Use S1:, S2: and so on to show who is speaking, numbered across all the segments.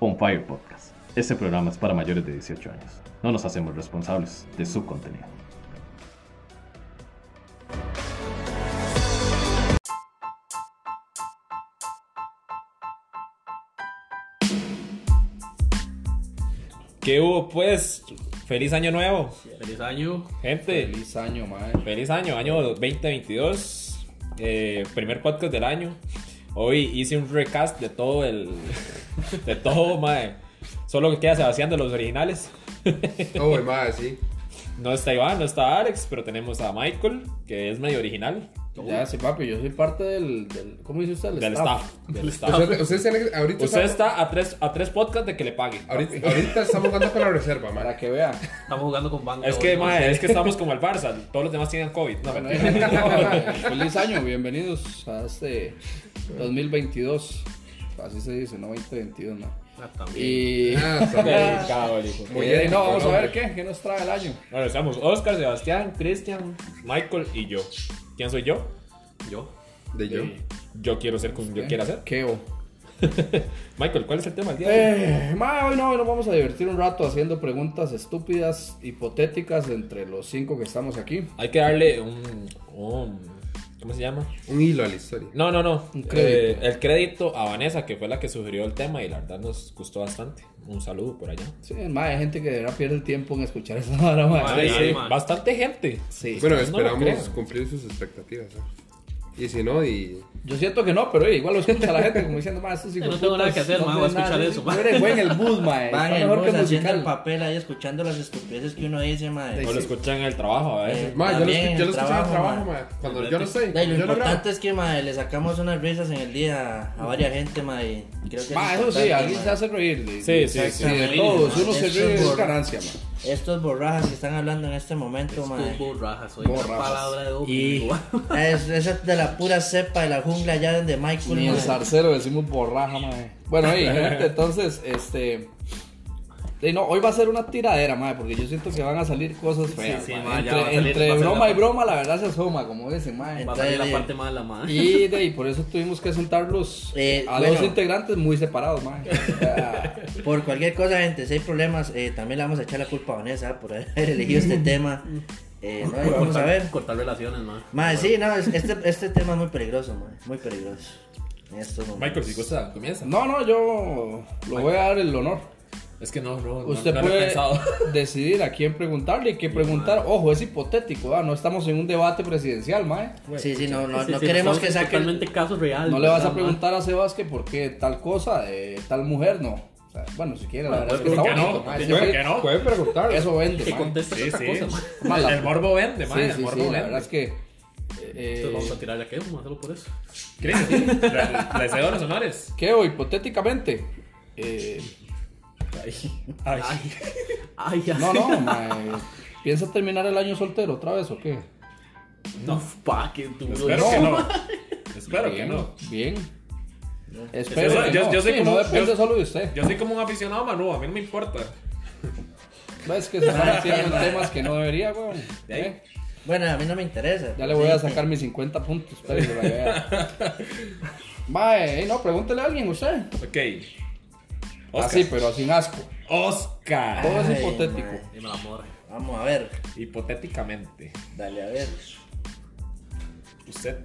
S1: On Fire Podcast. Este programa es para mayores de 18 años. No nos hacemos responsables de su contenido.
S2: ¿Qué hubo pues? Feliz año nuevo,
S3: Feliz año.
S2: gente. Feliz,
S3: Feliz año, man.
S2: año, año 2022. Eh, primer podcast del año. Hoy hice un recast de todo el. de todo, mae. Solo que queda Sebastián de los originales.
S3: Oh, más, sí.
S2: No está Iván, no está Alex, pero tenemos a Michael, que es medio original.
S4: Ya, sí, papi, yo soy parte del. del- ¿Cómo dice usted? El
S2: Del
S4: staff.
S2: staff. Del staff.
S5: Usted, usted se- ahorita,
S2: Usted
S5: está,
S2: está a tres, a tres podcasts de que le paguen.
S5: ahorita, ahorita estamos jugando con la reserva, man.
S4: Para que vea.
S3: Estamos jugando con banca.
S2: Es que,
S3: boludo.
S2: mae, es que estamos como el Barça. Todos los demás tienen COVID. No,
S4: Bueno,
S2: mentira.
S4: eh, feliz año, bienvenidos a este 2022. Así se dice, no 2022, no.
S3: Ah, también.
S4: Y.
S5: Ah, está bien.
S2: Delicado, hijo.
S5: Muy
S4: eh,
S5: bien,
S4: no, vamos a
S5: hombre.
S4: ver qué, qué nos trae el año.
S2: Bueno, estamos Oscar, Sebastián, Cristian, Michael y yo. ¿Quién soy yo? Eh,
S3: Yo.
S5: De yo.
S2: Yo quiero ser como yo
S4: ¿Eh?
S2: quiera ser.
S4: Keo.
S2: Michael, ¿cuál es el tema del día? de hoy?
S4: Eh, ma, hoy no, hoy nos vamos a divertir un rato haciendo preguntas estúpidas, hipotéticas entre los cinco que estamos aquí.
S2: Hay que darle un, un- ¿Cómo se llama?
S5: Un hilo a la historia.
S2: No, no, no.
S4: Un crédito.
S2: Eh, el crédito a Vanessa, que fue la que sugirió el tema y la verdad nos gustó bastante. Un saludo por allá.
S4: Sí, ma, hay gente que de verdad pierde el tiempo en escuchar esa hora, ma.
S3: Ay,
S2: Sí,
S3: ay,
S2: sí,
S3: man.
S2: bastante gente.
S4: Sí.
S5: bueno,
S2: no lo
S5: esperamos
S2: creo.
S5: cumplir sus expectativas. ¿eh? Y si no, y.
S4: Yo siento que no, pero eh, igual lo escucha la gente como diciendo, más estos
S3: no
S4: hijos
S3: tengo nada que hacer, ma, voy a
S4: tienen nada".
S3: escuchar eso, ma.
S4: Yo era güey en el bus, ma, eh. está
S6: Van el
S4: mejor que
S6: bus haciendo el
S4: musical.
S6: papel ahí escuchando las estupideces que uno dice, madre.
S2: O lo escuchan en el trabajo a veces.
S5: Eh, Ma, yo lo
S6: También
S5: escu- yo lo
S6: el
S5: escuché en el trabajo,
S6: trabajo,
S5: man. Cuando yo no sé.
S6: Da, y lo
S5: yo no grabo.
S6: importante es que madre, le sacamos unas risas en el día a varias gente, madre. Creo que
S4: Ma,
S6: es
S4: eso sí,
S6: importante,
S4: alguien
S6: mae.
S4: se hace reír. de-
S2: Sí, sí,
S4: de-
S2: sí.
S4: de
S3: Sí,
S4: todos,
S6: ma,
S4: uno se
S6: eso
S4: ríe
S6: es
S4: es
S6: por-
S4: ganancia, ma.
S6: Estos borrajas que están hablando en este momento, madre.
S3: Con borrajas. Soy
S4: Borrajas.
S3: una palabra de
S2: Y-
S3: domingo.
S6: Es, esa es de la pura cepa de la jungla allá donde Michael.
S4: Ni en
S6: mae.
S4: zarcero decimos borraja, mae. Bueno, ahí, gente, entonces, este. sí, no, hoy va a ser una tiradera, mae, porque yo siento que van a salir cosas feas.
S3: sí,
S4: mae.
S3: mae, ya
S4: entre
S3: va a salir-
S4: entre
S3: va a salir
S4: broma
S3: la-
S4: y broma, la verdad se asoma, como dicen, mae.
S3: Va a salir la
S6: Entonces,
S3: parte mala, madre.
S4: Y de ahí, por eso tuvimos que sentarlos
S6: Eh,
S4: a
S6: bueno.
S4: dos integrantes muy separados, mae. O sea,
S6: Por cualquier cosa, gente, si hay problemas, eh, también le vamos a echar la culpa a Vanessa por haber elegido este tema. Eh, no, y vamos a ver.
S3: Cortar relaciones, madre.
S6: Madre, sí, no, es- este, este tema es muy peligroso, madre. Muy peligroso. En estos momentos.
S2: Michael, si gusta, comienza.
S4: no, no, yo lo voy a dar el honor.
S2: Es que no, no, no,
S4: Usted
S2: no lo he
S4: puede
S2: pensado.
S4: decidir a quién preguntarle y qué preguntar. Ojo, es hipotético, ah, no estamos en un debate presidencial, mae.
S6: Sí, sí, no, no,
S3: Sí,
S6: no
S3: sí,
S6: queremos
S3: son
S6: que saquen.
S3: Totalmente casos reales.
S4: No le vas
S3: ¿verdad,
S4: a
S3: ma?
S4: preguntar a Sebas que por qué tal cosa de tal mujer, no. O sea, bueno, si quiere, la verdad es que está
S2: ¿Por qué no?
S4: bonito, mae.
S2: ¿Por
S4: Yo
S2: qué
S4: creo
S2: no?
S5: Pueden preguntar.
S4: que Eso vende,
S3: Que
S4: mae.
S3: conteste
S2: Sí,
S3: esta
S2: sí.
S3: cosa, ma.
S4: Mae, la-
S2: El morbo vende, man.
S4: Sí,
S2: el
S4: sí,
S2: morbo
S4: sí, la
S2: vende.
S4: verdad es que... eh,
S3: Entonces vamos a tirarle a qué, vamos a hacerlo por eso.
S2: Chris, le, le cedo los honores.
S4: ¿Qué o hipotéticamente? Eh,
S2: Ay.
S3: Ay, ay, ya.
S4: no, no, mae. ¿Piensa terminar el año soltero otra vez o qué?
S3: No, pa, qué duro.
S2: Espero que no. Espero que
S4: Bien,
S2: no.
S4: Bien. Espero
S2: Yo-
S4: que
S2: yo-
S4: no.
S2: yo soy
S4: Sí,
S2: como-
S4: no depende
S2: yo-
S4: solo de usted.
S2: Yo soy como un aficionado Manu, a mí no me importa.
S4: Es que se están metiendo en temas que no debería, weón.
S2: De ahí.
S4: ¿Eh?
S6: Bueno, a mí no me interesa.
S4: Ya le voy a sacar mis 50 puntos. Pero se la vea. Mae, eh, no, pregúntele a alguien usted.
S2: Ok. Oscar.
S4: Así, pero sin asco.
S2: Oscar.
S4: Todo es
S6: Ay,
S4: hipotético.
S6: mae.
S3: Dime la morra.
S6: Vamos a ver.
S2: Hipotéticamente,
S6: Dale, a ver.
S2: usted.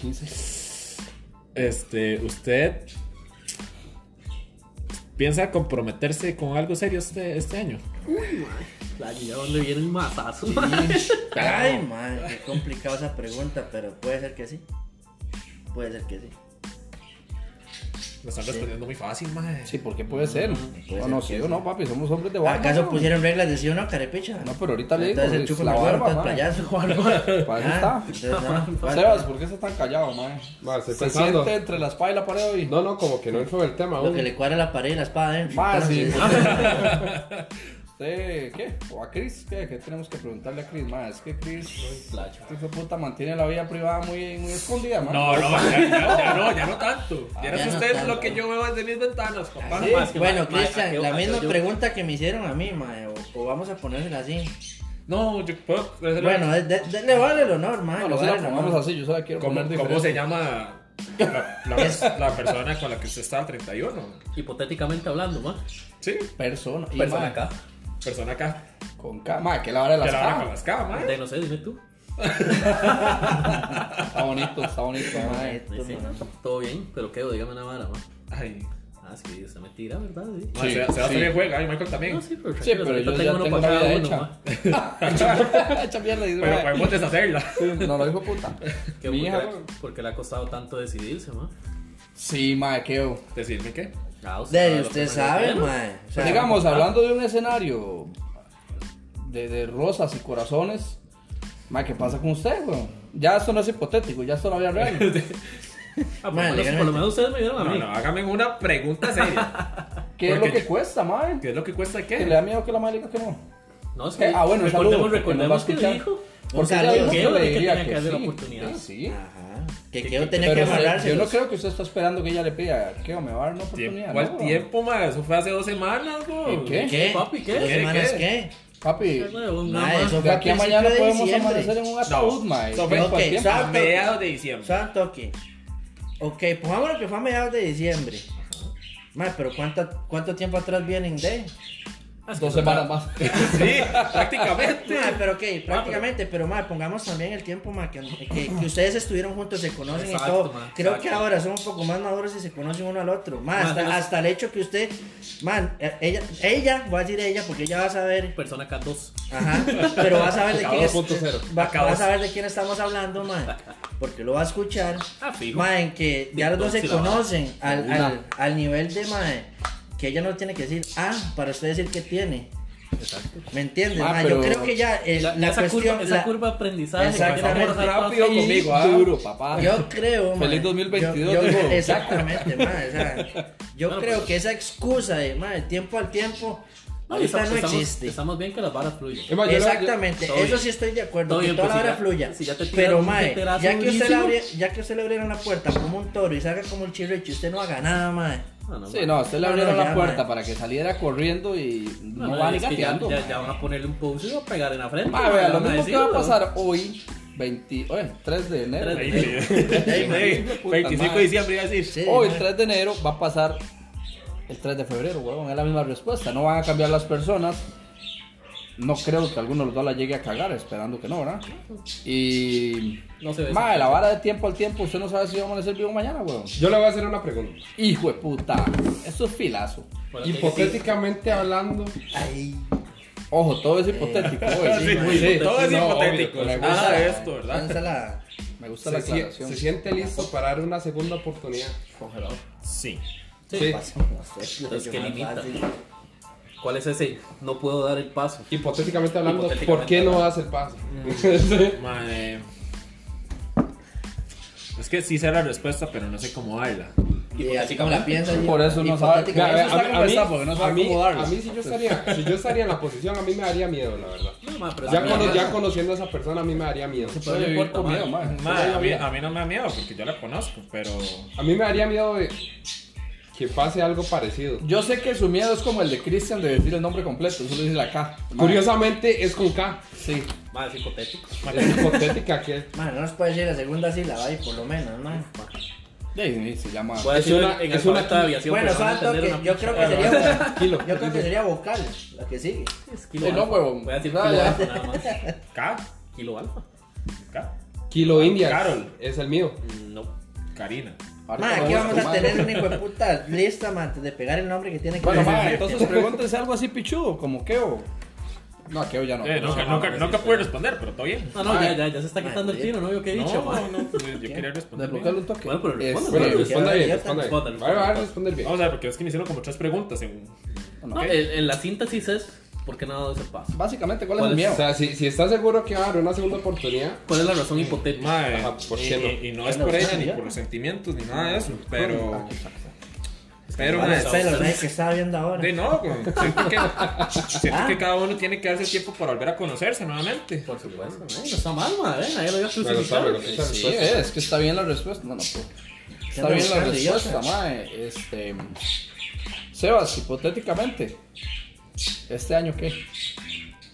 S4: 15.
S2: Este, usted. ¿Piensa comprometerse con algo serio este, este año?
S3: La ya donde viene el mazazo, ma.
S6: Ay, madre, qué complicada esa pregunta, pero puede ser que sí. Puede ser que sí.
S2: Lo están respondiendo muy fácil, mae.
S4: Sí, porque puede ser.
S6: puede
S4: No, no, sí
S6: ser que
S4: o no, papi, somos hombres de barba.
S6: ¿Acaso
S4: weón.
S6: pusieron reglas de sí o no, carepicha?
S4: No, pero ahorita le digo.
S6: Entonces el
S4: es
S6: chupo
S4: la
S6: me
S4: barba,
S6: corta el
S4: mae.
S6: playazo o algo. Ah,
S4: Para eso está. Sebas, ¿por qué se tan callado, mae?
S5: Ma, estoy
S4: Se
S5: pensando.
S4: siente entre la espalda y la pared hoy.
S5: No, no, como que no entró en el tema.
S6: Lo
S5: aún.
S6: que le cuadra la pared y la espada adentro.
S4: Más, Ah, sí.
S6: Entonces,
S4: ¿Usted qué? ¿O a Chris? ¿Qué? ¿Qué tenemos que preguntarle a Chris? Ma, es que Chris, este hijo de puta mantiene la vida privada muy, muy escondida, ma.
S2: No, no, ya, ya- ya no, ya no tanto. Ya, no
S6: Ya
S2: es
S6: no
S2: usted
S6: tanto.
S2: lo que yo veo de mis ventanas, papá.
S6: Sí,
S3: Más que
S6: bueno,
S3: más, más, ¿a qué-
S6: Cristian,
S3: a
S6: la
S3: qué
S6: misma
S3: yo-
S6: pregunta que me hicieron a mí, mae, o, o vamos a ponérsela así.
S2: No, yo puedo. hacerle-
S6: Bueno, de- de- de- le vale el honor, mae.
S4: No,
S6: le
S4: no se
S6: vale
S4: la
S6: el
S4: pongamos
S6: honor.
S4: así, yo se la quiero
S2: ¿Cómo,
S4: poner
S2: cómo
S4: diferente.
S2: se llama La, la- la persona con la que usted estaba 31.
S3: Hipotéticamente hablando, ma.
S2: Sí,
S4: Persona. y,
S3: Persona
S4: mae,
S3: acá.
S2: persona acá.
S4: Con K. Mae, que la hora de
S2: Que
S4: las
S2: la van con
S4: K.
S2: las K, mae.
S3: De no sé, dime tú.
S4: Está bonito, está bonito, mae.
S6: Pues
S3: Sí, sí, Todo bien, pero qué, dígame una vara, ma.
S2: Ay,
S3: Ah, es que se me tira, ¿verdad? Sí.
S2: mae,
S4: Sí,
S2: se, se va a
S4: sí.
S2: salir juega. Ay, Michael también.
S3: No, sí, pero,
S4: Sí,
S3: tranquilos,
S4: pero
S3: ahorita
S4: yo ya tengo
S3: para
S4: la
S3: cada
S4: vida
S3: uno,
S4: hecha.
S3: ma.
S4: Echa mierda y dice,
S2: Pero
S4: mae,
S2: podemos deshacerla.
S4: No lo dijo puta.
S3: Qué
S4: Mi hija,
S3: porque, porque le ha costado tanto decidirse, ma.
S4: Sí, mae, qué.
S2: Decirme qué.
S3: Ah, usted
S6: De
S3: sabe lo
S6: usted
S3: que
S6: sabe,
S3: me refiero.
S6: mae. O sea,
S4: Pues Digamos, hablando de un escenario de, de rosas y corazones, mae, ¿qué pasa con usted, weón? Ya esto no es hipotético, ya esto no había real.
S3: Ah, por,
S6: Mae,
S3: lo menos, por
S6: legalmente.
S3: lo menos ustedes me vieron a
S2: No,
S3: mí.
S2: no, hágame una pregunta seria.
S4: ¿Qué es lo
S2: Porque
S4: que
S2: yo-
S4: cuesta, mae?
S2: ¿Qué es lo que cuesta
S4: Que le da
S2: qué?
S4: miedo que la madre diga que no.
S3: No, es que
S4: Ah, bueno, un
S3: recordemos,
S4: saludo, porque nos va a
S3: recordemos que
S4: escuchar.
S3: dijo.
S4: Porque
S6: saludo,
S4: ella dijo
S6: ¿qué?
S4: que le
S3: Porque
S4: diría
S3: tenía que
S4: que
S3: darle la
S4: sí,
S3: oportunidad.
S4: sí, sí.
S6: Ajá. Que quiero tener que
S4: Pero
S6: amarrarse.
S4: yo no creo que usted está esperando que ella le pida, ¿qué? ¿Me va a dar una oportunidad?
S2: ¿Cuál
S4: no.
S2: tiempo, mae? Eso fue hace dos semanas, güey.
S4: ¿Y qué?
S6: ¿Qué?
S3: Papi, ¿qué?
S6: ¿Dos
S2: ¿Qué,
S6: semanas
S2: qué?
S6: qué?
S4: Papi,
S3: Un
S6: Mae,
S3: gama.
S6: eso
S4: de
S6: fue
S4: aquí a
S6: al
S4: mañana
S6: principio de
S4: podemos
S6: diciembre.
S4: amanecer en un ataúd, mae.
S2: no,
S4: ¿Qué
S2: ok,
S4: cuál tiempo?
S2: A mediados de diciembre.
S6: Santo aquí. Ok, pongámoslo que fue a mediados de diciembre. Mae, pero ¿cuánto, ¿cuánto tiempo atrás vienen de?
S3: Ah, es que
S4: Dos
S3: no-
S4: semanas más.
S2: Sí, prácticamente.
S6: Mae, Ah,
S3: Ah,
S6: pero ok, prácticamente, pero mae, pongamos también el tiempo, mae, que, que- que ustedes estuvieron juntos, se conocen y
S3: Exacto,
S6: todo.
S3: mae,
S6: Creo
S3: exacto.
S6: que ahora son un poco más maduros y se conocen uno al otro. Mae,
S3: Mae,
S6: hasta,
S3: pero-
S6: hasta el hecho que usted, man, ella, ella, voy a decir ella porque ella va a saber
S3: Persona K2.
S6: Ajá, pero vas a ver de quién, es-
S5: 2.0.
S6: va- vas a ver de quién estamos hablando, mae. Porque lo va a escuchar.
S3: Ah, fijo.
S6: Mae, en que ya los dos se
S3: Entonces, la
S6: conocen al,
S4: Una.
S6: al, al nivel de mae. Que ella no tiene que decir, ah, para usted decir que tiene. ¿Me entiendes?
S4: Ah,
S6: mae? Yo
S4: pero-
S6: creo que ya eh, la,
S3: La, esa,
S6: cuestión.
S3: curva, esa
S6: la-
S3: curva de aprendizaje. que
S6: Exactamente.
S3: vamos a dar
S2: Rápido
S3: todos-
S2: conmigo, ah.
S4: Duro, papá.
S6: Yo creo, mae,
S4: Feliz 2022,
S6: yo- yo-
S4: dijo.
S6: Exactamente, mae, o sea, yo
S3: Bueno,
S6: creo
S3: pues-
S6: que esa excusa de, mae, tiempo al
S3: No,
S6: tiempo, ¿ah? ahorita
S3: estamos,
S6: no
S3: estamos-
S6: existe.
S3: Estamos bien que las varas fluyen.
S5: Es más, yo lo- yo-
S6: Exactamente,
S3: todo
S6: eso
S3: bien.
S6: sí estoy de acuerdo,
S3: Todo
S6: que
S3: bien,
S6: toda
S3: pues,
S6: la
S3: si
S6: hora
S3: ya-
S6: fluya.
S3: si ya te tiran
S6: pero
S3: un
S6: mae,
S3: teterazo
S6: ya que, usted le
S3: durísimo.
S6: abri- ya que usted le abrieron la puerta como un toro y salga como el chirrichi, usted no haga nada, mae.
S3: Ah, No, no,
S4: Sí,
S3: mae.
S4: no, a usted le
S6: No,
S4: abrieron
S6: no,
S4: la
S6: ya,
S4: puerta
S6: mae.
S4: para que saliera corriendo y no,
S3: No,
S4: va ni
S3: es que ya,
S4: gateando.
S3: ya-
S4: mae.
S3: ya van a ponerle un pause y va a pegar en la frente.
S4: Mae,
S3: mae,
S4: Ah, vea,
S3: van
S4: lo mismo que
S3: decir,
S4: va a
S3: weón.
S4: pasar hoy, 20, oye, 3 de enero.
S3: Tres
S2: Ahí, sí. Ahí, 25 de diciembre iba a decir.
S6: Sí,
S4: Hoy,
S6: mae.
S4: 3 de enero, va a pasar el 3 de febrero, weón. Es la misma respuesta. No van a cambiar las personas. No creo que alguno de los dos la llegue a cagar, esperando que no, ¿verdad? Y.
S3: No se ve.
S4: Mae, la vara de tiempo al tiempo, usted no sabe si va a amanecer vivo mañana, weón.
S5: Yo le voy a hacer una pregunta.
S4: Hijo de puta, eso es filazo.
S3: Bueno, tiene que decir,
S5: Hipotéticamente hablando,
S6: Ay,
S4: Ojo, todo es hipotético,
S6: Eh,
S4: güey.
S6: sí,
S4: Muy
S6: sí,
S4: bien.
S2: Todo es
S5: no,
S2: hipotético.
S5: obvio,
S4: pero
S2: Nada
S6: la-
S2: de esto, ¿verdad?
S6: lanza la-
S4: Me gusta la
S5: se, si-
S4: aclaración.
S5: se siente listo para dar una segunda oportunidad.
S4: Congelador.
S2: Sí.
S5: Sí.
S3: Entonces, ¿qué
S6: Más
S3: limita?
S6: fácil.
S3: ¿Cuál es ese? No puedo dar el paso.
S5: Hipotéticamente hablando, ¿por
S3: Hipotéticamente
S5: qué no das el paso?
S2: Mae. Es que sí sé la respuesta, pero no sé cómo darla.
S6: Y así como la piensa.
S4: Por eso no sabe.
S6: hipotéticamente,
S5: Mira, a ver,
S4: Eso está como
S5: a mí- a mí-
S4: está, porque no sabe
S5: a mí-
S4: cómo darla.
S5: A mí, si yo estaría, si yo estaría en la posición, a mí me daría miedo, la verdad.
S3: No, mae, pero
S5: Ya,
S3: es que-
S5: cono- ya conociendo a esa persona, a mí me daría miedo.
S3: Pero no importa,
S4: Con miedo,
S3: mae.
S4: mae.
S2: Mae, a mí, a mí no me da miedo porque yo la conozco, pero.
S5: A mí me daría miedo de que pase algo parecido.
S4: Yo sé que su miedo es como el de Christian de decir el nombre completo, solo dice la K.
S5: Curiosamente, es con K.
S4: Sí.
S3: Mae, es hipotético.
S5: Es hipotética que es.
S6: Mae, no nos puede decir la segunda sílaba ahí, por lo menos, mae.
S4: Sí, se llama.
S3: Voy a
S5: Es
S3: decir
S5: una-
S3: en
S5: es
S3: alfabeto
S5: una-
S3: de aviación.
S6: Bueno,
S3: pero van a
S6: santo
S3: entender
S6: que
S3: una
S6: yo
S3: pinche-
S6: creo que sería.
S5: Kilo.
S6: Yo creo que sería vocal, la que sigue.
S3: Es kilo
S4: Sí, no,
S3: alfa.
S4: huevón.
S3: Voy a decir
S4: No,
S3: kilo
S4: ya.
S3: alfa nada más.
S2: K.
S3: Kilo alfa.
S2: K.
S5: Kilo India.
S2: Carol.
S5: Es el mío.
S3: No.
S2: Karina.
S6: Ma, aquí vamos a tener una hijo de puta lista, ma, antes de pegar el nombre que tiene que
S4: Bueno,
S6: decir.
S4: ma, entonces pregúntense algo así pichudo, como Keo. No, Keo ya no.
S2: Eh, nunca, nunca, nunca pude responder, pero todo bien.
S3: No, no, ya, ya, ya se está
S6: Mae,
S3: quitando el
S6: bien.
S3: tiro, ¿no? Yo qué he
S2: No,
S3: dicho, mae.
S2: no, no, yo quería responder.
S4: Desbloquearlo un toque.
S3: Bueno, pero
S4: Este,
S3: responda,
S5: Bueno,
S3: Pero
S5: responda bien,
S6: ya
S5: responda bien.
S3: está.
S5: Vale, vale, vale, responder bien.
S2: Vamos a ver, porque es que me hicieron como tres preguntas. En...
S3: No, en, en la síntesis es ¿por qué no ha dado ese paso?
S4: Básicamente, ¿cuál es
S3: ¿Cuál
S4: el
S3: es?
S4: miedo?
S5: O sea, si, si estás seguro que va a haber una segunda oportunidad,
S3: ¿Cuál es la razón hipotética?
S2: Mae,
S5: Ajá, ¿por
S2: y,
S5: qué
S4: Eh,
S5: no?
S2: y- y no es por
S4: pues,
S2: ella, ni por los sentimientos, ni nada de eso, pero. Pero,
S6: Vale,
S2: mae,
S6: espera, la que estaba viendo ahora.
S2: De no, güey. Siento que, siento que cada uno tiene que darse tiempo para volver a conocerse nuevamente.
S3: Por supuesto, mae, no está mal, madre, nadie lo iba a
S5: me gusta,
S3: crucificar.
S5: me gusta esa
S4: Sí, eh.
S5: respuesta.
S4: es que está bien la respuesta. No, no, pues. Está
S6: Ando
S4: bien la
S6: buscando
S4: respuesta,
S6: idiotas.
S4: mae. Este. Sebas, hipotéticamente. ¿Este año qué?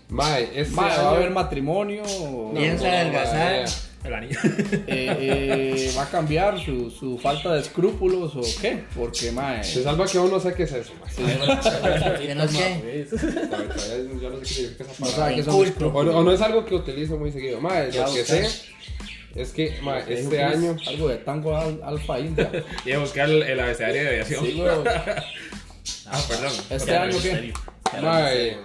S5: Mae, este
S4: Mae, ¿va a
S5: año-
S4: haber matrimonio?
S5: No,
S6: Piensa
S5: no, no,
S6: adelgazar.
S5: mae.
S2: El anillo.
S4: eh, eh, va a cambiar su, su falta de escrúpulos o qué, porque mae,
S5: Se salva que uno sé qué es eso. mae.
S6: Que no es que.
S5: Todavía- todavía Yo no sé qué significa esa
S4: no
S5: palabra.
S4: sabe qué son
S6: Inculto.
S5: O,
S4: escrúpulos.
S5: no- o no es algo que utilizo muy seguido. Mae,
S4: Ya
S5: lo que
S4: buscar.
S5: sé es que mae,
S4: Dijo
S5: este
S4: que es
S5: año.
S4: algo de tango al- alfa india.
S2: Y a buscar el, el abecedario de aviación.
S4: Sí, huevo.
S2: Ah, perdón.
S4: Este
S2: Perdón.
S4: año qué?
S3: serio.
S5: mae,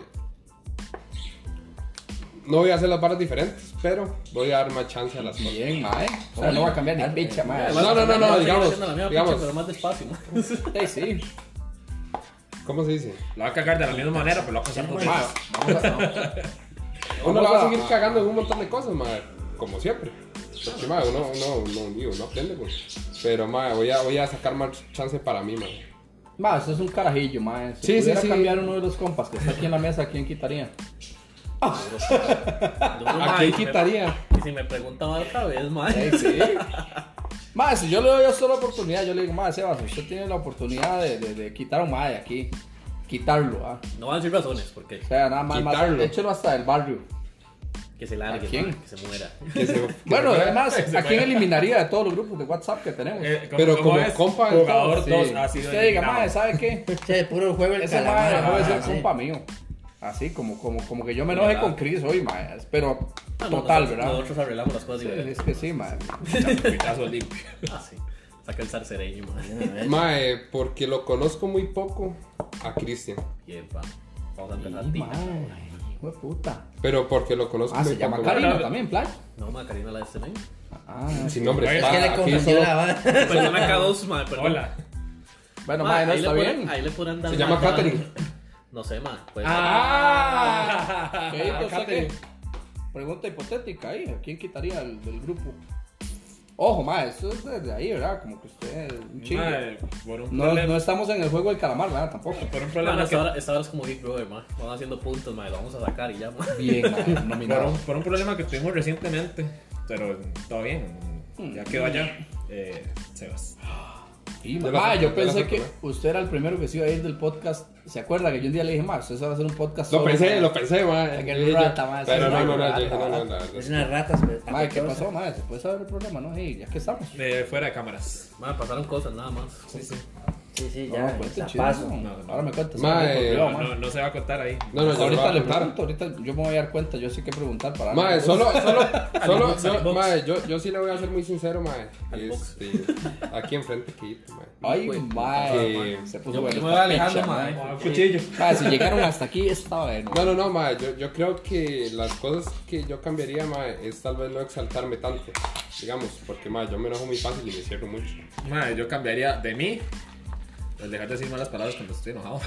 S5: no voy a hacer las barras diferentes, pero voy a dar más chance a las cosas.
S4: Bien, mae. O sea, no va a cambiar ni picha, mae.
S5: No, no, no, no,
S3: Sigue haciendo
S5: digamos,
S3: la misma
S5: digamos.
S3: pinche, Pero más despacio.
S4: Sí, sí.
S5: ¿Cómo se dice?
S2: Lo va a cagar de la misma manera, pero lo va a pasar con
S5: Pues,
S4: Mae, vamos a- vamos a-
S5: Uno la
S4: Vamos
S5: va a
S4: a-
S5: seguir cagando en un montón de cosas, mae, como siempre. Porque, mae, uno, uno, uno, digo, uno aprende, pues. Pero, mae, voy a, voy a sacar más chance para mí, mae.
S4: Mae, usted es un carajillo, mae. Si
S5: Sí, sí,
S4: pudiera
S5: sí.
S4: cambiar uno de los compas que está aquí en la mesa, ¿quién quitaría?
S5: ¿A quién quitaría?
S3: Y si me preguntan otra vez,
S4: Sí,
S3: mae.
S4: sí. Mae, si yo le doy a usted la oportunidad, yo le digo, mae, Sebas, usted tiene la oportunidad de, de- de quitar a un mae de aquí. Quitarlo, ah.
S3: No van a decir razones, porque
S4: O sea, nada más, más
S5: Quitarlo.
S4: échelo hasta el barrio.
S3: que se largue,
S4: ¿A quién?
S3: mae, que se muera.
S5: Que se- que
S4: Bueno,
S5: se-
S4: además, ¿a quién eliminaría de todos los grupos de WhatsApp que tenemos?
S2: Eh, ¿cómo-
S5: Pero
S2: cómo
S5: como
S2: es?
S5: compa del
S2: jugador
S5: todo,
S2: 2
S4: Sí.
S2: ha sido
S4: Usted diga,
S2: eliminado.
S4: mae, ¿sabe qué?
S6: Sí, puro juego el
S4: Ese mae
S6: calamar.
S4: dejó de ser
S6: sí.
S4: compa mío. Así, como, como, como que yo me enoje con Chris hoy, mae. Pero
S3: Ah, no,
S4: total,
S3: nosotros-
S4: ¿verdad?
S3: Nosotros arreglamos las cosas
S4: Sí,
S3: y veremos.
S4: Es que sí, mae.
S2: Pitazo limpio.
S3: Ah, sí. Saca el zarcereño, mae.
S5: Mae, porque lo conozco muy poco a Cristian.
S3: Bien, pa. Vamos a empezar a
S4: Sí,
S3: tirar.
S4: mae. Hijo de puta.
S5: Pero porque lo conozco
S4: Ah,
S5: muy
S4: se llama
S5: poco.
S4: Karina también, Play.
S3: No, mae, Karina la de este men.
S4: Ah,
S5: Sin nombre.
S2: Es
S6: Es que
S5: pa,
S6: le
S5: aquí
S6: confundió
S5: solo-
S6: la vara.
S3: Perdón, acá dos, mae, perdón.
S2: Hola.
S4: bueno,
S3: Ma,
S4: mae, no
S3: ahí le
S4: está
S3: podrán-
S4: bien.
S3: Ahí le podrán dar.
S5: Se llama
S3: más, ma.
S5: Catherine.
S3: No sé, ma. Pues,
S4: Ah, ¿qué dijo
S2: pues,
S4: usted
S5: Catherine.
S4: qué? Pregunta hipotética ahí, ¿a quién quitaría el- del grupo? Ojo, mae, esto es desde ahí, ¿verdad? Como que usted es un chingo.
S2: Mae, por un
S4: No,
S2: problema.
S4: no estamos en el juego del calamar, ¿verdad? Tampoco.
S2: Por un
S3: ma,
S2: problema
S3: esta,
S2: que
S3: hora, esta hora es como Big Brother, ma. Van haciendo puntos, ma. y Lo vamos a sacar y ya, ma.
S4: Bien, mae,
S2: por
S4: nominado.
S2: un, por un problema que tuvimos recientemente, pero todo bien, ya quedó allá.
S4: Mm.
S2: Eh, Sebas.
S4: Y,
S5: Ya
S4: ma,
S5: lo
S4: ma,
S5: acepto,
S4: yo
S5: ya
S4: pensé
S5: lo
S4: que
S5: acepto,
S4: usted era el primero que se iba a ir del podcast. ¿Se acuerda que yo un día le dije, ma, usted se va a hacer un podcast
S5: Lo
S4: solo,
S5: pensé,
S4: ma"?
S5: lo pensé, mae.
S4: Aquel
S5: Yo dije,
S4: rata, mae,
S5: Pero
S4: ese
S5: no, no, no,
S4: rata,
S5: yo dije, no, no,
S4: rata.
S5: no, no.
S6: Es una rata.
S4: Ma, ¿qué pasó, ma? ¿Se puede saber el problema, no? Hey, ya que estamos.
S2: Eh, fuera de cámaras.
S3: Ma, pasaron cosas, nada más.
S2: Sí, sí.
S6: Sí, sí,
S4: No,
S6: ya.
S4: me cuente, chido,
S6: Zapazo.
S4: no.
S2: No, no.
S4: Ahora me cuentas.
S5: Ma,
S4: ahora me
S5: eh,
S4: cuentas,
S2: No,
S4: ma.
S2: no, no se va a contar ahí.
S5: No, no, yo lo voy
S4: ahorita
S5: a
S4: le
S5: contar.
S4: pregunto, ahorita yo me voy a dar cuenta, yo sé qué preguntar para...
S5: Mae, solo, solo, solo,
S2: box, al
S5: yo,
S2: box.
S5: mae, yo, yo sí le voy a ser muy sincero, mae.
S3: Al box.
S5: Este, aquí enfrente que mae.
S4: Ay,
S3: Pues,
S4: mae,
S5: que-
S4: se
S3: yo me
S4: puso bueno
S3: voy
S4: esta
S3: alejando,
S4: fecha,
S3: mae.
S2: Ah, un cuchillo.
S4: Mae, si llegaron hasta aquí, está bueno.
S5: No, no, no, mae, yo, yo creo que las cosas que yo cambiaría, mae, es tal vez no exaltarme tanto, digamos, porque, mae, yo me enojo muy fácil y me cierro mucho.
S2: Mae, yo cambiaría de mí. El dejar de decir malas palabras cuando estoy enojado.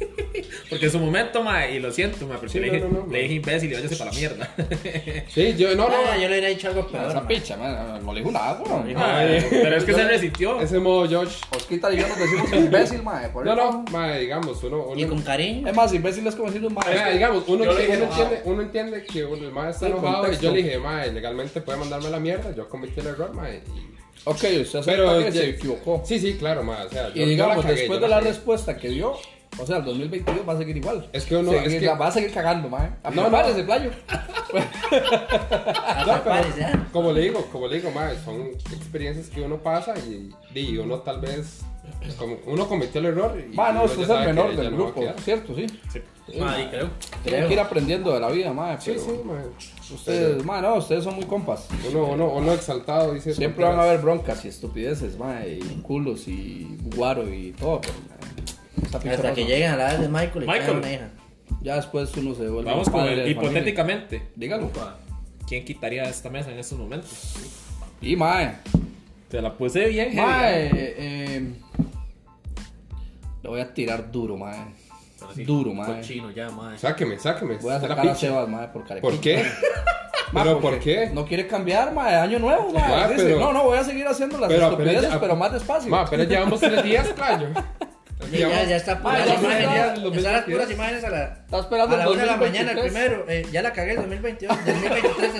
S2: Porque en su momento, mae, y lo siento, mae, pero si
S5: Sí,
S2: le,
S5: no,
S2: dije,
S5: no, no,
S2: le
S5: mae.
S2: dije imbécil y váyase para la mierda.
S5: Sí, yo, no, no,
S6: Ah, yo le hubiera dicho algo
S4: Mae,
S6: peor.
S4: Esa
S6: ma.
S4: picha, mae, no le dijo nada, güey.
S2: Mae, pero es que se
S5: Yo-
S2: resistió.
S5: ese modo Josh.
S4: Osquita y yo nos decimos imbécil, mae. por
S5: No,
S4: eso.
S5: no, mae, digamos, uno, uno,
S6: Y con cariño.
S4: Es más, imbécil es como decir un
S5: Mae,
S4: mae.
S5: digamos, uno,
S2: Yo le dije
S5: uno
S2: enojado.
S5: entiende, uno entiende que uno- el mae está
S4: "Ah". El
S5: enojado y
S4: contexto.
S5: yo le dije, mae, legalmente puede mandarme a la mierda, yo cometí el error, mae, y...
S4: Ok, usted acepta
S5: Pero
S4: que
S5: ya-
S4: se equivocó.
S5: Sí, sí, claro, mae, o sea, yo-
S4: Y
S5: yo
S4: digamos,
S5: cagué,
S4: después
S5: yo
S4: de la
S5: cagué.
S4: respuesta que dio, o sea, el 2022 va a seguir igual.
S5: Es que uno-
S4: Seguir-
S5: es que-
S4: Va a seguir cagando, mae.
S5: No,
S4: No,
S5: no.
S4: no, ese playo.
S5: No, pero
S6: Zapares, ya.
S5: como le digo, como le digo, mae, son experiencias que uno pasa y, y uno tal vez, como- uno cometió el error. Y
S4: Mae, no,
S5: uno
S4: usted
S5: ya
S4: es el
S5: sabe
S4: menor
S5: que ya
S4: del
S5: no va a
S4: grupo,
S5: quedar.
S4: ¿cierto? Sí.
S3: Ma, y creo.
S4: Tiene que ir aprendiendo de la vida, mae.
S5: Sí,
S4: pero-
S5: sí, mae.
S4: Ustedes, ma, no, ustedes son muy compas.
S5: Uno, uno, uno exaltado dice.
S4: Siempre van a haber broncas y estupideces, ma, y culos y guaro y todo. pero, ma, esta picha
S6: Hasta
S4: no-
S6: que lleguen a la edad de Michael y
S2: Michael.
S6: cagan una hija.
S4: Ya después uno se vuelve.
S2: Vamos
S4: un
S2: con
S4: padre
S2: el
S4: de familia.
S2: hipotéticamente.
S4: Dígalo.
S2: ¿Quién quitaría esta mesa en estos momentos?
S4: Y mae.
S2: Te la puse bien, heavy,
S4: Mae.
S2: ¿eh?
S4: eh, eh, lo voy a tirar duro, mae.
S3: Pero sí,
S4: Duro, mae.
S3: Cochino, ya, ma.
S5: Sáqueme, sáqueme.
S4: Voy a
S5: está la
S4: sacar a
S5: picha.
S4: Sebas, mae, por carepa.
S5: ¿Por qué? ¿Pero por qué?
S4: No quiere cambiar, mae. Año nuevo, mae.
S5: Ma,
S4: Dice,
S5: Ah, pero-
S4: no, no, voy a seguir haciendo las
S5: pero apenas
S4: estupideces,
S5: ya-
S4: pero más despacio.
S5: Ma, apenas llevamos tres días, claro.
S4: Pues,
S6: Sí, ya, ya está puras
S4: ya está,
S5: ya,
S6: imágenes.
S5: los
S6: Ya están las
S5: 2022.
S6: puras imágenes a la.
S4: Está esperando
S6: a la
S4: el
S6: una de la mañana el
S4: 2023.
S6: primero. Eh, ya la cagué el 2022. 2023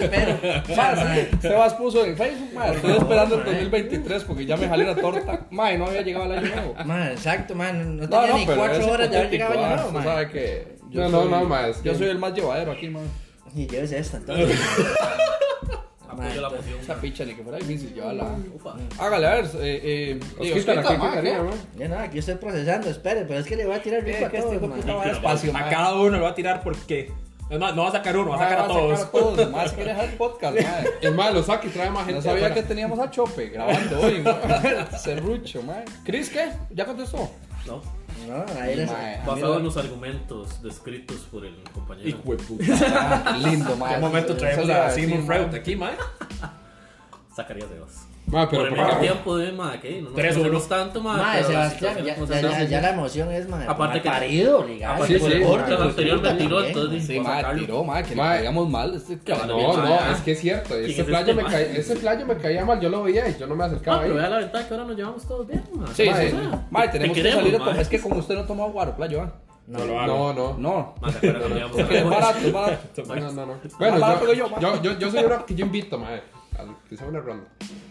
S4: Ma,
S6: espero. Ma,
S4: sí, Sebas puso en Facebook, ma, estoy
S6: favor,
S4: esperando el
S6: ma.
S4: 2023 porque ya me jalé la torta. Ma, y no había llegado el año nuevo.
S6: ma, ma, exacto, man. No
S4: No,
S6: tenía
S4: no,
S6: ni
S4: pero es
S6: cuatro horas de haber
S4: hipotético,
S6: llegado
S4: ah,
S6: ya, no,
S4: usted
S6: man.
S4: sabe que
S5: No, no, no, ma, es
S4: Yo
S5: que-
S4: soy el más llevadero aquí, ma.
S6: Y lleves esta, Ah, entonces.
S3: Apoyo la moción.
S4: Esa picha ni que fuera difícil llevarla.
S3: Ufa.
S4: Hágale, a ver. Eh, eh,
S5: Os
S4: eh,
S5: quitan
S4: Osquita,
S5: aquí,
S4: ma, ¿qué?
S5: quitaría, man.
S6: Ya nada, aquí estoy procesando, espere, pero es que le voy a tirar rico
S4: Eh,
S6: a
S4: que este
S6: todos,
S4: hijo de
S6: man.
S4: puta va despacio,
S2: A
S4: ma.
S2: cada uno lo va a tirar porque. Es más, no va a sacar uno, va a
S4: Ma,
S2: sacar a
S4: Ah, va
S2: todos.
S4: a todos. Más que dejar el podcast, ma.
S5: Es más, lo saca y trae más gente.
S4: No sabía que
S5: afuera.
S4: teníamos a Chope grabando hoy, ma. Serrucho, ma. ¿Cris qué? ¿Ya contestó?
S3: No.
S6: No, ahí les...
S4: Ma, a mí
S3: Basado
S4: la-
S3: en los argumentos descritos por el compañero.
S5: Hijo de puta.
S4: Ah, lindo, ma.
S2: En un momento traemos a Simon Freud aquí, mae.
S3: Sacaría de dos.
S5: Ma,
S3: Por
S5: pero
S3: el
S5: por
S3: medio
S5: ejemplo,
S3: tiempo de ma, que no nos
S2: Tres, uno.
S3: conocemos tanto, ma.
S6: Madre,
S3: pero la
S6: Sebastián,
S3: situación
S6: ya,
S3: nos
S6: ya,
S3: hace-
S6: ya, ya la emoción es, madre.
S3: Aparte que-
S6: parido, ligado.
S3: Aparte
S5: Sí, sí,
S3: por el
S5: ma,
S3: podcast
S5: hijo de
S3: anterior me tiró, entonces
S4: Sí,
S3: por
S4: ma,
S3: sacarlo.
S4: tiró, ma, que le
S5: Ma.
S4: caíamos mal. Este cabrón.
S5: No,
S3: ma.
S5: no, es que es cierto.
S3: ¿Quién
S5: Ese
S3: es
S5: playo,
S3: este,
S5: me
S3: ma?
S5: caía, ese playo me caía mal, yo lo veía y yo no me
S3: Ah,
S5: acercaba
S3: pero vea
S5: ahí.
S3: la ventaja que ahora nos llevamos todos bien, ma.
S4: Sí,
S5: Ma,
S4: sí,
S5: eh,
S4: sí.
S3: ma,
S4: Ma,
S3: te
S4: tenemos que
S3: queremos,
S4: salir a
S3: ma.
S4: tomar. Es que como usted no toma guaro, playo, ah.
S2: No lo hago.
S5: No, no.
S4: No.
S3: Ma, ¿te acuerdas que nos llevamos
S4: Porque es
S3: todos bien?
S4: barato, es barato.
S5: No, no, no. Bueno,
S4: Más barato
S5: yo,
S4: que yo, ma.
S5: yo, yo, yo soy uno que yo invito, madre. eh. Que sea una ronda.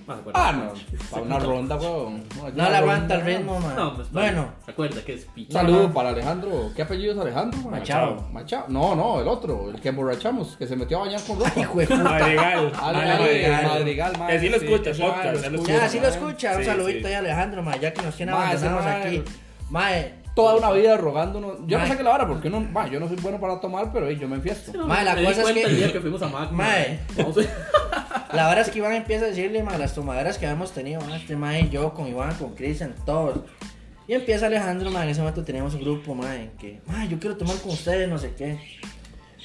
S3: Ma, ¿te acuerdas?
S4: Ah, no. Para una ronda, weón.
S6: No le aguanta el ritmo,
S3: No,
S6: madre.
S3: pues,
S6: Bueno,
S3: ¿Se acuerda que es
S4: Un
S3: picha?
S4: saludo para Alejandro. ¿Qué apellido es Alejandro? ma?
S6: Machado.
S4: Machado. No, no, el otro, el que emborrachamos, que se metió a bañar con
S6: hijo
S4: ropa.
S6: de puta.
S2: Madrigal.
S4: Ah,
S2: Madrigal.
S4: Madrigal, Madrigal, mae,
S2: Que sí lo
S4: sí,
S2: escucha,
S4: ese mae lo
S2: podcast. él lo
S4: escucha.
S2: escucha.
S6: Ya, sí lo escucha. Un
S2: Sí,
S6: saludito
S2: sí.
S6: ahí a Alejandro, madre, ya que nos tiene
S4: Ma, ese
S6: abandonados
S4: ma-
S6: aquí. Madre,
S4: Toda una vida rogándonos. Yo no
S6: Ma.
S4: sé qué la vara, porque no, ma, yo no soy bueno para tomar, pero ey, yo me enfiesto.
S6: Ma, la
S3: Me di
S6: cosa es
S3: cuenta
S6: que-
S3: el día que fuimos a Mac, ma.
S6: Mae.
S3: Vamos a-
S6: la verdad es que Iván empieza a decirle, madre, las tomaderas que habíamos tenido, madre, este madre, yo, con Iván, con Cristian, todos. Y empieza Alejandro, madre, en ese momento teníamos un grupo, madre, en que, madre, yo quiero tomar con ustedes, no sé qué.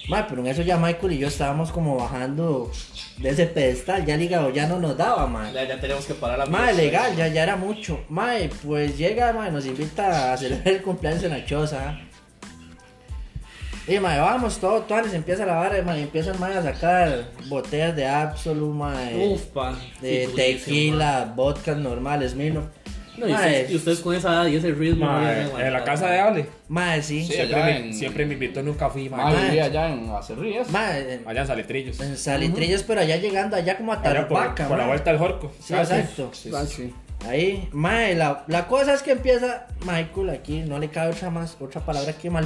S6: Madre, pero en eso ya Michael y yo estábamos como bajando de ese pedestal, ya el hígado ya no nos daba, madre.
S3: Ya, ya tenemos que parar la
S6: Mae, legal, ya, ya era mucho. Mae, pues llega, mae, nos invita a celebrar el cumpleaños en la choza. Y mae, vamos, todo, todo, les empieza la vara, mae, empiezan mae a sacar botellas de Absolut, mae,
S3: Uf, pa.
S6: de
S3: Sí, durísimo, ma.
S6: tequila, vodka normales, mino.
S3: No, y,
S6: Mae.
S3: ustedes, y ustedes con esa edad y ese ritmo. no
S2: Mae,
S3: vienen a
S2: eh, En la
S3: aguantar,
S2: casa
S3: ma.
S2: de Ale.
S6: Mae, sí.
S4: Sí.
S2: Siempre,
S4: allá
S2: me,
S4: en-
S2: siempre me invitó, nunca fui, mae.
S4: Ma,
S6: Ma.
S4: vivía allá en Acerrías.
S6: Mae, en,
S2: Allá en Saletrillos.
S6: en Salitrillas, pero allá llegando, allá como a
S2: Allá por,
S6: Tarpaca,
S2: por la
S6: mae.
S2: vuelta al Jorco.
S6: Sí,
S2: Ah,
S6: exacto.
S4: Ah, sí.
S6: Ahí, mae, la, la cosa es que empieza Michael aquí, no le cabe otra más, otra palabra que mal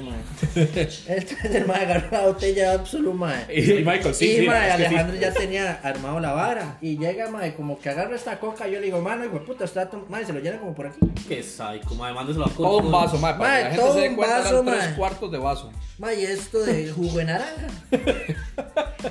S6: mae. Entonces el mae agarró la botella de Absolut, mae.
S2: Y, y Michael, sí,
S6: y
S2: sí.
S6: mae,
S2: es que sí.
S6: Alejandro ya tenía armado la vara. Y llega, mae, como que agarra esta coca, yo le digo, mano, hijo de puta, está tom- mae, se lo llena como por aquí.
S3: Qué psycho, madre. Mándeselo a
S4: Todo un
S3: Coco.
S4: vaso, ma, para
S6: Ma,
S4: que la gente
S6: todo
S4: se
S6: un
S4: dé cuenta,
S6: vaso,
S4: eran tres
S6: ma.
S4: cuartos de vaso.
S6: Mae, y esto de jugo de naranja.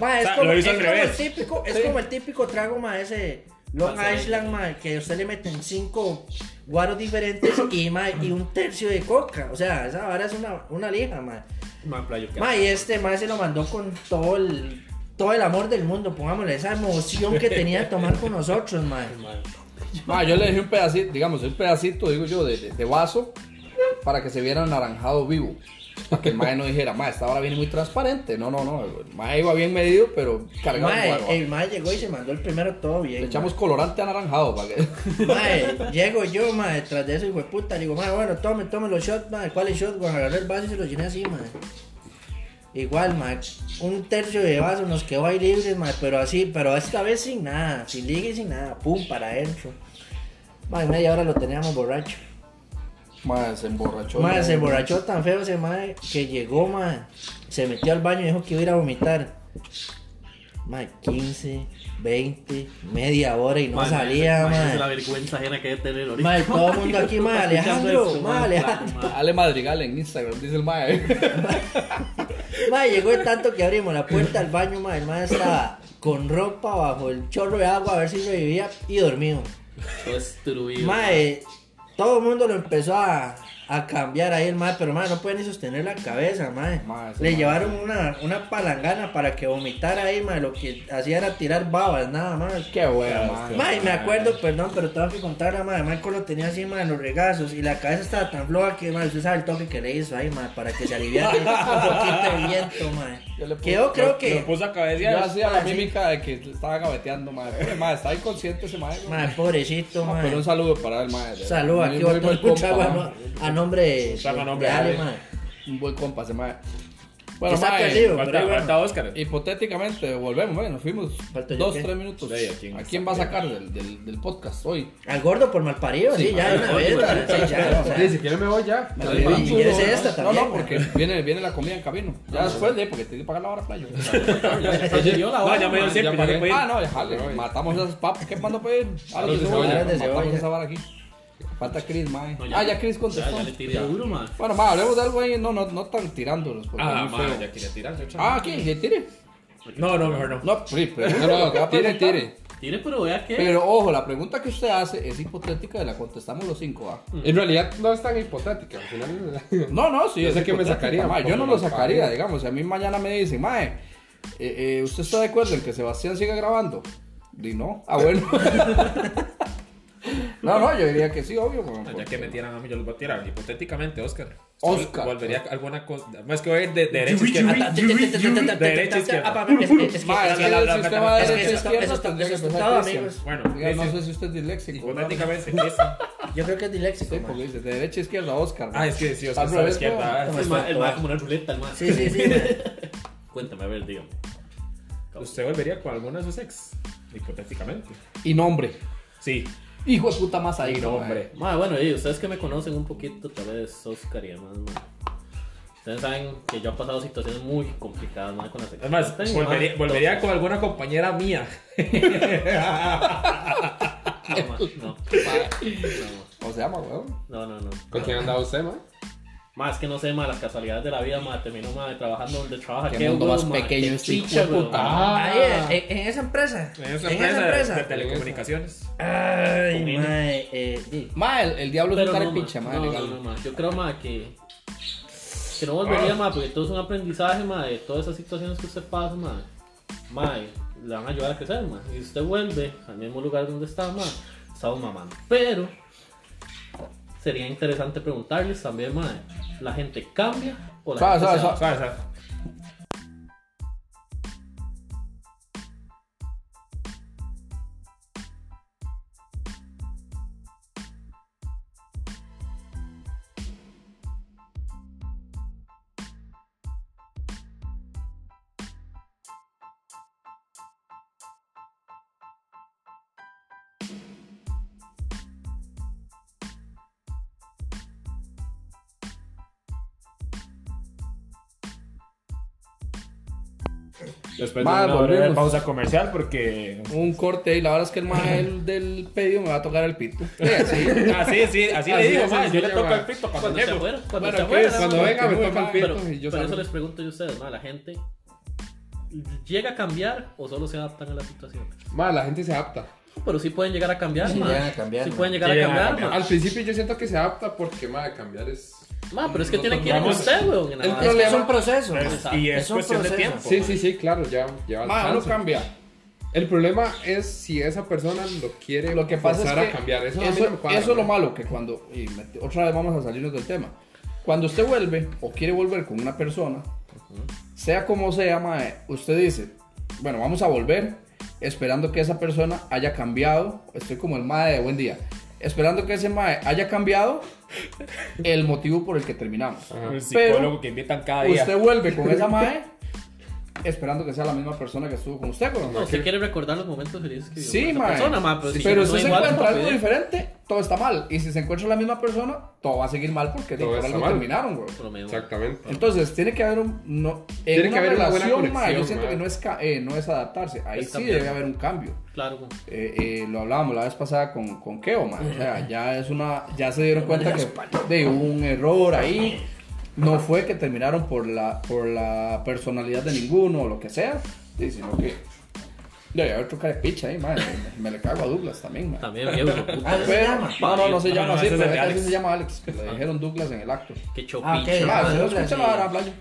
S6: Mae,
S2: O
S6: es
S2: sea,
S6: como,
S2: lo hizo
S6: es
S2: al
S6: como el
S2: revés.
S6: típico, es como el típico trago, mae, ese Long
S3: Manzanilla.
S6: Island, mae, que usted le meten cinco guaros diferentes y, mae, y un tercio de coca. O sea, esa vara es una, una lija, mae.
S3: Ma, playo, qué
S6: Mae, y este mae se lo mandó con todo el, todo el amor del mundo, pongámosle, esa emoción que tenía de tomar con nosotros, mae.
S4: Ma, yo le dejé un pedacito, digamos, un pedacito, digo yo, de, de- de vaso para que se viera anaranjado vivo. Para que el mae no dijera, ma, esta vara viene muy transparente. No, no, no. El mae iba bien medido, pero cargado de guaro, ah.
S6: Mae, eh, el mae llegó y se mandó el primero todo bien.
S4: Le
S6: mae.
S4: echamos colorante anaranjado para que.
S6: Pues, Mae, llego yo, mae, tras de eso, hijo de puta. Digo, mae, bueno, tome, tome los shots, mae. ¿Cuál es shot? Bueno, agarré el vaso y se lo llené así, mae. Igual, mae, un tercio de vaso nos quedó ahí libres, mae, pero así, pero esta vez sin nada, sin liga y sin nada, pum, para adentro. Mae, media hora lo teníamos borracho.
S4: Ma, se emborrachó.
S6: Mae, se emborrachó tan feo ese mae que llegó, mae, se metió al baño y dijo que iba a ir a vomitar. Mae, 15, 20, media hora y no
S3: Ma,
S6: salía,
S3: imagínese
S6: mae.
S3: la vergüenza ajena que debe tener ahorita.
S6: Mae, todo el mundo aquí, mae,
S3: Escuchando
S6: Alejandro,
S3: esto,
S6: mae,
S3: ma,
S6: Alejandro.
S3: claro, ma.
S4: Ale Madrigal en Instagram, dice el mae.
S6: Mae, llegó el tanto que abrimos la puerta al baño, mae. El mae estaba con ropa bajo el chorro de agua a ver si revivía y dormido.
S3: Todo destruido.
S6: Mae, todo el mundo lo empezó a, a cambiar ahí el mae, pero mae, no puede ni sostener la cabeza, mae.
S4: Mae, ese
S6: Le
S4: mae.
S6: llevaron una, una palangana para que vomitara ahí, mae. Lo que hacía era tirar babas, nada más.
S4: Qué bueno, mae.
S6: Mae, me acuerdo, perdón, pero tengo que contarla, mae. Michael lo tenía así, mae, en los regazos. Y la cabeza estaba tan floja que, mae, usted sabe el toque que le hizo ahí, mae, para que se aliviara un poquito de viento,
S4: Yo le
S6: mae.
S4: puse-
S6: Quedó, creo que.
S2: Lo puso a
S4: Yo
S2: cabecear.
S4: hacía la mímica de que estaba gaveteando, mae. Pobre mae, está inconsciente ese mae.
S6: Mae, pobrecito,
S4: Ah,
S6: mae.
S4: Pero un saludo para el mae. Muy-
S6: Saludos, eh.
S4: muy
S6: aquí va a
S4: buen
S6: estar
S4: compa,
S6: agua
S4: mae.
S6: ¿no? a nombre de,
S2: Saca
S6: de
S2: nombre,
S6: Ale,
S2: Ale.
S6: mae.
S4: Un buen compa ese mae. Bueno,
S6: está
S4: mae,
S6: perdido, pero
S2: Falta,
S6: ahí, bueno.
S2: falta Oscar.
S4: Hipotéticamente, volvemos, mae, nos fuimos
S6: Falta yo,
S4: dos,
S6: ¿qué?
S4: tres minutos.
S2: Sí, ¿a
S4: ¿A
S2: quién
S4: quién,
S2: saca?
S4: va a sacar del, del, del podcast hoy?
S6: Al gordo por malparido, sí,
S4: Sí,
S6: ya de una vez. ¿verdad? Sí, ya, o sea,
S5: Sí, si quieres me voy ya.
S6: Me lo digo, y quieres esta
S4: No,
S6: también.
S4: no, porque viene, viene la comida en camino. Ya después, de, porque tiene que pagar la hora playa.
S3: Yo la
S2: No,
S3: hora,
S2: ya me dio
S3: man,
S2: siempre, ya
S3: ya
S2: le
S3: pagué.
S2: puedo ir.
S4: Ah, no, dejale. Matamos esas papas. ¿Qué mando pedir? Algo
S5: Aros de
S4: de
S5: cebolla.
S4: cebolla.
S6: Aros de
S4: Matamos
S6: cebolla.
S4: esa vara aquí. Falta Chris, mae.
S3: No, ya.
S4: Ah, ya Chris
S3: Ya,
S4: contestó.
S3: ya le tiré duro, man.
S4: Bueno, mae, hablemos de algo ahí. No, no, no tan tirándolos. porque
S2: Ah,
S4: es muy
S2: madre,
S4: feo.
S2: ya quería tirar. yo, chaval.
S4: Ah, ¿quién? ¿Que tire?
S2: No, no, mejor no.
S4: No, sí, pero-
S5: No,
S4: ¿qué va
S5: no,
S4: a
S5: tire,
S4: preguntar?
S5: tire.
S3: Tire, pero vea que.
S4: Pero ojo, la pregunta que usted hace es hipotética y la contestamos los cinco. ¿ah?
S5: Mm. En realidad no es tan hipotética. Al final,
S4: No, no, sí.
S5: Yo
S4: es
S5: sé que me
S4: hipotética,
S5: sacaría,
S4: mae, Yo no
S5: como
S4: lo
S5: lo
S4: sacaría,
S5: pagué.
S4: digamos. Si a mí mañana me dicen, mae, eh, eh, ¿usted está de acuerdo en que Sebastián siga grabando? Di no. Ah, bueno. no, no, yo diría que sí, obvio. mae,
S2: Ah, Ya
S4: porque-
S2: que me tiran a mí, yo los voy a tirar. Hipotéticamente, Oscar.
S4: Oscar.
S2: Volvería a alguna cosa. Más que voy a ir de de derecha a izquierda. Ah,
S6: De
S2: Derecha, izquierda.
S6: Ah, pa, es que- es que-
S4: Mae,
S6: es que-
S4: el
S2: la- la- la-
S4: sistema de
S6: es que
S4: derecha
S6: eso está-
S4: izquierda
S6: eso está-
S4: tendría
S6: eso
S4: que
S6: está
S4: empezar
S6: todo,
S4: Cristian.
S6: amigos.
S2: Bueno,
S4: Diga, No
S2: sí, sí.
S4: sé si usted es disléxico. ¿no?
S2: Hipotéticamente, ¿qué es?
S6: Yo creo que es
S4: Sí,
S6: disléxico. man.
S4: porque dice de derecha a izquierda, Oscar.
S2: Ah, es que sí, Oscar está a la izquierda.
S6: ¿Cómo
S3: El
S6: está
S3: ma- el
S6: todo?
S3: ma como una ruleta, el ma.
S6: Sí, sí, sí. man.
S3: Cuéntame, a ver, dígame.
S2: Ah, ¿Usted volvería con alguna de sus ex? Hipotéticamente.
S4: Y nombre.
S2: Sí.
S4: Hijo de puta más ahí.
S2: Y no, hombre.
S3: Ma, bueno, y ustedes que me conocen un poquito, tal vez Oscar y demás, ma. Ustedes saben que yo he pasado situaciones muy complicadas, ma, con la
S2: Es más,
S3: sexualidad.
S2: volvería, volvería con alguna compañera mía.
S3: No, ma, no.
S4: O sea, ma, weón.
S3: No, no, no.
S5: ¿con quién andaba usted, man?
S3: Más que no sé, más las casualidades de la vida, más termino más trabajando donde trabaja
S4: Qué
S3: aquel,
S4: mundo
S3: weón,
S4: más
S3: ma,
S4: pequeño
S3: qué
S4: este
S3: chicha,
S4: hijo de
S3: weón.
S5: puta. Ah.
S6: Ahí, en- en esa empresa.
S2: En esa empresa de- de, telecomunicaciones.
S6: Ay, mae, eh, di.
S4: Ma, el, el diablo es
S3: Pero no,
S4: un
S3: ma,
S4: carepicha, ma,
S3: no,
S4: legal.
S3: no, no, ma, Yo creo, más que. Que no volvería, más porque todo es un aprendizaje, más de todas esas situaciones que usted pasa, más Más, le van a ayudar a crecer, más Y usted vuelve al mismo lugar donde está, más Está un mamando. Pero, sería interesante preguntarles también, más ¿la gente cambia o la
S4: Suave,
S3: gente
S4: suave,
S3: se
S4: suave.
S2: Suave, suave. Después
S4: Madre,
S2: de una breve
S4: volvemos.
S2: pausa comercial porque...
S4: Un corte y la verdad es que el mae del, del pedido me va a tocar el pito. Sí, así.
S2: Así, sí, así
S5: Así
S2: le digo,
S5: es,
S2: man. Yo le
S5: sencillo,
S2: toco
S5: man.
S2: el pito cuando
S3: Cuando se
S2: llego.
S3: muera, cuando
S4: Bueno,
S3: se
S4: ¿qué
S3: muera,
S4: es?
S3: nada
S5: Cuando
S3: más.
S5: venga me toca el
S3: Pero,
S5: pito y yo
S3: por eso
S5: salgo.
S3: les pregunto yo a ustedes, ma, ¿la gente llega a cambiar o solo se adaptan a la situación?
S5: Ma, la gente se adapta.
S3: Pero sí pueden llegar a cambiar,
S6: Sí
S3: ma.
S6: llegan a cambiar,
S3: Sí
S6: ma.
S3: pueden llegar
S2: Sí
S3: a
S2: llegan a
S3: cambiar,
S2: cambiar.
S3: ma.
S5: Al principio yo siento que se adapta porque, ma, cambiar es...
S3: Ma, pero es que tiene que ir con
S2: Vamos.
S3: usted, weón. en la madre.
S5: El
S6: Es que es
S5: problema-
S6: un proceso. man.
S2: Es- y es
S6: Es un
S2: cuestión de
S6: proceso.
S2: tiempo.
S5: Sí, sí, sí, claro, ya lleva el
S4: Ma, uno
S5: chance.
S4: cambia.
S5: El problema es si esa persona lo quiere
S4: Lo que pasa
S5: forzar
S4: es que
S5: a cambiar. Eso, a mí
S4: eso-
S5: no me cuadra,
S4: eso es lo
S5: ma.
S4: malo que cuando y me- otra vez vamos a salirnos del tema. Cuando usted vuelve o quiere volver con una persona, sea como sea, mae, usted dice, bueno, vamos a volver esperando que esa persona haya cambiado, estoy como el mae de buen día, esperando que ese mae haya cambiado el motivo por el que terminamos.
S2: Un psicólogo que invitan cada día.
S4: Usted vuelve con esa mae esperando que sea la misma persona que estuvo con usted, weón.
S3: No, usted quiere recordar los momentos felices que vivió
S4: Sí,
S3: con esa
S4: mae.
S3: persona, ma. Pero,
S4: Sí,
S3: si
S4: pero
S3: no
S4: si se
S3: igual,
S4: encuentra
S3: ma,
S4: algo
S3: pues,
S4: diferente, todo está mal. Y si se encuentra la misma persona, todo va a seguir mal porque
S5: Todo
S4: por
S5: está
S4: algo
S5: mal.
S4: terminaron, güey.
S3: por lo menos.
S5: Exactamente.
S2: eh,
S4: Entonces, tiene que haber un. No, en
S5: Tiene
S4: una
S5: que haber una buena
S4: relación, ma,
S5: conexión,
S4: yo siento
S5: ma.
S4: que no es, ca- eh, no es adaptarse. Ahí
S3: Es
S4: sí
S3: cambiar.
S4: debe haber un cambio.
S3: Claro, weón.
S4: Eh, eh, lo hablábamos la vez pasada con, con Keo, ma. O sea, ya es una. Ya se dieron cuenta que de, hubo un error ahí. No fue que terminaron por la, por la personalidad de ninguno o lo que sea. sí, Sino que. Ya, ya, otro carepicha ahí, ma. Me, me le cago a Douglas también, ma.
S3: También, viejo, hijo de puta.
S6: Ah, ¿sí se llama?
S4: No, no, no se
S2: No,
S4: llama
S2: no,
S4: así,
S2: ese es
S4: pero
S2: el de
S4: ese
S2: Alex.
S4: se llama Alex, que le dijeron Douglas en el acto.
S3: Qué
S6: Ah, ok.
S3: chopicho.
S6: Ah,
S4: Ah,
S3: ma.
S4: se
S6: Douglas,
S4: escucha
S6: sí.
S4: la vara, playa.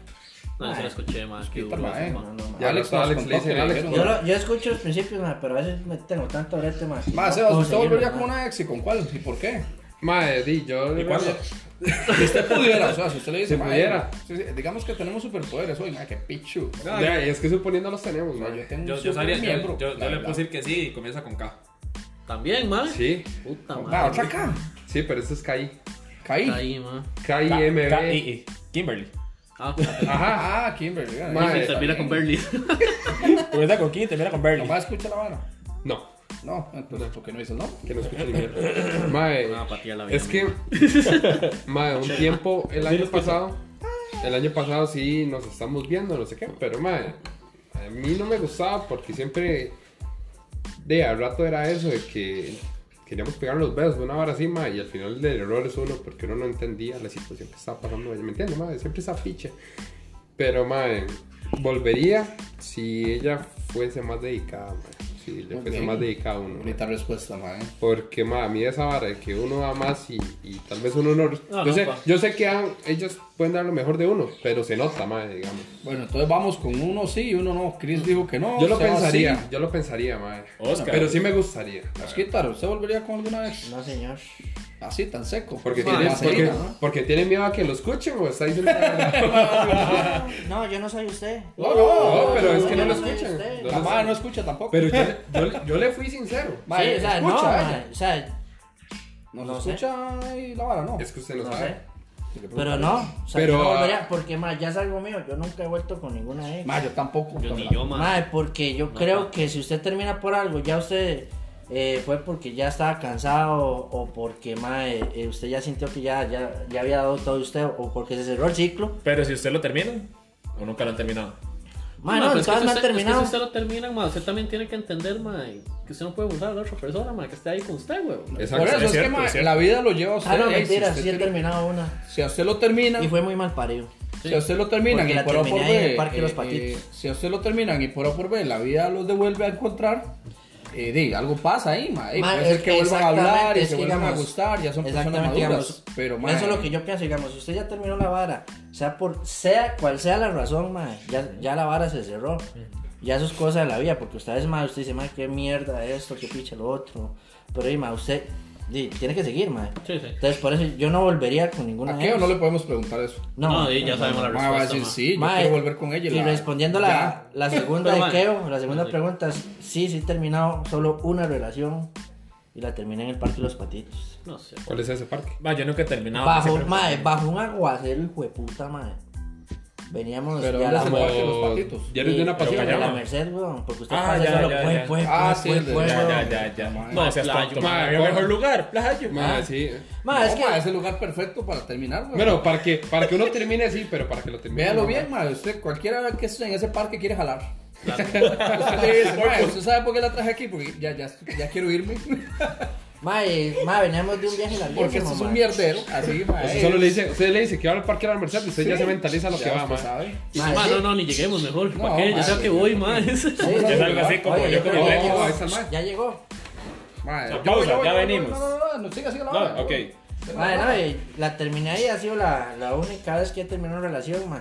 S3: No, se lo escuché, ma. Qué
S4: Quita,
S3: duro,
S4: ma, eh.
S3: ma.
S5: Ya
S4: Alex
S5: no,
S4: nos
S5: Alex
S4: contó
S5: le dicen
S4: que le
S5: Alex,
S4: dijeron-
S6: Yo, lo- yo escucho los principios, man, pero a veces me tengo tanto brete, man.
S4: Ma,
S6: no
S4: Ah, Sebas,
S6: puedo
S4: ¿usted
S6: seguirme,
S4: volvería
S6: man.
S4: con una ex y con cuál? ¿Y por qué?
S5: Ma, di, yo...
S2: ¿Y cuándo?
S4: Si usted pudiera, o sea, si usted le dice,
S5: Si
S4: "Ma,
S5: pudiera".
S4: sí, sí, digamos que tenemos superpoderes hoy, ma, que pichu.
S5: No, ya, es que suponiendo los tenemos, ma.
S4: Ma, yo tengo
S2: Yo,
S4: un
S2: yo, sabría- yo-
S4: supermiembro,
S2: yo- yo
S4: la
S2: le
S4: verdad.
S2: puedo decir que sí y comienza con K.
S3: También, ma.
S5: Sí,
S3: Puta
S4: Ma,
S3: madre.
S4: otra acá.
S5: sí, pero eso es KI.
S4: Caí.
S3: Ahí, ma.
S5: KIMB.
S2: K-I-I. Kimberly.
S3: Ah,
S5: Ajá.
S4: Ah, Kimberly. vea,
S5: Mae,
S4: está
S3: termina con
S4: bien.
S3: Berly.
S2: Comienza con Kim y termina con Bernie.
S4: Nomás escucha la vara.
S5: No,
S4: No, entonces, ¿por qué no dice el nombre?
S5: que no escuche ni mierda. Mae,
S3: Ah, patía la vida.
S5: es que, mae, un tiempo, el año pasado, el año pasado sí nos estamos viendo, no sé qué, pero mae, a mí no me gustaba porque siempre, de al rato era eso de que queríamos pegar los besos de una vara así, mae, y al final del error es uno porque uno no entendía la situación que estaba pasando, ¿me entiendes, mae? Siempre esa ficha. Pero, mae, volvería si ella fuese más dedicada, mae. Si le
S4: Muy
S5: fuese
S4: bien.
S5: más dedicada a uno. mae.
S4: Bonita respuesta, mae.
S5: Porque ma, a mí esa vara de que uno da más y, y tal vez uno no... yo,
S3: no,
S5: sé,
S3: pa.
S5: yo sé que han- ellos pueden dar lo mejor de uno, pero se nota, ma, digamos.
S4: Bueno, entonces vamos con uno sí y uno no. Chris dijo que no.
S5: Yo lo
S4: Seba
S5: pensaría,
S4: sí.
S5: yo lo pensaría, ma.
S2: Oscar.
S5: Pero sí me gustaría.
S4: Osquitar, ¿usted volvería con alguna vez?
S6: No, señor.
S4: Así, tan seco.
S5: Porque,
S4: Con
S5: tiene, porque,
S4: vaselina, ¿no?
S5: porque tiene miedo a que lo escuchen o está diciendo la verdad.
S6: No, yo no soy usted.
S4: No, no,
S5: No, pero es que no
S6: yo
S5: lo
S6: soy
S5: escuchan.
S6: usted.
S5: No
S4: La
S5: lo
S4: madre no
S5: escuchan.
S4: escucha tampoco.
S5: Pero yo, yo- yo le fui sincero.
S6: Sí,
S4: Mae,
S6: o sea, no,
S4: escucha,
S6: mae,
S4: ella.
S6: o sea,
S4: Nos
S6: No sé.
S4: escucha y la vara, ¿no?
S5: Es que usted no,
S6: no
S5: sabe.
S6: sé. Pero no, o sea,
S5: Pero,
S6: yo no
S5: ah,
S6: volvería, porque más ya es algo mío, yo nunca he vuelto con ninguna ex.
S4: Ma, yo tampoco.
S3: Yo ni
S4: tampoco.
S3: yo, ma.
S6: Madre, porque yo creo que si usted termina por algo, ya usted eh, fue porque ya estaba cansado o porque madre, eh, usted ya sintió que ya, ya, ya había dado todo de usted o porque se cerró el ciclo.
S2: Pero si usted lo termina, o nunca lo han terminado.
S6: Madre, no,
S3: pero
S6: todas
S3: es que si
S6: me
S3: usted- es
S6: han
S3: que
S6: terminado.
S3: si usted lo termina, ma, usted también tiene que entender, ma, que usted no puede abusar de la otra persona, ma, que esté ahí con usted, güey.
S5: Exacto.
S4: Por eso
S2: es
S4: es, que
S2: cierto,
S4: ma,
S2: es cierto.
S4: la vida lo lleva a usted.
S6: Ah, no,
S4: Ey, si
S6: mentira,
S4: usted
S6: sí he
S4: tiene-
S6: terminado una.
S4: Si a usted lo termina,
S6: Y fue muy mal parido.
S4: si a usted lo terminan
S6: Porque
S4: y
S6: la
S4: por A o por
S6: terminé ahí en el
S4: B,
S6: Parque de los
S4: eh,
S6: Patitos.
S4: eh, si a usted lo terminan y por A o por B, la vida los devuelve a encontrar. Eh, di, algo pasa ahí, ma. eh,
S6: Ma,
S4: puede ser
S6: es-
S4: que vuelvan a hablar
S6: exactamente,
S4: y
S6: es
S4: se
S6: que
S4: vuelvan a
S6: digamos-
S4: gustar, ya son personas maduras.
S6: Exactamente, digamos.
S4: pero, ma,
S6: eso es lo que yo pienso, digamos, si usted ya terminó la vara, sea por sea cual sea la razón, madre, ya, ya la vara se cerró. Ya eso es cosa de la vida, porque usted es madre, usted dice, madre, qué mierda esto, qué picha lo otro. Pero, y, madre, usted di, tiene que seguir, madre.
S3: Sí, sí.
S6: Entonces, por eso yo no volvería con ninguna
S4: ¿A qué o
S6: ex.
S4: no le podemos preguntar eso?
S6: No,
S3: No, di, ya sabemos la
S4: Ma, va a
S3: respuesta,
S4: decir,
S3: ma.
S4: sí, yo
S6: Mae,
S4: quiero volver con ella.
S6: Y
S4: la-
S6: respondiendo
S4: ya.
S6: la, la segunda
S3: Pero,
S6: de
S3: mae,
S6: Keo, la segunda
S3: sí.
S6: pregunta, es, sí, sí he terminado solo una relación y la terminé en el Parque de los Patitos.
S3: No sé.
S5: ¿Cuál es ese parque?
S2: Ma, yo nunca he terminado.
S6: bajo,
S2: Sí, pero-
S6: mae, bajo un aguacero, hijo de puta, mae. Veníamos
S4: Pero
S6: ya
S4: ¿dónde
S6: la
S4: se
S6: moda.
S4: Parque de los Patitos.
S5: Ya eres de una
S6: Pero
S5: pasión.
S6: en la
S2: Callao.
S6: Merced, weón, porque usted
S2: Ah, ya,
S6: pasa solo, pues,
S2: ya,
S6: puede,
S2: ya.
S6: puede,
S4: Ah,
S6: puede,
S4: sí,
S6: puede,
S4: el de-
S6: puede,
S2: Ya,
S6: pues, weón.
S2: ya, ya, ya.
S4: Ma,
S2: No, seas
S3: playa,
S2: tonto,
S5: ma,
S2: ma, había
S5: ¿cómo?
S2: mejor lugar, playa.
S5: Ma, Ah, sí.
S6: Mae,
S4: No, pues.
S6: es que,
S4: ma, es el lugar perfecto para terminar, güey.
S5: Bueno, para que, para que uno termine sí, pero para que lo termine.
S4: Véalo
S5: no,
S4: bien,
S5: ma.
S4: madre. Usted, cualquiera que esté en ese parque quiere jalar. usted, le dice, "Mae, ¿usted sabe por qué la traje aquí? Porque ya, ya, ya quiero irme.
S6: mae, mae, veníamos de un viaje larguísimo,
S4: Porque esto es un
S6: mae.
S4: mierdero. Así,
S5: O sea,
S4: madre.
S5: solo le dice, usted le dice que va al parque de la Merced y usted ya se mentaliza lo que va, ma.
S4: ¿sabe?
S6: Mae,
S3: Ma,
S6: sí.
S3: no, no, ni lleguemos mejor.
S4: No,
S3: ¿Para qué?
S4: ma,
S3: Yo sé que
S4: sí.
S3: voy, ma. Sí,
S6: Sí, sí,
S2: Que
S6: sí.
S2: salga así como
S6: Oye,
S2: yo
S6: creo
S2: como
S6: que
S2: el
S6: ya
S2: ex.
S6: llegó,
S5: Ah, esa es mae.
S6: Ya llegó.
S4: Madre,
S2: Pausa,
S4: yo voy, yo voy,
S2: ya
S4: yo voy,
S2: venimos.
S4: No, no, no, no, siga, siga la
S2: No,
S4: hora.
S2: ok.
S6: Mae, no, y la terminé ahí, ha sido la, la única vez que he terminado una relación, mae.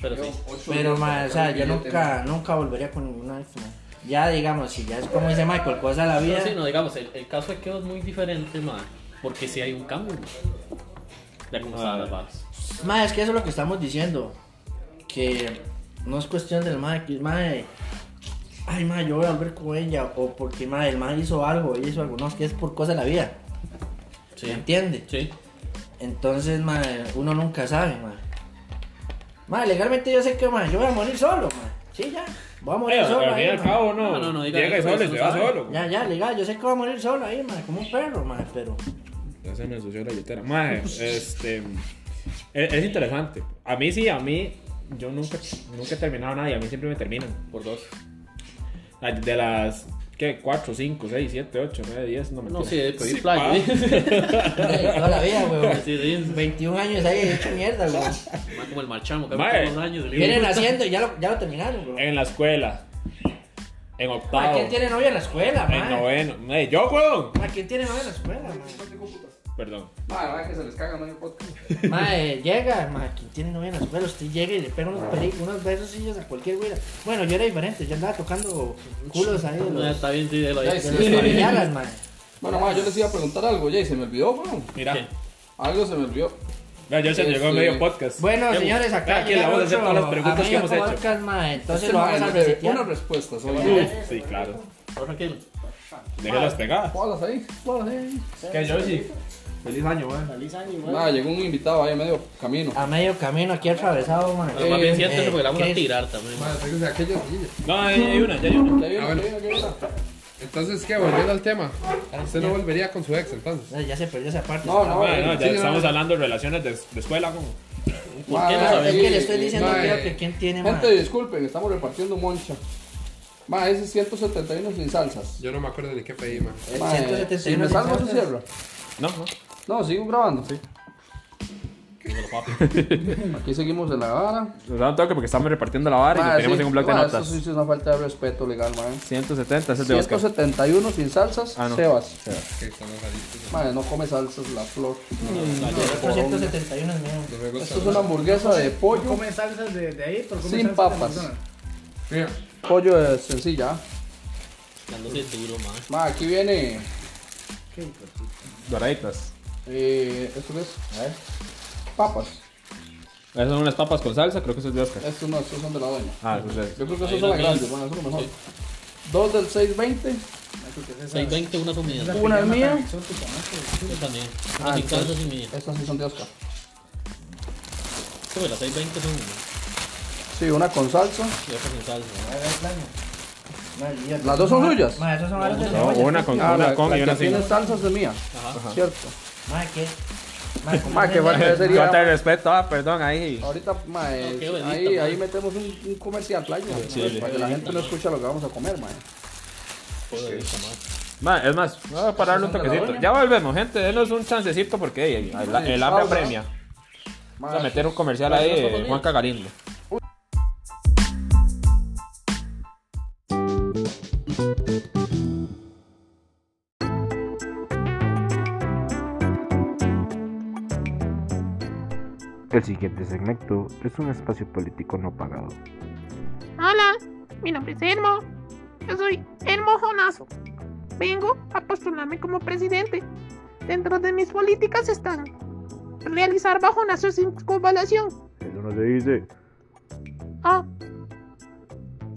S3: Pero sí.
S6: Pero, mae, o sea, yo nunca, nunca volvería con ninguna ex, mae. Ya, digamos, si ya es como dice Michael, cosa de la vida.
S3: Pero sí, no, digamos, el, el caso de Keo es muy diferente, ma. Porque sí hay un cambio, ma. Ya como están las varas.
S6: Mae, es que eso es lo que estamos diciendo. Que no es cuestión del mae, que mae. Ay, mae, yo voy a volver con ella. O porque mae, el mae hizo algo, ella hizo algo. No, es que es por cosa de la vida.
S3: Sí.
S6: ¿Me entiende?
S3: Sí.
S6: Entonces, mae, uno nunca sabe, mae. Mae, legalmente yo sé que mae, yo voy a morir solo, mae. Sí, ya. Voy a morir
S2: Eh,
S6: solo.
S2: Al
S6: ahí,
S2: fin y al
S6: mae.
S2: cabo, no.
S3: No, no, no, diga
S2: Llega y
S3: eso,
S2: solo
S3: eso
S2: se
S3: no
S2: va
S3: sabe.
S2: solo.
S6: Ya, ya, legal, yo sé que voy a morir solo ahí, mae, como un perro, mae, pero.
S2: Ya se me ensució la billetera. Mae, este. Es, es interesante. A mí sí, a mí. Yo nunca, nunca he terminado nada y a mí siempre me terminan. Por dos. Ay, De las. ¿Qué? 4, 5, 6, 7, 8, 9, 10. No me
S3: No, sí, de pedir playa.
S2: pa.
S3: ¿eh?
S6: Ey, Toda la vida, weón.
S3: Sí, sí.
S6: 21 años ahí, hecho mierda, weón.
S3: Ma, como el marchamo, que
S2: Ma,
S3: hace unos años. del-
S6: Vienen haciendo y ya lo, ya lo terminaron, weón.
S2: En la escuela. En
S6: Ma,
S2: octavo.
S6: ¿quién tiene novia en la escuela,
S2: En
S6: ma?
S2: noveno. Ey, yo, weón.
S6: Ma, ¿quién tiene novia en la escuela, ma?
S2: Perdón.
S4: Madre, madre, que se les caga, no hay podcast.
S6: Ma, eh, llega, ma, ¿quién tiene novia en la escuela? Usted llega y le pega unos, peri- unos besos a cualquier güera. Bueno, yo era diferente, yo andaba tocando culos ahí de
S3: Ma,
S6: los,
S3: Está bien, sí, de lo
S4: Ya,
S3: ahí.
S4: sí.
S6: de los familiares, ma.
S4: Bueno, madre, yo les iba a preguntar algo, ya, y se me olvidó, weón.
S2: Mira.
S3: ¿Qué?
S4: Algo se me olvidó.
S2: No, ya se
S4: Este-
S2: llegó a medio podcast.
S6: Bueno, señores, acá
S2: Aquí le vamos a hacer
S6: otro
S2: todas las preguntas que
S6: amigo
S2: hemos hecho.
S6: podcast, ma, entonces
S4: Este
S6: lo
S4: mae
S6: vamos a
S4: nos debe
S6: resetear.
S4: Una respuesta, soy
S2: Sí, claro.
S3: Por tranquilo.
S2: Deje las pegadas.
S4: Póngalas ahí, póngalas ahí.
S2: ¿Qué, Yoshi? Feliz año, man.
S3: Feliz año, güey.
S4: Ma, llegó un invitado ahí medio camino.
S6: A medio camino aquí atravesado, man.
S3: Pero más bien
S6: Eh,
S3: siéntese porque la vamos a
S6: Chris,
S3: tirar también.
S5: Madre, tráigase aquellos niños.
S2: No, ya hay una, ya hay una.
S4: Ya viene,
S5: Ah, bueno.
S4: ya viene, ya viene.
S5: Entonces, ¿qué? Volviendo al tema. Usted no volvería con su ex, entonces.
S6: eh, Ya se perdió esa parte.
S4: No, no,
S2: Bueno, ya
S5: Sí, no,
S2: estamos
S5: no.
S2: hablando de relaciones de, de escuela, como.
S3: ¿Por qué no
S4: Ma,
S6: Es
S3: sabemos?
S6: que le
S4: sí,
S6: estoy diciendo
S5: mae.
S6: creo que quién tiene más.
S4: Gente, disculpen, estamos repartiendo moncha. Ma, ese es 171 sin salsas.
S5: Yo no me acuerdo ni qué pedí, man.
S6: El
S4: Ma,
S6: 171
S4: si me
S6: sin
S4: salgo, se
S6: salsas.
S4: cierra.
S2: No, no.
S4: No, sigo grabando. Sí. Aquí seguimos en la vara.
S2: Nos dan toque porque estamos repartiendo la vara y
S4: Ma,
S2: lo Ah, tenemos
S4: Ah, sí,
S2: en un bloc de
S4: ma,
S2: notas.
S4: Eso sí es una falta de respeto legal, ma.
S2: 170, ese es de Oscar.
S4: 171 sin salsas,
S2: Ah, no.
S4: Sebas.
S5: Que están los adictos.
S4: Ma, no come salsas, la flor.
S6: El 471 es mío.
S5: No me gusta.
S4: Esto es una hamburguesa de pollo,
S7: Come salsas de, de ahí, pero come
S4: Sin
S7: salsas de
S4: papas.
S7: McDonald's.
S5: Mira,
S4: pollo eh, sencilla.
S3: Dándose duro, man.
S4: Ma, aquí viene.
S2: Doraditas.
S4: Eh, esto qué es, a ver, papas.
S2: Esas son unas papas con salsa, creo que eso es de Oscar.
S4: Estos no, estos son de la doña.
S2: Ah, eso es.
S4: Yo creo que
S3: Ahí
S4: esos son
S3: lo
S4: las
S3: vi.
S4: grandes, bueno, eso es lo mejor. Dos del 620,
S3: 620, una comida.
S5: Ah,
S4: una es mía.
S3: Yo también.
S4: Ah,
S3: Así
S4: entonces-
S3: calzas y mía.
S4: Estas sí son de Oscar.
S3: Sube las 620 son una.
S4: Sí, una con salsa.
S3: Y otra sin salsa.
S4: Las dos son suyas.
S6: Más, esos son varios de
S2: No,
S6: cebolla.
S2: una con,
S4: Ah,
S2: una
S4: la-
S2: con
S4: la
S2: y una
S4: que
S2: sin.
S4: tiene salsas de mía,
S3: Ajá.
S4: cierto.
S6: Más, ¿qué? Más, ¿cómo
S4: Ma,
S6: se
S4: qué
S6: llama?
S4: falta de seriedad.
S2: Falta de respeto, ah, perdón, ahí.
S4: Ahorita, ma, eh,
S3: qué bonito,
S4: ahí,
S3: ma.
S4: ahí metemos un, un comercial playa, ma,
S2: sí.
S4: para que la gente no escuche lo que vamos a comer, ma.
S3: Puedo decir, jamás.
S2: Ma, es más, voy a pararle un
S4: Esas son de la
S2: toquecito.
S4: doña.
S2: Ya volvemos, gente. Denos un chancecito porque ey, el, el- el hambre
S4: pausa.
S2: apremia.
S4: Ma,
S2: Vamos a meter un comercial ahí de Juan Cagalindo.
S8: El siguiente segmento es un espacio político no pagado.
S9: Hola, mi nombre es Elmo. Yo soy Elmo Jonazo. Vengo a postularme como presidente. Dentro de mis políticas están realizar bajonazos sin convalación.
S8: Eso no se dice.
S9: Ah.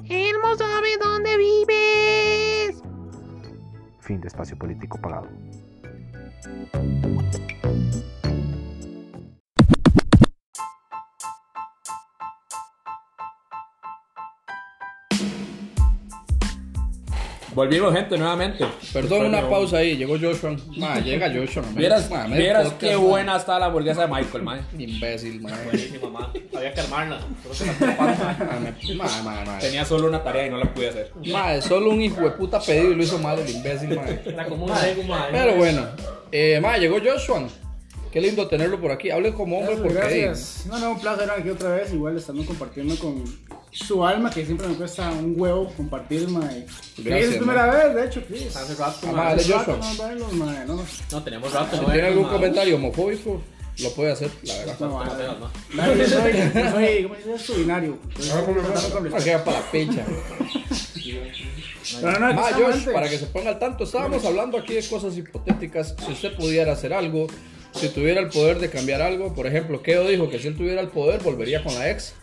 S9: Elmo sabe dónde vives.
S8: Fin de espacio político pagado.
S2: Volvimos, gente, nuevamente.
S4: Perdón, una pausa ahí, llegó Joshua. Ma, llega Joshua. no me-
S2: Vieras,
S4: ma, me
S2: vieras
S4: podcast,
S2: qué
S4: ma.
S2: buena está la hamburguesa de Michael, ma.
S4: Imbécil, ma.
S3: Buenísima, man. Había que armarla. Creo que la
S4: Ma, me- ma, ma, ma.
S2: Tenía solo una tarea y no la pude hacer.
S4: Ma, es solo un hijo de puta pedido y lo hizo mal el imbécil, ma.
S3: Era como un ego, man.
S4: Pero bueno, eh, ma, llegó Joshua. Qué lindo tenerlo por aquí. Hable como hombre porque
S7: Gracias. No, no, un placer aquí otra vez. Igual estamos compartiendo con su alma, que siempre me cuesta un huevo compartir, mae.
S4: Gracias,
S7: es la primera vez, de hecho, Chris.
S3: Hace rato,
S4: Ah,
S3: man.
S4: ma, dale,
S7: Hace rato
S4: Joshua.
S7: No, verlos, mae, no.
S3: No, tenemos rato.
S4: si
S3: no
S4: tiene
S3: vernos,
S4: algún
S3: ma.
S4: comentario homofóbico, lo puede hacer, la verdad.
S7: No,
S3: No,
S7: mae.
S3: no, no.
S7: No, yo soy, yo soy, ¿cómo se dice esto? Binario. Entonces,
S5: Ah, bueno,
S7: tratando de
S4: Ma,
S7: completar.
S4: que va para la pincha.
S7: Pero no, aquí
S4: Ma,
S7: estamos
S4: Josh,
S7: antes.
S4: para que se ponga al tanto, estábamos hablando aquí de cosas hipotéticas. Si usted pudiera hacer algo, si tuviera el poder de cambiar algo, por ejemplo, Keo dijo que si él tuviera el poder, volvería con la ex.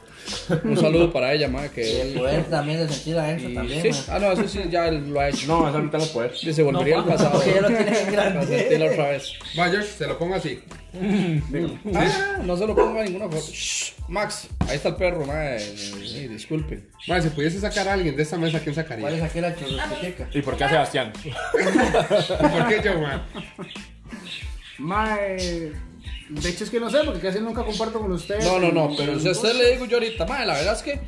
S4: Un saludo para ella, ma,
S6: Y
S4: que
S6: el poder también de sentir adentro también,
S4: Sí,
S6: ma.
S4: ah, no, eso sí, ya él lo ha hecho.
S2: No, esa ahorita no puede.
S4: Dice, volvería al pasado.
S6: Porque ya lo tiene bien
S4: Para
S6: grande.
S4: sentirlo otra vez.
S5: va, Josh, se lo pongo así.
S4: Ah, no se lo ponga en ninguna foto. Shh, Max, ahí está el perro, madre. Sí, disculpe.
S5: Madre, si pudiese sacar a alguien de esta mesa, ¿quién
S6: ¿Cuál
S5: sacaría?
S6: es aquella churrosqueteca?
S2: ¿Y por qué a Sebastián?
S5: ¿Por qué yo, man?
S7: Mae. De hecho, es que no sé, porque casi nunca comparto con ustedes.
S4: No, no, no, pero si a usted le digo yo ahorita, madre, la verdad es que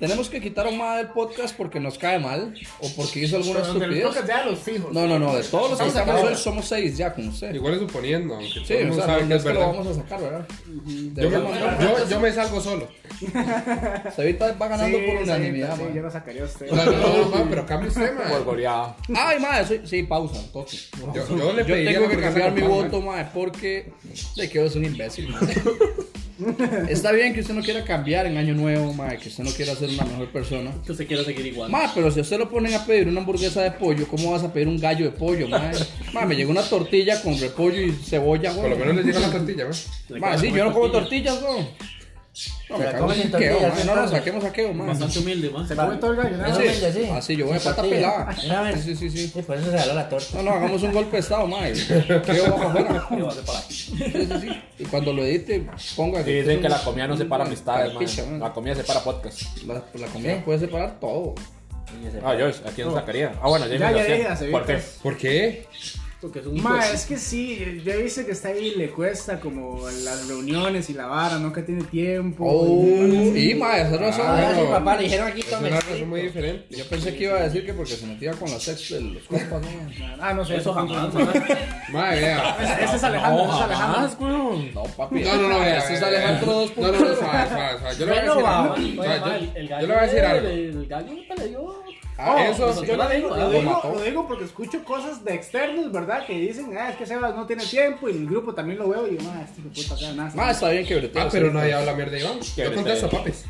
S4: tenemos que quitar a un madre del podcast porque nos cae mal o porque hizo alguna
S7: Pero del podcast
S4: estupidez.
S7: ya los fijos.
S4: No, no, no, de todos los que sacamos hoy somos seis ya con usted.
S5: Igual es suponiendo, aunque
S4: Sí,
S5: todo el
S4: o
S5: mundo
S4: sea, no,
S5: sabe que
S4: no
S5: es
S4: es que lo
S5: verdad.
S4: vamos a sacar, ¿verdad?
S5: Yo me,
S4: Deberíamos-
S5: yo, yo me salgo solo.
S4: Sevita va ganando por unanimidad, Pues,
S7: sí,
S4: madre.
S7: yo lo sacaría a usted.
S5: No, no, man, pero cambie usted, man.
S2: goleada.
S4: Ay, madre, soy- sí, pausa, entonces.
S5: Yo, yo le
S4: Yo
S5: pediría
S4: tengo que
S5: hamburguesa
S4: cambiar
S5: con
S4: mi
S5: pan, man.
S4: voto, mae, porque de que es un imbécil. mae. Está bien que usted no quiera cambiar en año nuevo, mae, que usted no quiera ser una mejor persona.
S3: Que se quiera seguir igual.
S4: Mae, pero si a usted lo ponen a pedir una hamburguesa de pollo, ¿cómo vas a pedir un gallo de pollo, mae? Mae, me llegó una tortilla con repollo y cebolla,
S5: Por lo
S4: güey.
S5: menos le llega la tortilla, man.
S3: Le
S4: Mae,
S3: queda
S4: sí,
S3: como
S4: yo no como
S3: tortilla.
S4: tortillas, güey. No,
S6: Se
S4: me
S6: la
S4: cago
S6: comen
S4: en
S6: en
S4: queo,
S6: tortillas,
S4: mae,
S6: en
S4: No, no,
S6: tortas.
S4: saquemos a queo, mae.
S3: Bastante humilde, más.
S7: Se come todo el gallo, nada
S6: Sí.
S7: más.
S6: Realmente, sí.
S4: Así, Ah, yo voy a
S6: Sí,
S4: pata
S6: sí.
S4: pelada.
S6: Una vez.
S4: Sí, sí, sí. sí.
S6: Y por eso se jaló la torta.
S4: No, no, hagamos un golpe de estado, mae. Queo va para afuera. Sí, sí, sí. Y cuando lo edite, ponga que.
S2: Dicen que la comida no separa amistades,
S4: Para
S2: mae.
S4: picha, mae.
S2: La comida separa podcast.
S4: La, pues, la comida puede separar todo.
S6: Y se-
S2: Ah, Joyce, ¿a quién sacaría? Ah, bueno, Jamie
S7: Ya,
S2: lo
S7: ya,
S2: hacía.
S7: deje las
S2: ¿Por qué?
S7: evitas.
S5: ¿Por qué?
S3: Porque es un hijo de-
S4: pues.
S7: Ma, es que sí, yo dice que está ahí y le cuesta como las reuniones y la vara, nunca tiene tiempo. pues,
S4: Oh,
S7: y-
S4: y mae, esa razón.
S6: Ah, sí,
S4: mae.
S6: papá, le dijeron aquí,
S5: Es una
S6: tome.
S5: razón muy diferente.
S4: Yo pensé que iba a decir que porque se metía con las ex de los compas, ¿no?
S7: Ah, no sé.
S3: Eso
S7: ese-
S3: jamás, mae.
S5: Mae, vea.
S7: Ese, ese es Alejandro, ese es Alejandro.
S4: No, papi.
S5: No, no, no, vea.
S4: Este es
S5: vea, vea.
S4: Alejandro 2.0.
S5: No, no, no, suave, suave, suave. Yo le voy a
S6: Bueno,
S5: decir
S6: va,
S5: algo.
S6: bueno,
S5: Suave,
S3: Mae,
S5: yo-
S3: el
S5: Yo le voy a decir algo.
S3: El gallo nunca le dio.
S5: Ah, eso,
S3: no,
S5: yo-
S3: no,
S7: Lo digo, lo
S3: Lo
S7: digo-
S4: mató.
S7: lo digo porque escucho cosas de externos, ¿verdad? Que dicen, ah, es que Sebas no tiene tiempo y el grupo también lo veo y yo, ma, este hijo de puta acá nada.
S4: Mae, está bien que bretea.
S5: Ah, pero nadie habla mierda de Iván. Yo
S2: brete.
S5: contesto, papis.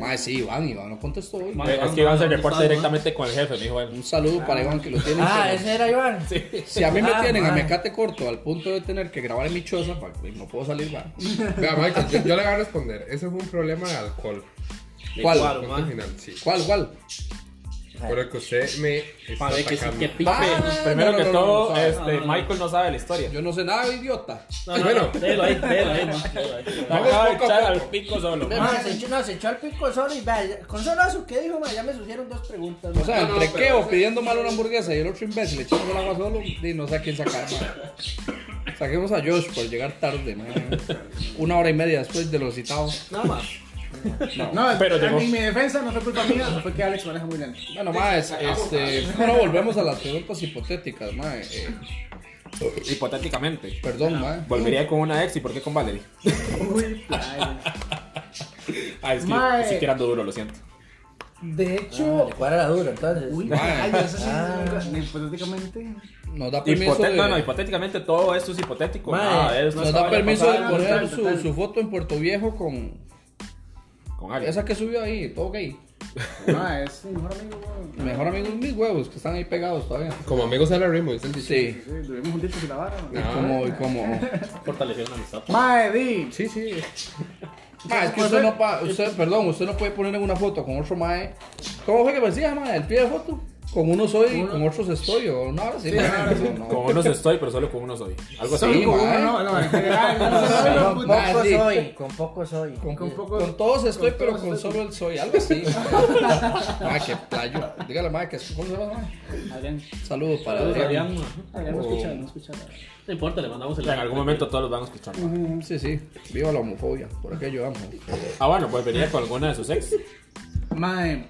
S4: Mae, sí, Iván, Iván no contestó hoy.
S3: Mae,
S2: Eh, Es que iba a hacer reporte directamente con el jefe, me dijo él.
S4: Un saludo para Iván que lo tiene.
S6: Ah,
S4: que-
S6: ese era Iván.
S4: Si a mí me
S6: Ah,
S4: tienen a
S6: mae.
S4: mecate corto al punto de tener que grabar en mi choza, pa- pues, no puedo salir, mae.
S5: Vea, Michael, yo, yo le voy a responder. Ese fue un problema de alcohol.
S4: ¿Cuál?
S3: Claro,
S5: Punto
S3: mae.
S5: final, sí.
S4: ¿Cuál, cuál?
S5: Por el que usted me está
S3: Para ver que sí,
S5: atacando.
S3: que pipe.
S4: Ah,
S2: pues, Primero
S4: no,
S2: que
S4: no, no,
S2: todo,
S4: no, suave.
S2: este,
S3: no, no.
S2: Michael no sabe la historia.
S4: Yo no sé nada, idiota.
S3: No, no,
S5: Bueno.
S3: no, déjelo ahí, déjelo ahí, mae, déjelo ahí.
S5: Vamos
S2: Acaba de
S5: poco a
S2: echar
S5: poco.
S2: al pico solo. mae.
S6: Ma, se echó, no, se echó al pico solo y vea, con solo eso que dijo, ma, ya me surgieron dos preguntas. ma.
S4: O sea,
S5: No, no,
S4: entre
S5: pero
S4: Keo
S5: ese-
S4: pidiendo mal una hamburguesa y el otro imbécil echando el agua solo, y no sé a quién sacar, mae. Saquemos a Josh por llegar tarde, mae. Una hora y media después de los citados.
S3: Nada más.
S7: No,
S2: Pero
S7: en
S2: llegó.
S7: mi- mi defensa no fue culpa mía, no fue que Alex maneja muy lento.
S4: Bueno, más, este, bueno, volvemos a las preguntas hipotéticas, mae. Eh,
S2: Hipotéticamente.
S4: perdón, mae.
S2: Volvería con una ex y por qué con Valerie.
S7: Uy, playa.
S2: Ah, es que
S7: Mae.
S2: sí que ando duro, lo siento.
S7: De
S6: Ah,
S7: hecho,
S6: le cuadra la dura, entonces.
S7: uy,
S4: Mae.
S7: playa, eso sí, nunca- hipotéticamente.
S4: Nos da permiso
S2: Hipote-
S4: de, eh,
S2: No, no, hipotéticamente todo esto es hipotético.
S6: Mae,
S2: nada de eso
S4: nos
S2: estaba en
S4: da
S2: la
S4: permiso de
S2: pasada,
S7: pasada,
S4: poner
S7: total,
S4: su,
S7: total.
S4: su foto en Puerto Viejo con
S2: Con alguien.
S4: esa que subió ahí, todo gay.
S7: Ma, es mi mejor amigo, güey.
S4: Mejor amigos mis huevos, que están ahí pegados todavía.
S5: Como amigos de la Rimo, dicen dicho.
S4: Sí.
S7: Sí, Durmimos juntitos y la vara.
S4: Y
S7: güey.
S4: como, y como.
S3: Fortalecer una amistad.
S7: Mae, di.
S5: Sí, sí.
S4: Mae, Ah, es que usted no pa- usted, perdón, usted no puede poner en una foto con otro mae. ¿Cómo fue que me decía, mae? El pie de foto. Con unos soy, con otros estoy, o no, ahora sí, mae, no, no.
S2: Con unos estoy, pero solo con unos hoy. Algo así.
S7: Solo
S4: Sí,
S7: con
S4: mae.
S7: uno, no, no, en general, no, solo
S4: No, no,
S7: con puta-
S4: mae,
S6: Poco
S4: Ah, sí.
S6: soy, con poco soy. Ah,
S4: Con,
S7: Con poco-
S4: con todos estoy,
S7: con
S4: pero
S7: todos
S4: con
S7: estoy.
S4: solo el soy. Algo así. ma, que playo. Dígale, ma, que es. ¿Cómo se llama, ma?
S7: Adrián,
S4: Saludos para
S3: Saludos,
S4: Adrián.
S3: Adrián, mae.
S7: Adrián, no escucha, no escucha.
S3: No importa, le mandamos el
S2: En algún momento todos los van a escuchar.
S4: Sí, sí. Viva la homofobia. Por aquello amo.
S2: Ah, bueno, pues venía con alguna de sus ex.
S7: Mae.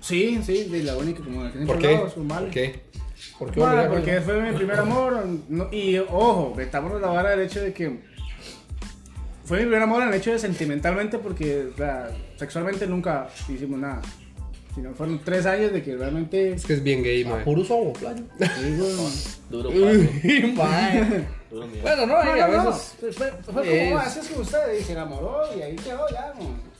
S7: Sí, sí, de la única como la que
S5: ¿Por
S7: siempre
S5: qué?
S7: hablaba, su mal.
S5: ¿Por qué?
S4: ¿Por qué
S7: Bueno,
S4: obligarme?
S7: porque fue mi primer amor. no- y ojo, estamos en la vara del hecho de que fue mi primer amor en el hecho de sentimentalmente, porque o sea, sexualmente nunca hicimos nada. Sino fueron tres años de que realmente.
S5: Es que es bien gay, mae.
S4: Puro sobo, playo.
S7: digo,
S3: Duro, papi,
S4: Ma.
S3: duro, mira.
S4: Bueno, no,
S7: no,
S4: y a
S7: no, no,
S4: veces.
S7: Fue, fue como,
S4: Es-
S7: "Ah, así es como usted, y se enamoró, y ahí quedó ya. no.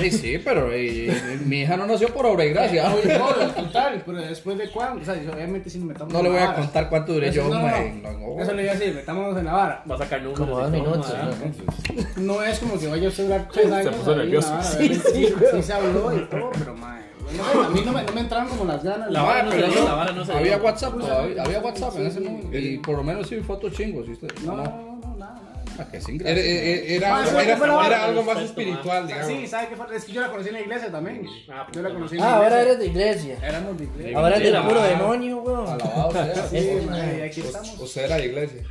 S4: Sí, sí, pero eh, mi hija no nació por obra y gracia.
S7: Oye, no, al contrario, pero después de cuándo, o sea, yo obviamente sí nos metamos
S4: No
S7: en
S4: le
S7: la
S4: voy a
S7: vara.
S4: contar cuánto duré
S7: Eso
S4: yo,
S7: no, no.
S4: ma, en la- oh.
S7: Eso le iba a decir, metámonos en la vara.
S3: Va a sacar números.
S6: Como
S3: y
S6: dos
S3: todo,
S6: minutos,
S3: mae.
S6: ¿no?
S7: No es como que vaya a durar tres años.
S2: puso
S7: ahí,
S2: nervioso.
S7: nada,
S2: Sí,
S7: obviamente, sí, sí se habló y todo, pero mae. No, sé, a mí no me, no me entraron como las ganas.
S3: La
S7: mae,
S3: vara no
S4: Pero
S3: se
S4: no,
S3: dio, la vara no se
S4: había
S3: dio.
S4: WhatsApp, todavía, había WhatsApp en ese momento. Y por lo menos sí, fotos chingos. ¿sí? usted?
S7: No, no, no, nada, nada.
S4: Ah, que sin
S5: Era,
S4: gracia.
S5: era,
S7: Ah, sí,
S5: era,
S7: fue la
S5: era,
S7: vara.
S5: algo más
S3: Perfecto,
S5: espiritual,
S7: Ah, Sí,
S5: digamos.
S7: ¿sabes qué fue? Es que yo la conocí en la iglesia también.
S3: Ah,
S7: Yo la conocí en la
S6: Ah,
S7: iglesia.
S6: ahora eres de iglesia.
S7: Éramos de iglesia.
S6: Ahora eres del
S3: Era.
S6: puro demonio, weón.
S4: Alabado sea.
S7: Sí, mae, y aquí estamos.
S5: O sea, era la iglesia.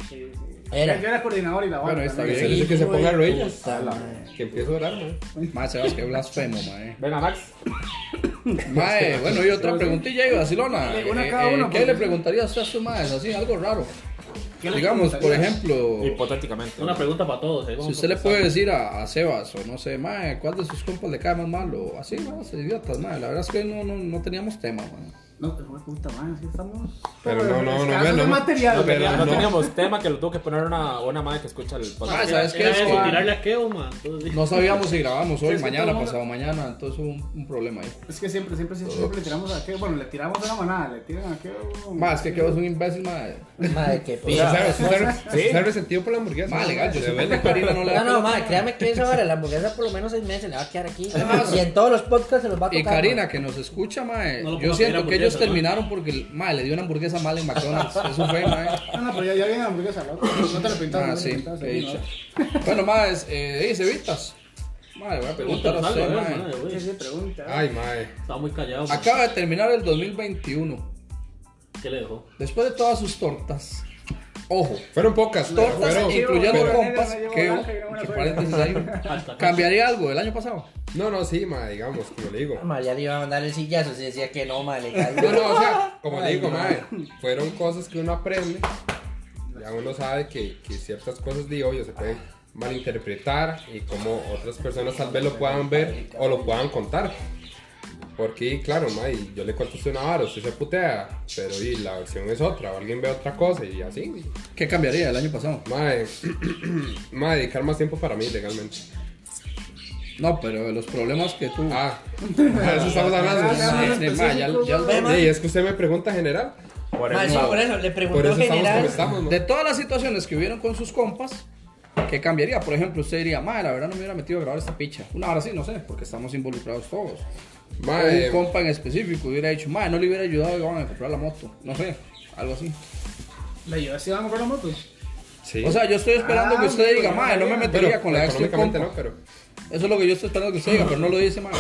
S6: Era.
S7: Yo era coordinador y la vara.
S4: Bueno, está
S5: Que
S7: también.
S5: se
S4: bien.
S5: dice que se
S6: Hijo de
S5: ponga rodillas.
S6: puta, ma.
S5: Que empiece a orar, mae.
S4: Mae, Sebas, qué blasfemo, mae.
S2: Venga, Max.
S4: Mae, bueno, y otra preguntilla ahí, vacilona.
S7: Sí, una
S4: Eh,
S7: cada
S4: eh,
S7: uno, pues.
S4: ¿Qué
S7: porque-
S4: le preguntaría usted a su madre? Así, algo raro.
S7: ¿Qué le
S4: Digamos, por
S7: preguntaría?
S4: ejemplo,
S2: Hipotéticamente.
S3: Una pregunta para todos. ¿eh?
S4: si
S3: Vamos
S4: usted
S3: a
S4: le
S3: empezar.
S4: puede
S7: pues.
S4: decir a, a Sebas, o no sé, mae, ¿cuál de sus compas le cae más mal? O así, mae, se idiotas, mae. La verdad es que no, no, no teníamos tema, mae.
S7: No, pero me puta madre, así estamos.
S5: Pero no, no, no,
S7: escasos
S5: no,
S7: de
S5: no.
S7: material.
S5: No, pero
S7: ¿verdad?
S2: no
S5: no.
S2: teníamos tema que lo tuvo que poner una, una madre que escucha el
S4: Ah,
S2: podcast.
S4: ¿sabes qué?
S3: Era
S4: Es
S3: eso,
S4: que
S3: tirarle a Keo, ma. Entonces,
S4: no sabíamos si grabamos hoy,
S7: Sí, sí,
S4: mañana,
S7: todo el
S4: pasado mañana, entonces hubo un, un problema ahí.
S7: Es que siempre, siempre, siempre, siempre le tiramos a qué. Bueno, le tiramos a la manada, le tiran a qué.
S4: Más es que quedas un imbécil, más.
S6: Madre, qué
S5: Usted
S6: pija.
S5: sabe- usted sabe- usted sabe resentido por la hamburguesa.
S4: Más legal, yo
S5: Se
S4: sé
S5: ve
S4: que Karina no le da.
S6: No, no, madre, créame que esa hora la hamburguesa por lo menos seis meses le va a quedar aquí. Y en todos los podcasts se los va a tocar.
S4: Y Karina, que nos escucha, mae,
S3: No lo
S4: yo
S3: pongas a
S4: siento
S3: pedir
S4: que ellos
S3: hamburguesas,
S4: terminaron porque, mae, le dio una hamburguesa mal en McDonald's. Eso fue, mae.
S7: No, no, pero ya, ya viene la hamburguesa, loco. No te lo pintamos.
S4: Ah,
S7: no te lo
S4: sí,
S7: pintamos,
S4: qué
S7: ¿no?
S4: dicha. Bueno, mae, es, eh, dice Vitas. Mae, voy a preguntar a
S3: Pregúntanos
S4: usted,
S3: algo,
S4: mae.
S3: hermano, güey.
S7: Sí, sí, pregunta.
S5: Ay, mae.
S3: Estaba muy callado, ma.
S4: Acaba de terminar el 2021.
S3: ¿Qué le dejó?
S4: Después de todas sus tortas. Ojo,
S5: Fueron pocas.
S4: tortas
S5: fueron-
S4: incluyendo
S5: fueron-
S4: compas.
S7: no llevo
S4: Que,
S7: naranja y no me la
S4: que
S7: suelta.
S4: paréntesis ahí.
S3: Hasta acá.
S4: ¿Cambiaría algo del año pasado?
S5: No, no, sí, mae, digamos, como le digo.
S6: Madre, ya le iba a mandar el sillazo si decía que no, madre, le
S5: No,
S6: caigo.
S5: no, o sea, como le
S6: Ay,
S5: digo,
S6: no.
S5: mae, fueron cosas que uno aprende. Ya uno sabe que, que ciertas cosas de hoy se pueden malinterpretar y como otras personas tal vez lo puedan ver o lo puedan contar. Porque, claro, mae, yo le cuento a usted una vara, usted se putea, pero y la versión es otra, o alguien ve otra cosa y así.
S4: ¿Qué cambiaría del año pasado?
S5: Mae, mae, dedicar más tiempo para mí legalmente.
S4: No, pero los problemas que tú.
S5: Ah, a eso estamos hablando.
S4: Mae, mae, ya- ya-
S6: Ve, mae.
S5: pues, Sí, es que usted me pregunta general,
S2: Por
S6: Madre, sí,
S2: eso.
S6: por eso, le
S5: por
S6: preguntó
S5: eso estamos como
S6: general.
S5: estamos, ¿no?
S4: De todas las situaciones que hubieron con sus compas, ¿qué cambiaría? Por ejemplo, usted diría, madre, la verdad no me hubiera metido a grabar esta picha. Una hora sí, no sé, porque estamos involucrados todos. O
S5: Mae,
S4: un compa en específico hubiera dicho, madre, no le hubiera ayudado a Iván a comprar la moto. No sé, algo así.
S7: ¿Le ayudaste a pues. comprar la moto?
S5: sí.
S4: O sea, yo estoy esperando
S7: Ah,
S4: que usted
S7: amigo,
S4: diga,
S7: no
S4: madre, no me
S5: Pues, Pero
S4: metería con la ex de un
S5: económicamente
S4: compa.
S5: no, pero.
S4: Eso es lo que yo estoy esperando que usted diga, pero no lo dice, madre.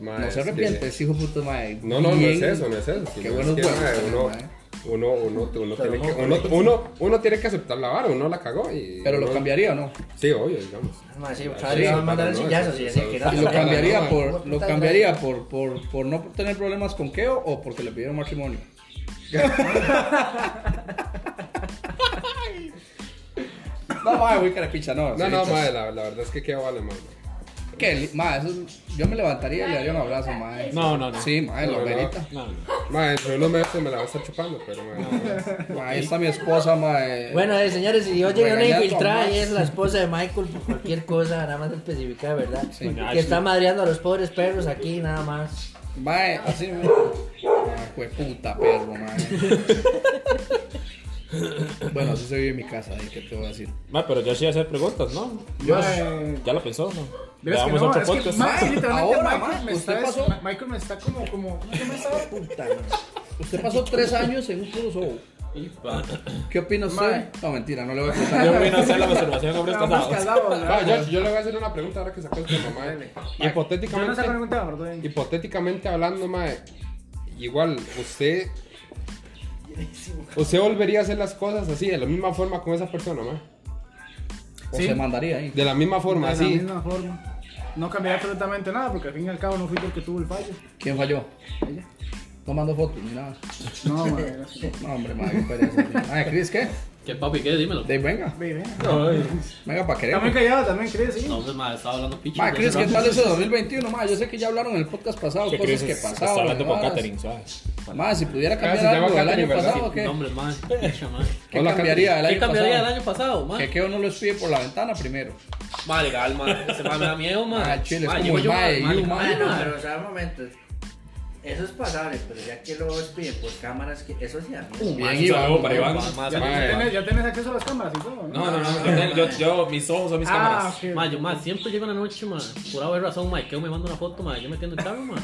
S5: mae,
S4: No
S5: Ah, es
S4: se
S5: que-
S4: arrepiente, ese hijo de puta, madre.
S5: No, no, no
S4: Bien.
S5: es eso, no es eso.
S4: Qué
S5: sino es
S4: buenos
S5: que,
S4: huevos
S5: mae,
S4: tenés,
S5: uno,
S4: mae.
S5: uno, uno, uno tiene que, uno, uno, uno tiene que aceptar la vara, uno la cagó y.
S4: Pero lo
S5: uno-
S4: cambiaría o no.
S5: Sí, obvio, digamos. Ah,
S6: Madre, sí, otra vez le iba a mandar el sillazo si decía que no.
S4: Y lo cambiaría
S5: no,
S4: por, lo
S6: puta
S4: cambiaría por, por, por no tener problemas con Keo o porque le pidieron matrimonio. no, madre, voy carapicha, no.
S5: No, no,
S4: señoritas.
S5: madre, la, la verdad es que qué vale, madre.
S4: Qué li- madre, eso es- yo me levantaría y le daría un abrazo, madre.
S2: No, no, no.
S4: Sí, madre,
S5: No,
S4: la
S5: no.
S4: verita.
S2: No, no.
S5: Madre, dentro de unos meses me la va a estar chupando, pero madre.
S4: Ahí está mi esposa, madre.
S6: Bueno, eh, señores, si oye una
S4: Regañando a
S6: infiltrada
S4: Max.
S6: y es la esposa de Michael por cualquier cosa, nada más especificar, ¿verdad?
S2: Bueno,
S5: ah,
S6: Que está madreando a los pobres perros aquí, nada más.
S4: Mae, así me. Ah, Fue puta perro, mae. bueno, así se vive en mi casa, ahí, ¿qué te voy a decir?
S2: Ma, pero ya sí iba a hacer preguntas, ¿no?
S7: Yo.
S2: Ya la pensó, ¿no? Le
S7: Verás que
S2: damos
S7: no,
S2: otro
S7: es que
S2: podcast.
S7: Mae,
S4: Mae,
S7: literalmente
S4: ahora,
S7: Michael,
S4: mae,
S7: me
S4: usted
S7: está,
S4: pasó-
S7: Ma- Michael me está como, como, ¿cómo se llama esa hora?
S6: Puta,
S4: Usted pasó tres años en un puro show. ¿Qué opina usted?
S7: Mae.
S4: No, mentira, no le voy a contar.
S2: Yo vine a hacer la masturbación hombre
S7: Nada más
S2: casado.
S7: calado, ¿verdad?
S5: Madre, yo, yo le voy a hacer una pregunta ahora que sacó el tema, madre.
S7: Yo no sé
S5: Hipotéticamente,
S7: preguntar, perdón.
S5: hipotéticamente hablando, madre, igual, usted. Usted volvería a hacer las cosas así, de la misma forma con esa persona, madre.
S4: O
S7: Sí.
S4: se mandaría ahí.
S5: De la misma forma,
S7: De la
S5: así.
S7: misma forma. No cambiaría absolutamente nada porque al fin y al cabo no fui yo el que tuvo el fallo.
S4: ¿Quién falló? No mandó fotos ni nada.
S7: No, madre. no sé.
S4: No, hombre, madre, qué pereza. Mae, Cris, ¿qué?
S3: ¿Qué papi? ¿Qué? Dímelo.
S4: De ahí, venga,
S7: Ve, ve.
S4: venga para
S7: Está muy
S4: querer.
S7: callado también, ¿crees? Sí.
S3: No, hombre, ma, estaba hablando picho.
S4: Mae, Cris, ¿qué tal ese 2021? Mae, yo sé que ya hablaron en el podcast pasado
S7: pues,
S2: Que
S4: cosas
S2: Chris
S4: que
S2: es-
S4: pasaron.
S2: está hablando con
S4: ¿verdad?
S2: Katherine, ¿sabes?
S4: Mae, si pudiera
S5: se
S4: cambiar
S5: llama
S4: algo del año
S5: Katherine, ¿verdad?
S4: pasado, ¿qué?
S3: No, hombre, ma, picha, ma.
S4: ¿Qué
S5: Hola,
S4: cambiaría del año
S3: ¿Qué cambiaría
S4: pasado?
S3: del año pasado, ma?
S4: Que Keo no lo espide por la ventana primero.
S3: Ma, legal, ma. Ese ma me da miedo, ma.
S4: Ah, chile, es
S3: Ma,
S4: como
S3: llego
S4: el
S3: yo,
S4: mae,
S3: ma,
S4: you,
S3: legal,
S4: mae,
S3: ma.
S6: pero o sea, un momento. Eso es pasable, pero ya que lo piden por cámaras, que eso sí da miedo.
S2: Ma,
S4: Bien,
S2: un
S4: Iván.
S2: saludo para Iván.
S3: Ma,
S7: Ya,
S5: Mae.
S7: tienes, ya tienes acceso a las cámaras y todo, ¿no?
S2: No, no, no. yo te- Yo, yo- mis ojos son mis
S7: Ah,
S2: cámaras.
S7: ok.
S3: Ma, yo, ma, siempre llego en la noche, ma. Por haber razón, ma. Que me manda una foto, ma. Yo me quedo en el carro, ma.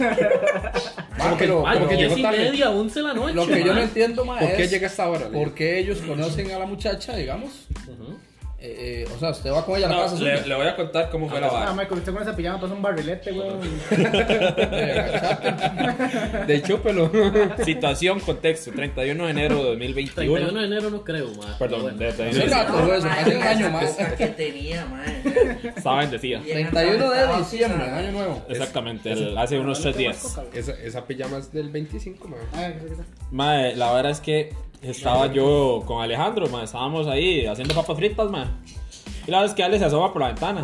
S5: Ah, pero,
S3: Ma,
S5: ¿por qué
S3: diez
S5: llegó
S3: y
S5: tarde?
S3: media, once de la noche,
S4: Lo que yo
S3: ma.
S4: no entiendo, mae,
S5: ¿Por qué
S4: es
S5: llega hasta ahora?
S4: por qué ellos conocen a la muchacha, digamos.
S3: Ujú.
S4: Eh, eh, o sea, usted va con ella a la casa
S2: No,
S4: suya.
S2: le, le voy a contar cómo fue la
S7: Ah,
S2: vara.
S7: Michael, usted con esa pijama pasa un barrilete, güey.
S4: Eh,
S5: De chúpelo.
S2: Situación, contexto. 31 de enero de 2021.
S3: 31 de enero no creo, ma.
S2: Perdón,
S3: Bueno.
S2: de 31 de
S4: Hace
S2: enero.
S4: rato fue eso, pues, hace un año más.
S6: más que tenía, madre.
S2: Estaba bendecida.
S4: 31 de diciembre, ah, año nuevo.
S2: Exactamente, el- hace unos tres días.
S5: Esa, esa pijama es del 25, man.
S7: Ah, ¿qué es eso?
S2: Mae, la verdad es que estaba yo con Alejandro, mae, estábamos ahí haciendo papas fritas, mae. Y la verdad es que Ale se asoma por la ventana.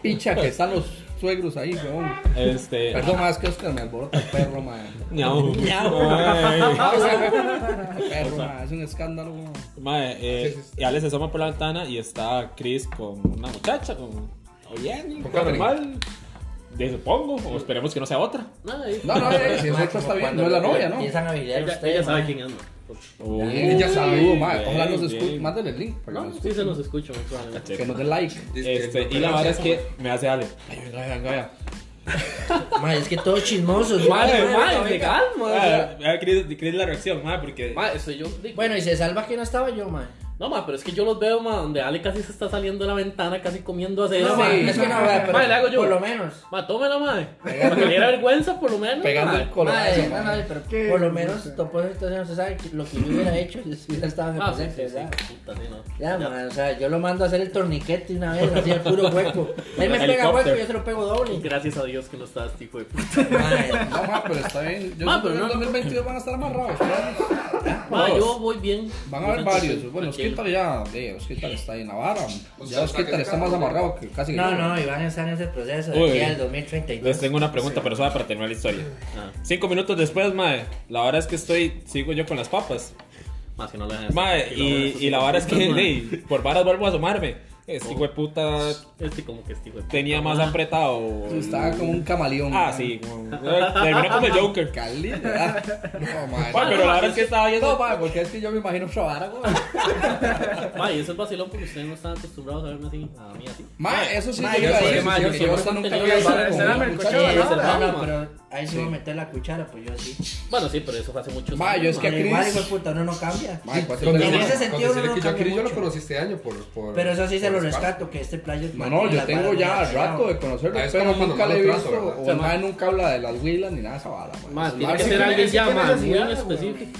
S4: Picha que están los suegros ahí, weón.
S2: Este.
S4: Perdón, más que Oscar me alborota el perro, mae.
S2: Ñau. Ah, eh,
S4: El perro, mae, es un escándalo, weón.
S2: Mae, eh, y Alex se asoma por la ventana y está Chris con una muchacha, con. Oye,
S5: Catherine.
S2: normal. De supongo, o esperemos que no sea otra.
S4: No, no, eh, si el sexo está bien, no es la novia, ¿no?
S6: Y esa habilidad
S3: Ella,
S6: ustedes,
S3: ella sabe
S6: mae.
S3: quién anda.
S4: Ella sabe, mae. Ojalá
S2: bien,
S4: nos escuche.
S2: bien.
S4: Mándale el link para que
S3: No,
S4: nos
S3: sí
S4: escuche.
S3: se nos escucha. muy probablemente.
S4: Que nos dé like.
S2: Este, y la verdad es que me hace Ale. Ay, venga, venga, venga.
S6: Mae, es que todos chismosos.
S2: Madre,
S6: mae,
S2: madre,
S6: mae.
S2: de calma. Vea, eh, Chris, Chris la reacción, madre, porque.
S3: Ma, soy yo. di-
S6: Bueno, y se salva que no estaba yo, mae.
S3: No, ma, pero es que yo los veo, ma, donde Ale casi se está saliendo de la ventana, casi comiendo acero.
S6: No,
S3: ma.
S6: mae, es que no, mae, pero
S3: Mae, le hago yo.
S6: por lo menos.
S3: Ma, tómela, ma. Para que le diera vergüenza, por lo menos.
S4: Pegando
S3: ma.
S4: el colorazo,
S6: Mae,
S4: mae.
S6: no, no, pero
S7: Qué
S6: por lo
S7: vergüenza.
S6: menos topó esa situación. Usted sabe que lo que yo hubiera hecho, yo hubiera estado en el
S3: Ah, sí, sí,
S6: presente,
S3: sí.
S6: ¿verdad?
S3: Puta, sí, no.
S6: Ya, mae, o sea, yo lo mando a hacer el torniquete una vez, así al puro hueco. Él me pega
S2: Helicóptero.
S6: hueco y yo se lo pego doble.
S3: Gracias a Dios que no estás, hijo de puta.
S6: Mae,
S4: No, ma, pero está bien. Yo
S3: Ma,
S4: creo
S3: pero
S4: que
S3: no,
S4: en
S3: no.
S4: 2022 van a estar amarrados.
S3: Ma, yo voy bien.
S4: Van a haber varios. Bueno, Osquitar ya. eh, Osquitar está ahí en la vara. Ya Osquitar está más amarrado que casi que
S6: No,
S4: yo.
S6: no, y van a estar en ese proceso de
S2: Uy. Este
S6: aquí al
S2: Les
S6: 2032.
S2: tengo una pregunta, pero suave para terminar la historia. Cinco minutos después, madre, la verdad es que estoy, sigo yo con las papas.
S3: Más que no le dejan.
S2: Mae, y, y la vara es que ey, por varas vuelvo a asomarme. Este hijo de puta
S3: Este como que este hijo de puta,
S2: tenía más
S3: ma.
S2: apretado.
S4: Estaba como un camaleón.
S2: Ah,
S4: ma.
S2: sí. Terminó como el Joker.
S4: Cali, ¿verdad? No, mae.
S2: Mae, pero la verdad es que estaba
S4: No,
S2: viendo.
S4: mae, porque es que yo me imagino otra vara, güey.
S3: Ma, y eso es vacilón porque ustedes no están acostumbrados a verme así. A mí así.
S4: Mae, eso sí,
S6: Mae,
S4: yo iba a
S6: yo soy-
S4: decir,
S3: mae, yo
S4: que
S3: soy
S4: yo hasta
S3: bastante
S4: nunca
S3: legal.
S4: había visto
S7: Será-
S4: con
S7: será
S4: una
S7: el
S4: muchacha.
S7: cocheo,
S6: no,
S7: ¿no?
S6: no,
S3: Vamos,
S6: pero ahí sí voy a meter la cuchara, pues yo sí.
S3: Bueno, sí, pero eso fue hace mucho
S4: Ma, yo es que-
S6: Pero igual,
S4: Chris.
S6: hijo de puta, uno no cambia.
S4: Mae, cuatro
S5: Con
S6: En
S4: veces.
S5: decirle-
S6: ese sentido
S5: con decirle
S6: no
S5: que yo a
S6: cambia
S5: Chris yo lo
S6: mucho.
S5: conocí este año por. por
S6: Pero eso sí se
S5: por
S6: lo
S5: Spark.
S6: rescato, que este playo...
S4: No, no, yo tengo ya rato de conocerlo,
S5: Ah, es
S4: pero
S5: como cuando
S4: nunca
S5: no
S4: le he
S5: lo
S4: visto.
S5: trato, ¿verdad?
S4: O el mae nunca habla de las huilas ni nada de esa vara, mae.
S3: Ma,
S4: Es
S3: tiene
S4: mae,
S3: que
S4: sí
S3: ser
S4: que-
S3: alguien
S7: sí
S3: ya
S7: tiene
S3: ma, muy
S7: necesidad,
S3: específico.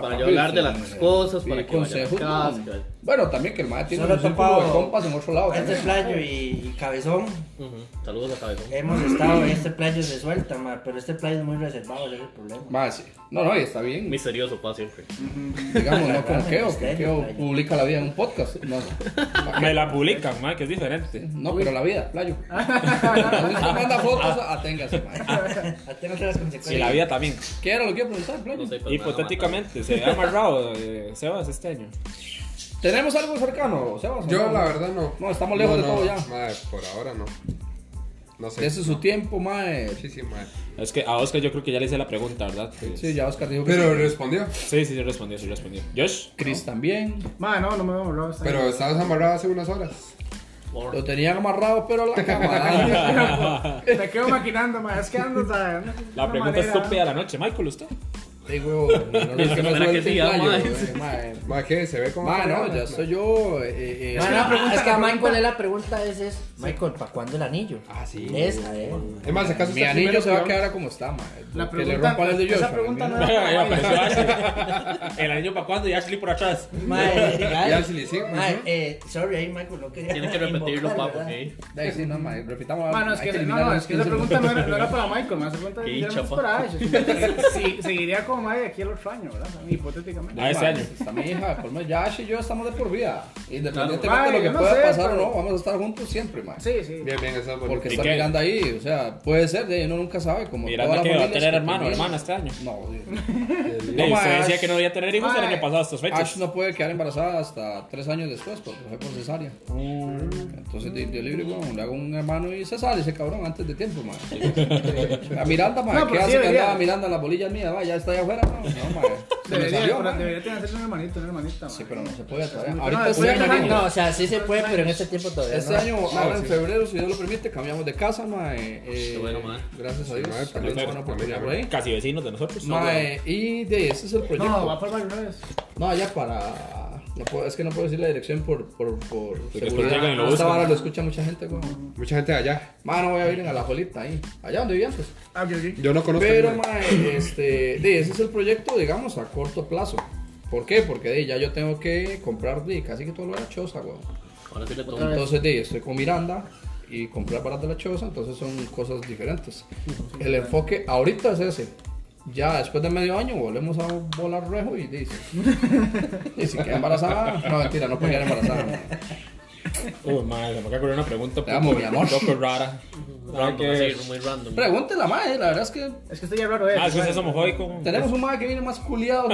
S3: Para yo
S4: sí,
S3: hablar de
S4: Ah, sí,
S3: las
S4: sí.
S3: cosas,
S4: Sí,
S3: para que vaya a
S4: consejos,
S3: la
S4: no.
S3: casa.
S4: Bueno, también que el mae tiene
S6: Solo
S4: un círculo de
S6: topado-
S4: compas en otro lado.
S6: Este
S4: también.
S6: playo y, y cabezón,
S3: Ujú. Saludos a Cabezón.
S6: hemos estado, este playo se suelta, ma, pero este playo es muy reservado, ese es el problema.
S4: Mae, sí. No, no, y está bien.
S3: Misterioso, pa, siempre.
S4: Digamos, no con
S6: Agarrarme
S4: Keo, que
S6: misterio,
S4: Keo
S6: playo.
S4: publica la vida en un podcast. No,
S2: Me la publican, madre, que es diferente.
S4: no pero la vida, playo. Usted manda fotos, aténgase, mae.
S6: Atente a las consecuencias.
S2: Y la vida también.
S4: ¿Qué era lo que iba a preguntar, playo?
S3: No sé, pues, pero me van a
S2: Hipotéticamente, se ve amarrado eh, Sebas este año.
S4: ¿Tenemos algo cercano, Sebas?
S5: Yo,
S4: ¿No?
S5: la verdad, no.
S4: No, estamos lejos de todo ya.
S5: Madre, por ahora no. No sé.
S4: Ese es su tiempo, mae.
S5: Sí, sí, madre.
S2: Es que a Oscar yo creo que ya le hice la pregunta, ¿verdad?
S4: Sí, ya Oscar dijo que
S5: Pero
S4: sí.
S5: respondió.
S2: Sí, sí, sí, respondió, sí, respondió. Josh,
S4: Chris también.
S7: Ma, no, no me voy a borrar. está
S5: Pero
S7: bien.
S5: estabas amarrado hace unas horas.
S4: Lo tenían amarrado, pero a la cámara.
S7: Me quedo maquinando, ma. Es que ando, o sea, una-
S2: la
S7: una
S2: pregunta
S7: manera.
S2: estúpida de la noche. Michael, ¿usted?
S4: Sí, huevo, no sé
S3: ¿Será que
S4: qué me suelte
S3: sí,
S4: el
S3: ya,
S4: playo,
S3: mae?
S4: güey, mae.
S5: Madre, ¿qué? ¿Se ve como.?
S4: Mae,
S5: amarrado,
S4: no, ya
S5: mae?
S4: soy yo. eh, eh,
S6: No,
S4: eh,
S6: no, es que
S7: pues, pregunta, la
S6: a
S7: pregunta.
S6: Michael la pregunta es, es Michael, ¿para cuándo el anillo?
S5: Ah, sí.
S6: Esa, eh.
S5: Es más, ¿acaso
S4: Mi
S5: está
S4: anillo
S5: primero
S4: se va a
S5: que yo?
S4: quedar a como está, mae.
S7: La
S4: que le
S7: pregunta,
S4: rompa el de Joshua.
S7: esa pregunta no
S2: Ay, ay,
S7: era para
S2: apareció Ashley. pues, El año para cuándo y Ashley por atrás.
S6: Mae,
S5: Ya se le hicieron,
S6: Mae,
S5: ujú.
S6: eh, sorry, ahí Michael, no quería
S3: Tiene que repetirlo,
S6: invocar,
S3: pa,
S6: ¿verdad?
S3: porque.
S4: De ahí sí, no, mae, repitamos.
S7: Ma, no, es
S4: hay
S7: que, no,
S4: eliminar
S7: no,
S4: los
S7: es que esa
S4: 15
S7: pregunta no
S4: minutos.
S7: era, no era para Michael, ma. Esa pregunta
S3: Qué
S7: literalmente es
S3: chapa.
S7: para ellos. Sí, seguiría como ma de aquí al otro año, ¿verdad? Hipotéticamente.
S2: Ah, ese
S4: Mae,
S2: año.
S4: Está mi hija, pues, por más, Yash y yo estamos de por vida. Independientemente
S7: Mae,
S4: de lo que
S7: yo no
S4: pueda
S7: sé,
S4: pasar
S7: pero-
S4: o no, vamos a estar juntos siempre, mae.
S7: Sí, sí.
S5: Bien, bien, esa es bonita.
S4: Porque
S2: ¿Y
S4: está
S2: qué?
S4: Miranda ahí, o sea, puede ser, de ahí uno nunca sabe. Como
S2: Miranda
S4: todas
S2: que
S4: las
S2: va a
S4: familias
S2: tener
S4: que
S2: hermano,
S4: tienen-
S2: hermana este año.
S4: No, Dios.
S2: Ey,
S4: No,
S2: usted
S4: mae,
S2: decía
S4: Ash-
S2: que no había tener hijos el
S7: mae,
S2: año pasado a estas
S4: Ash
S2: fechas.
S4: Ah, no puede quedar embarazada hasta tres años después porque fue por cesárea. Entonces di- dio libre, bueno, le hago un hermano y se sale ese cabrón antes de tiempo, madre. A Miranda, madre,
S7: No,
S4: ¿qué
S7: pero sí
S4: hace que
S7: debería.
S4: andaba Miranda en las bolillas mías? Va, ya está allá afuera, no, no, madre. Se me
S7: Debería,
S4: salió,
S7: pero
S4: mae.
S7: debería tener un hermanito, una hermanita, ma.
S4: Sí, pero no se puede todavía.
S7: No,
S4: Ahorita estoy
S7: después de
S4: en
S7: la
S4: el
S7: niña.
S6: No, o sea, sí se puede, pero en este tiempo todavía
S4: Este
S6: no.
S4: año, ahora en
S5: sí.
S4: febrero, si Dios lo permite, cambiamos de casa, mae. Eh,
S3: bueno, mae.
S4: Gracias a Dios.
S5: mae,
S4: También
S5: también,
S4: es una oportunidad por ahí.
S2: Casi vecinos de nosotros.
S4: pues, Mae, y de ese es el proyecto.
S7: No, va por varios una vez.
S4: No, ya para. no puedo- es que no puedo decir la dirección por, por, por
S2: después llegan y lo
S4: Esta
S2: buscan.
S4: vara lo escucha mucha gente, güey.
S5: Mucha gente de allá.
S4: Mano, voy a ir en la jolita ahí. Allá donde vivían, pues.
S7: Ah, ok, ok.
S5: Yo no conozco.
S4: Pero,
S5: mae.
S4: mae, este. De, ese es el proyecto, digamos, a corto plazo. ¿Por qué? Porque de, ya yo tengo que comprar de, casi que todo lo de la choza, güey.
S3: Ahora sí le tomo.
S4: Entonces, de, estoy con Miranda y comprar varas de la choza, entonces son cosas diferentes. El enfoque ahorita es ese. Ya después de medio año volvemos a volar rejo y dice. Y si queda embarazada, no mentira, no puede quedar embarazada.
S2: Uy, madre, se me acaba de ocurrir una pregunta un
S4: Te amo, mi amor.
S2: un poco rara.
S3: Random,
S2: que-
S3: así, muy random.
S4: Pregúntela, mae, la verdad es que
S7: Es que usted ya raro eh. es.
S2: Ah, es que usted es homofóbico.
S4: tenemos un mae que viene más culiado.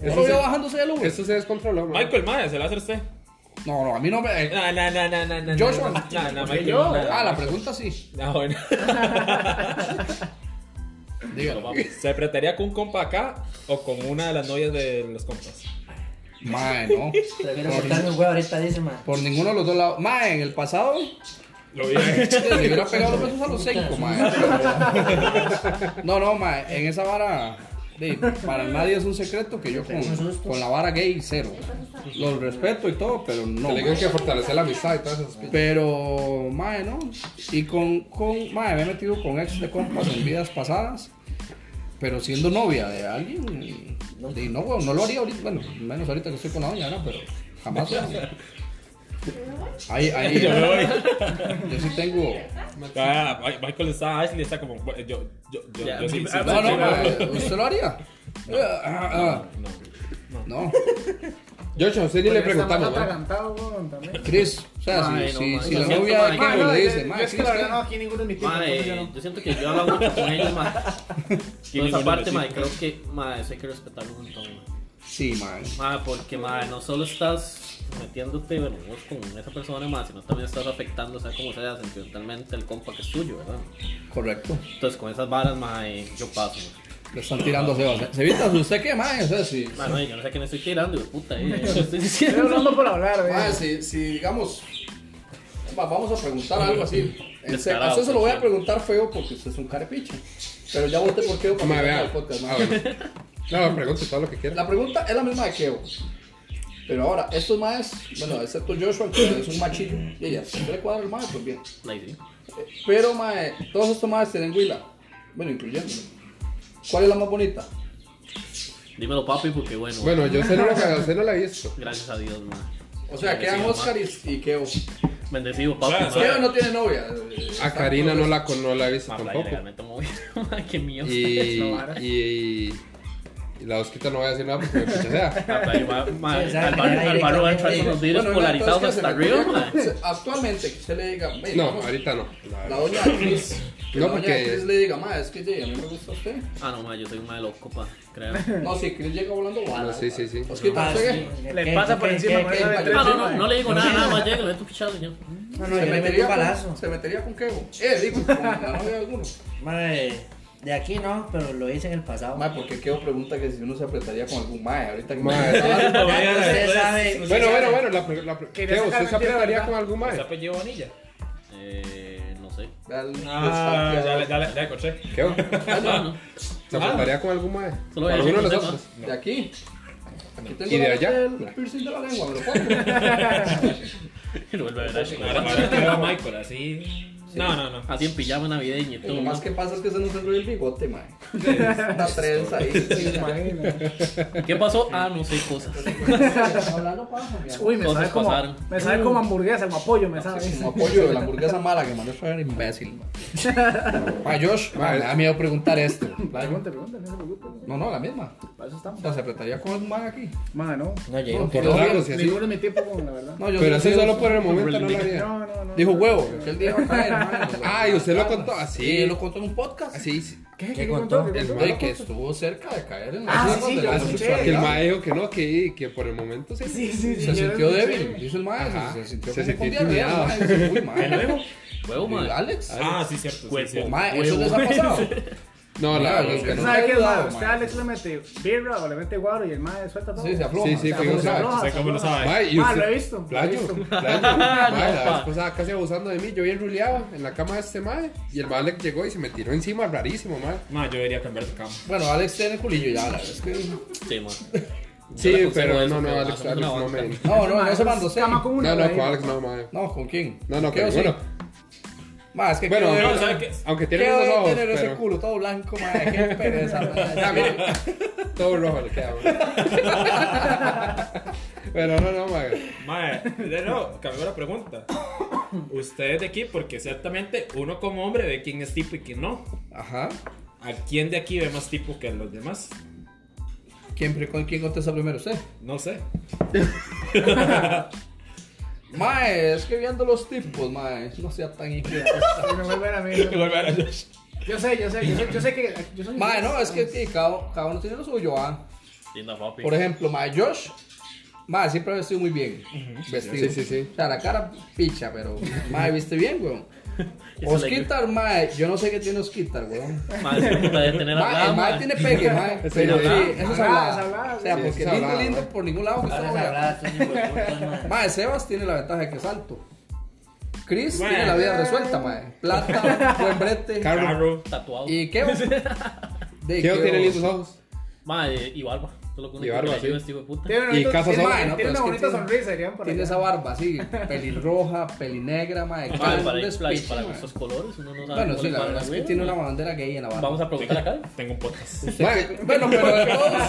S4: Eso vio bajándose del Uber.
S5: Eso se descontroló, mae.
S2: Michael, mae, se la hace usted.
S4: No, no, a mí no me. eh,
S2: No, no, no, no, no, no.
S4: Joshua.
S2: No, no, no, Michael.
S7: yo?
S2: no,
S4: Ah, la pregunta sí.
S2: No, bueno.
S4: Dígalo.
S2: ¿Se prestaría con un compa acá o con una de las novias de los compas?
S4: Mae, no.
S6: Prefiero cortarme un huevo ahorita, dice, mae.
S4: Por ninguno de los dos lados. Mae, en el pasado.
S2: Lo vi.
S4: Se hubiera pegado los besos a los cinco, mae.
S6: eh,
S4: pero- No, no, mae, en esa vara. de- para nadie es un secreto que yo con, con la vara gay cero. Los respeto y todo, pero no.
S5: Se le
S4: mae.
S5: tiene que fortalecer la amistad y todas esas pi-
S4: Pero, mae, no. Y con, con, mae, me he metido con ex de compas en vidas pasadas. Pero siendo novia de alguien, y no, weón, no lo haría ahorita. Bueno, menos ahorita que estoy con la doña, ¿no? Pero jamás. weón. Ahí, ahí.
S2: Yo me voy.
S4: Yo sí tengo.
S2: Ah, Michael está, Ashley está como. bueno, Yo, yo, yo,
S3: Ya,
S2: yo sí.
S3: sí,
S2: sí,
S3: ah,
S4: No,
S2: sí,
S4: no,
S2: sí,
S4: mae, ¿usted lo haría? Eh, ah,
S2: no,
S4: ah, No,
S5: Joshua, a usted ni le preguntamos,
S7: Está
S5: mae.
S7: atragantado, weón, también.
S4: Chris, o sea, si,
S3: Mae, no,
S4: si,
S3: mae.
S4: si
S3: Lo
S4: la
S3: siento,
S4: novia de
S3: mae.
S4: Kiko
S7: no,
S4: le
S7: yo-
S4: dice,
S7: yo
S4: mae,
S7: es que
S4: Chris,
S7: la verdad no,
S4: ¿qué?
S7: aquí ninguno es mi tipo.
S3: Mae,
S7: entonces yo no.
S3: eh, yo siento que yo hablo mucho con ellos, mae.
S2: ¿Quién
S3: Entonces,
S2: ninguno
S3: aparte,
S2: lo
S3: mae,
S2: siente?
S3: creo que, mae, eso hay que respetarlo un montón, mae.
S4: Sí, mae.
S3: Mae, porque, mae, no solo estás metiéndote, bueno, vos con esa persona, mae, sino también estás afectando, o sea, como sea, sentimentalmente el compa que es tuyo, ¿verdad?
S4: Correcto.
S3: Entonces, con esas varas, mae, yo paso, mae.
S4: Le están tirando cebas. Cevita, ¿usted qué, mae? O sea, si.
S3: Mae, no, yo no sé a quién estoy tirando, hijo de puta, eh, yo estoy
S7: Estoy
S3: diciendo.
S7: hablando por hablar,
S4: Ma,
S7: weón.
S4: si, si digamos, va- vamos a preguntar algo así. En se-
S3: Descarado, pues,
S4: a usted se lo voy a
S3: sí.
S4: preguntar feo porque usted es un carepicho. Pero ya voté por Keo para
S5: Ma,
S4: que
S5: vea.
S4: haga el podcast, ma.
S5: Ah, bueno. No, pregunte todo lo que quiera.
S4: La pregunta es la misma de Keo. Pero ahora, estos maes, bueno, excepto Joshua, que es un machillo, y ella, si le cuadra el mae, pues bien.
S3: Ahí sí.
S4: Eh, Pero, mae, todos estos maes tienen huila. Bueno, incluyendo. ¿Cuál es la más bonita?
S3: Dímelo, papi, porque, bueno,
S5: Bueno, yo sé no lo que a usted no la he visto.
S3: gracias a Dios, mae.
S4: O sea,
S3: Bendecido,
S4: quedan
S3: ma.
S4: Oscar y, y Keo.
S3: Bendecido, papi,
S2: Claro,
S3: mae.
S4: Keo no tiene novia. eh,
S5: A
S4: está
S5: Karina
S4: todo
S5: no la, con- no la he visto
S3: Mae, playa
S5: tampoco.
S3: legalmente movida, mae, qué miedo.
S5: Y,
S7: la vara.
S5: y, y la osquita no voy a decir nada porque me pichasea.
S3: Ah, pero ma- ma-
S6: Sí, exacto.
S3: Al barrio al barrio va a entrar con los vidrios
S4: Bueno, no,
S3: polarizados
S4: entonces,
S3: hasta
S4: que se me
S3: arriba,
S4: ocurrió,
S3: ma.
S4: se- Actualmente, que usted le diga, "Ve,
S5: No,
S4: vamos,
S5: ahorita no.
S4: la doña Cris. que
S5: No,
S4: la doña
S5: porque-
S4: Cris le diga, ma, es que sí, a mí me gusta usted.
S3: Ah, no, ma, yo soy un ma de loco, pa, Ah, créanme.
S4: No, si Cris llega volando, va.
S5: No, Ah, sí, sí, sí.
S4: Os quita,
S6: Ah,
S4: usted
S6: sí,
S7: Le
S6: ¿qué,
S7: pasa
S6: qué,
S7: por
S6: qué,
S7: encima,
S6: qué,
S7: por
S6: qué?
S7: eso de
S4: qué?
S3: Ah,
S7: tres.
S3: no, no, no le digo nada, nada más llega, le meto un pichado, señor.
S6: No,
S4: qué?
S6: no, yo le metí un balazo.
S4: con, se metería con Kevo. Eh, digo, con la novia de alguno.
S6: Mae, eh, de aquí no, pero lo hice en el pasado.
S4: Ma, porque Kevo pregunta que si uno se apretaría con algún mae. Ahorita que
S5: Ma,
S4: mae,
S5: eh.
S6: Ya, usted sabe. usted
S5: Bueno,
S6: sabe.
S5: bueno, bueno. La, pre- la, pre-
S7: Quería
S5: Teo,
S7: sacar
S5: ¿Usted se
S7: mentira,
S5: apelaría
S7: ¿verdad?
S5: con algún mae?
S2: apellido Bonilla?
S3: Eh, no sé.
S4: dale,
S2: Ah,
S4: dale,
S2: ya, le- ya, le- ya encontré.
S5: Teo,
S3: Ah, No, no.
S5: ¿Se apelaría con algún mae?
S3: Solo
S5: Con
S3: voy a decir
S5: alguno de los
S3: que
S5: otros.
S4: De aquí. Aquí tengo
S5: ¿Y de allá?
S4: El piercing de la lengua, me lo pongo.
S3: Y lo vuelve a ver a
S2: Ahora
S3: Chico.
S2: ahora te veo a Michael, así. No, no, no.
S3: Así en pijama navideña y
S4: Lo
S3: todo.
S4: más
S3: ma.
S4: que pasa es que se nos enrolla el bigote, mae. Una trenza ahí. sí, mae.
S3: ¿Qué pasó? Ah, no sé, cosas.
S4: Hablando paja, mi amor.
S7: Uy, me
S3: Cosas
S7: sabe como,
S3: pasaron.
S7: me sabe como hamburguesa, como apoyo, me sabe.
S4: Como apoyo de la hamburguesa mala que mandó a traer imbécil. Ma, Josh, ma, me da miedo preguntar esto.
S7: Pregunte, pregunte, no se preocupe.
S4: No, no, la misma.
S7: Para eso
S4: O
S7: estamos.
S4: sea, se apretaría con un man aquí.
S7: Mae, no.
S6: No llegó.
S4: No,
S5: Por
S4: por
S5: los
S4: lo
S5: lados y así.
S7: Ninguno es mi tipo, weón, la verdad.
S4: No, yo
S5: Pero
S4: sí-
S5: así
S4: yo-
S5: solo por el momento no la haría.
S7: No, no, no.
S4: Dijo huevo. que el día iba a caer, ma, los-
S5: Ah, y usted lo contó así.
S4: Sí, lo contó en un podcast.
S5: Así, sí.
S7: ¿Qué? ¿Qué,
S6: ¿Qué
S7: contó?
S6: contó?
S7: ¿Qué
S5: El
S7: contó?
S4: Güey, que estuvo cerca de caer en
S7: Ah,
S4: las
S7: sí, sí,
S4: de
S7: yo
S4: la
S7: escuché.
S5: Que el
S4: sexualidad.
S5: mae dijo que no, que, que por el momento sí.
S7: Sí, sí, sí.
S4: Se
S7: yo
S4: sintió
S7: lo escuché.
S4: débil, dice el mae.
S5: Ajá.
S4: Se sintió
S5: Se
S4: como
S5: sintió
S4: con diarrea,
S5: intimidado.
S4: mae, dice, Uy, mae.
S3: Huevo,
S4: Y
S3: ma.
S4: Alex.
S2: Ah, sí, cierto. Sí,
S3: Huevo.
S2: cierto.
S4: Mae, eso les ha pasado.
S5: No, la
S4: Mira,
S5: verdad es que no.
S7: ¿Sabe
S4: No,
S7: qué es
S4: no,
S7: mae? Usted
S4: mae.
S7: a Alex le mete birra o le mete guaro y el mae suelta todo.
S4: Sí, se afloja.
S5: Sí,
S4: se
S5: sí, que yo
S4: afloja.
S5: sabe.
S2: Usted cómo lo sabe.
S5: Mae, y
S7: Ah,
S5: usted-
S7: lo he visto, lo he
S5: Playo,
S7: visto.
S5: playo. Mae, la
S3: pa.
S5: vez pasada casi abusando de mí. Yo bien ruleado en la cama de este mae. Y el mae le llegó y se me tiró encima, rarísimo, mae.
S2: Ma, yo debería cambiar de cama.
S4: Bueno, Alex tiene culillo ya, la verdad es que. No,
S3: Sí, ma.
S5: Sí,
S3: aconsejo
S5: pero
S3: eso, pero más o
S5: no, no, Alex,
S3: menos
S5: Alex no
S3: una
S5: me.
S4: no, no se mandó
S7: Cama
S4: cero.
S7: con uno,
S5: No, no,
S7: ahí.
S5: con Alex no, mae.
S4: No, ¿con quién?
S5: No, no,
S4: Keo
S5: con
S4: sí.
S5: ninguno.
S4: Ma, es que
S5: Bueno,
S4: Keo
S5: no,
S4: debe-
S2: ¿sabe qué?
S5: Aunque
S4: Keo
S5: tiene unos
S4: debe
S5: ojos.
S4: tener ese
S5: Pero...
S4: culo todo blanco, ma, qué pereza. ma.
S5: Ah, mire, todo rojo le queda, mae. Pero no, no, mae.
S2: Mae, de nuevo, cambió la pregunta. Ustedes de aquí, porque ciertamente uno como hombre ve quién es tipo y quién no.
S4: Ajá.
S2: ¿A quién de aquí ve más tipo que a los demás?
S4: ¿Quién, pre- con, ¿Quién contesta primero? ¿Usted?
S2: No sé.
S4: Mae, es que viendo los tipos, mae, no sea tan idiota.
S7: Y me vuelven a mí. Yo sé, yo sé, yo sé, yo sé que. Yo soy
S4: Mae, no, es que sí, cada, cada uno tiene lo suyo, ah.
S3: Linda papi.
S4: Por ejemplo, mae, Josh, mae, siempre ha vestido muy bien. Vestido.
S5: Sí, sí, sí.
S4: O sea, la cara picha, pero mae, viste bien, weón.
S3: Eso le-
S4: Osquitar, mae, yo no sé qué tiene Osquitar, weón.
S3: Mae, ese puta debe tener Ah,
S4: Mae,
S3: hablado,
S4: el mae
S3: mae.
S4: tiene pegue, mae. Pero sí,
S3: hablado.
S4: eso es
S7: Hablado,
S4: hablado.
S7: hablado,
S4: O sea,
S5: sí,
S4: porque
S5: es
S4: lindo,
S5: hablado,
S4: lindo
S5: mae.
S4: por ningún lado que está
S6: Ahora
S4: weón.
S6: sabrás, Toño, por putas, mae.
S4: Mae, Sebas tiene la ventaja de que es alto. Chris tiene la vida resuelta, mae. Plata, buen brete.
S2: Carro.
S3: Tatuado.
S4: ¿Y qué? De
S5: Keo
S4: Keo.
S5: tiene lindos ojos.
S3: Mae, y barba. Eso es lo que uno
S5: Y barba,
S3: tiene que
S5: sí.
S3: este hijo de puta.
S7: Tiene, una
S5: Y
S7: bonita-
S5: Casa
S7: tiene-
S5: Sola,
S7: tiene
S4: ¿no? Pero
S7: una
S4: es que
S7: bonita
S4: tiene-
S7: sonrisa, dirían por
S4: Tiene
S7: allá. Ah,
S4: esa barba, sí, pelirroja, pelinegra, mae.
S3: Mae,
S4: Cara,
S3: para,
S4: un
S3: para,
S4: despiche,
S3: para
S4: mae.
S3: esos colores, uno no sabe
S4: Bueno,
S3: cómo
S4: sí,
S3: le
S4: la
S3: pagan
S4: verdad
S3: a
S4: es que
S3: huevo,
S4: tiene una
S3: mae.
S4: bandera gay en la barba.
S3: Vamos a preguntar acá.
S2: Tengo un podcast.
S4: Mae, bueno, pero de todos,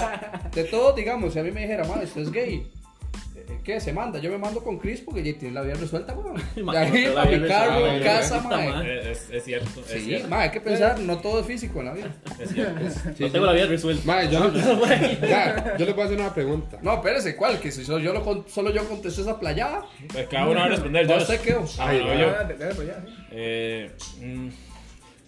S4: de todos, digamos, si a mí me dijera, mae, usted es gay. eh, ¿Qué? Se manda, yo me mando con Chris porque ya tiene la vida resuelta, weón. De
S3: Mae,
S4: ahí
S3: no,
S4: para
S3: la
S4: mi
S3: vida
S4: carro,
S3: resuelta,
S4: casa,
S3: puta
S4: mae.
S3: madre.
S2: Eh, Es, es cierto. Es
S4: Sí,
S2: cierto.
S4: mae, hay que pensar, no todo es físico en la vida.
S3: No tengo la vida resuelta.
S5: Mae, yo, le- ya, yo les voy a hacer una pregunta.
S4: No, espérese, ¿cuál? Que si solo yo, lo con- solo yo contesto esa playada,
S2: Pues cada uno va a responder.
S4: no
S2: Josh.
S4: sé qué.
S2: Ah,
S5: Ay,
S2: no,
S5: no.
S2: yo.
S7: Ah, de- de- por allá, sí.
S2: Eh, mm,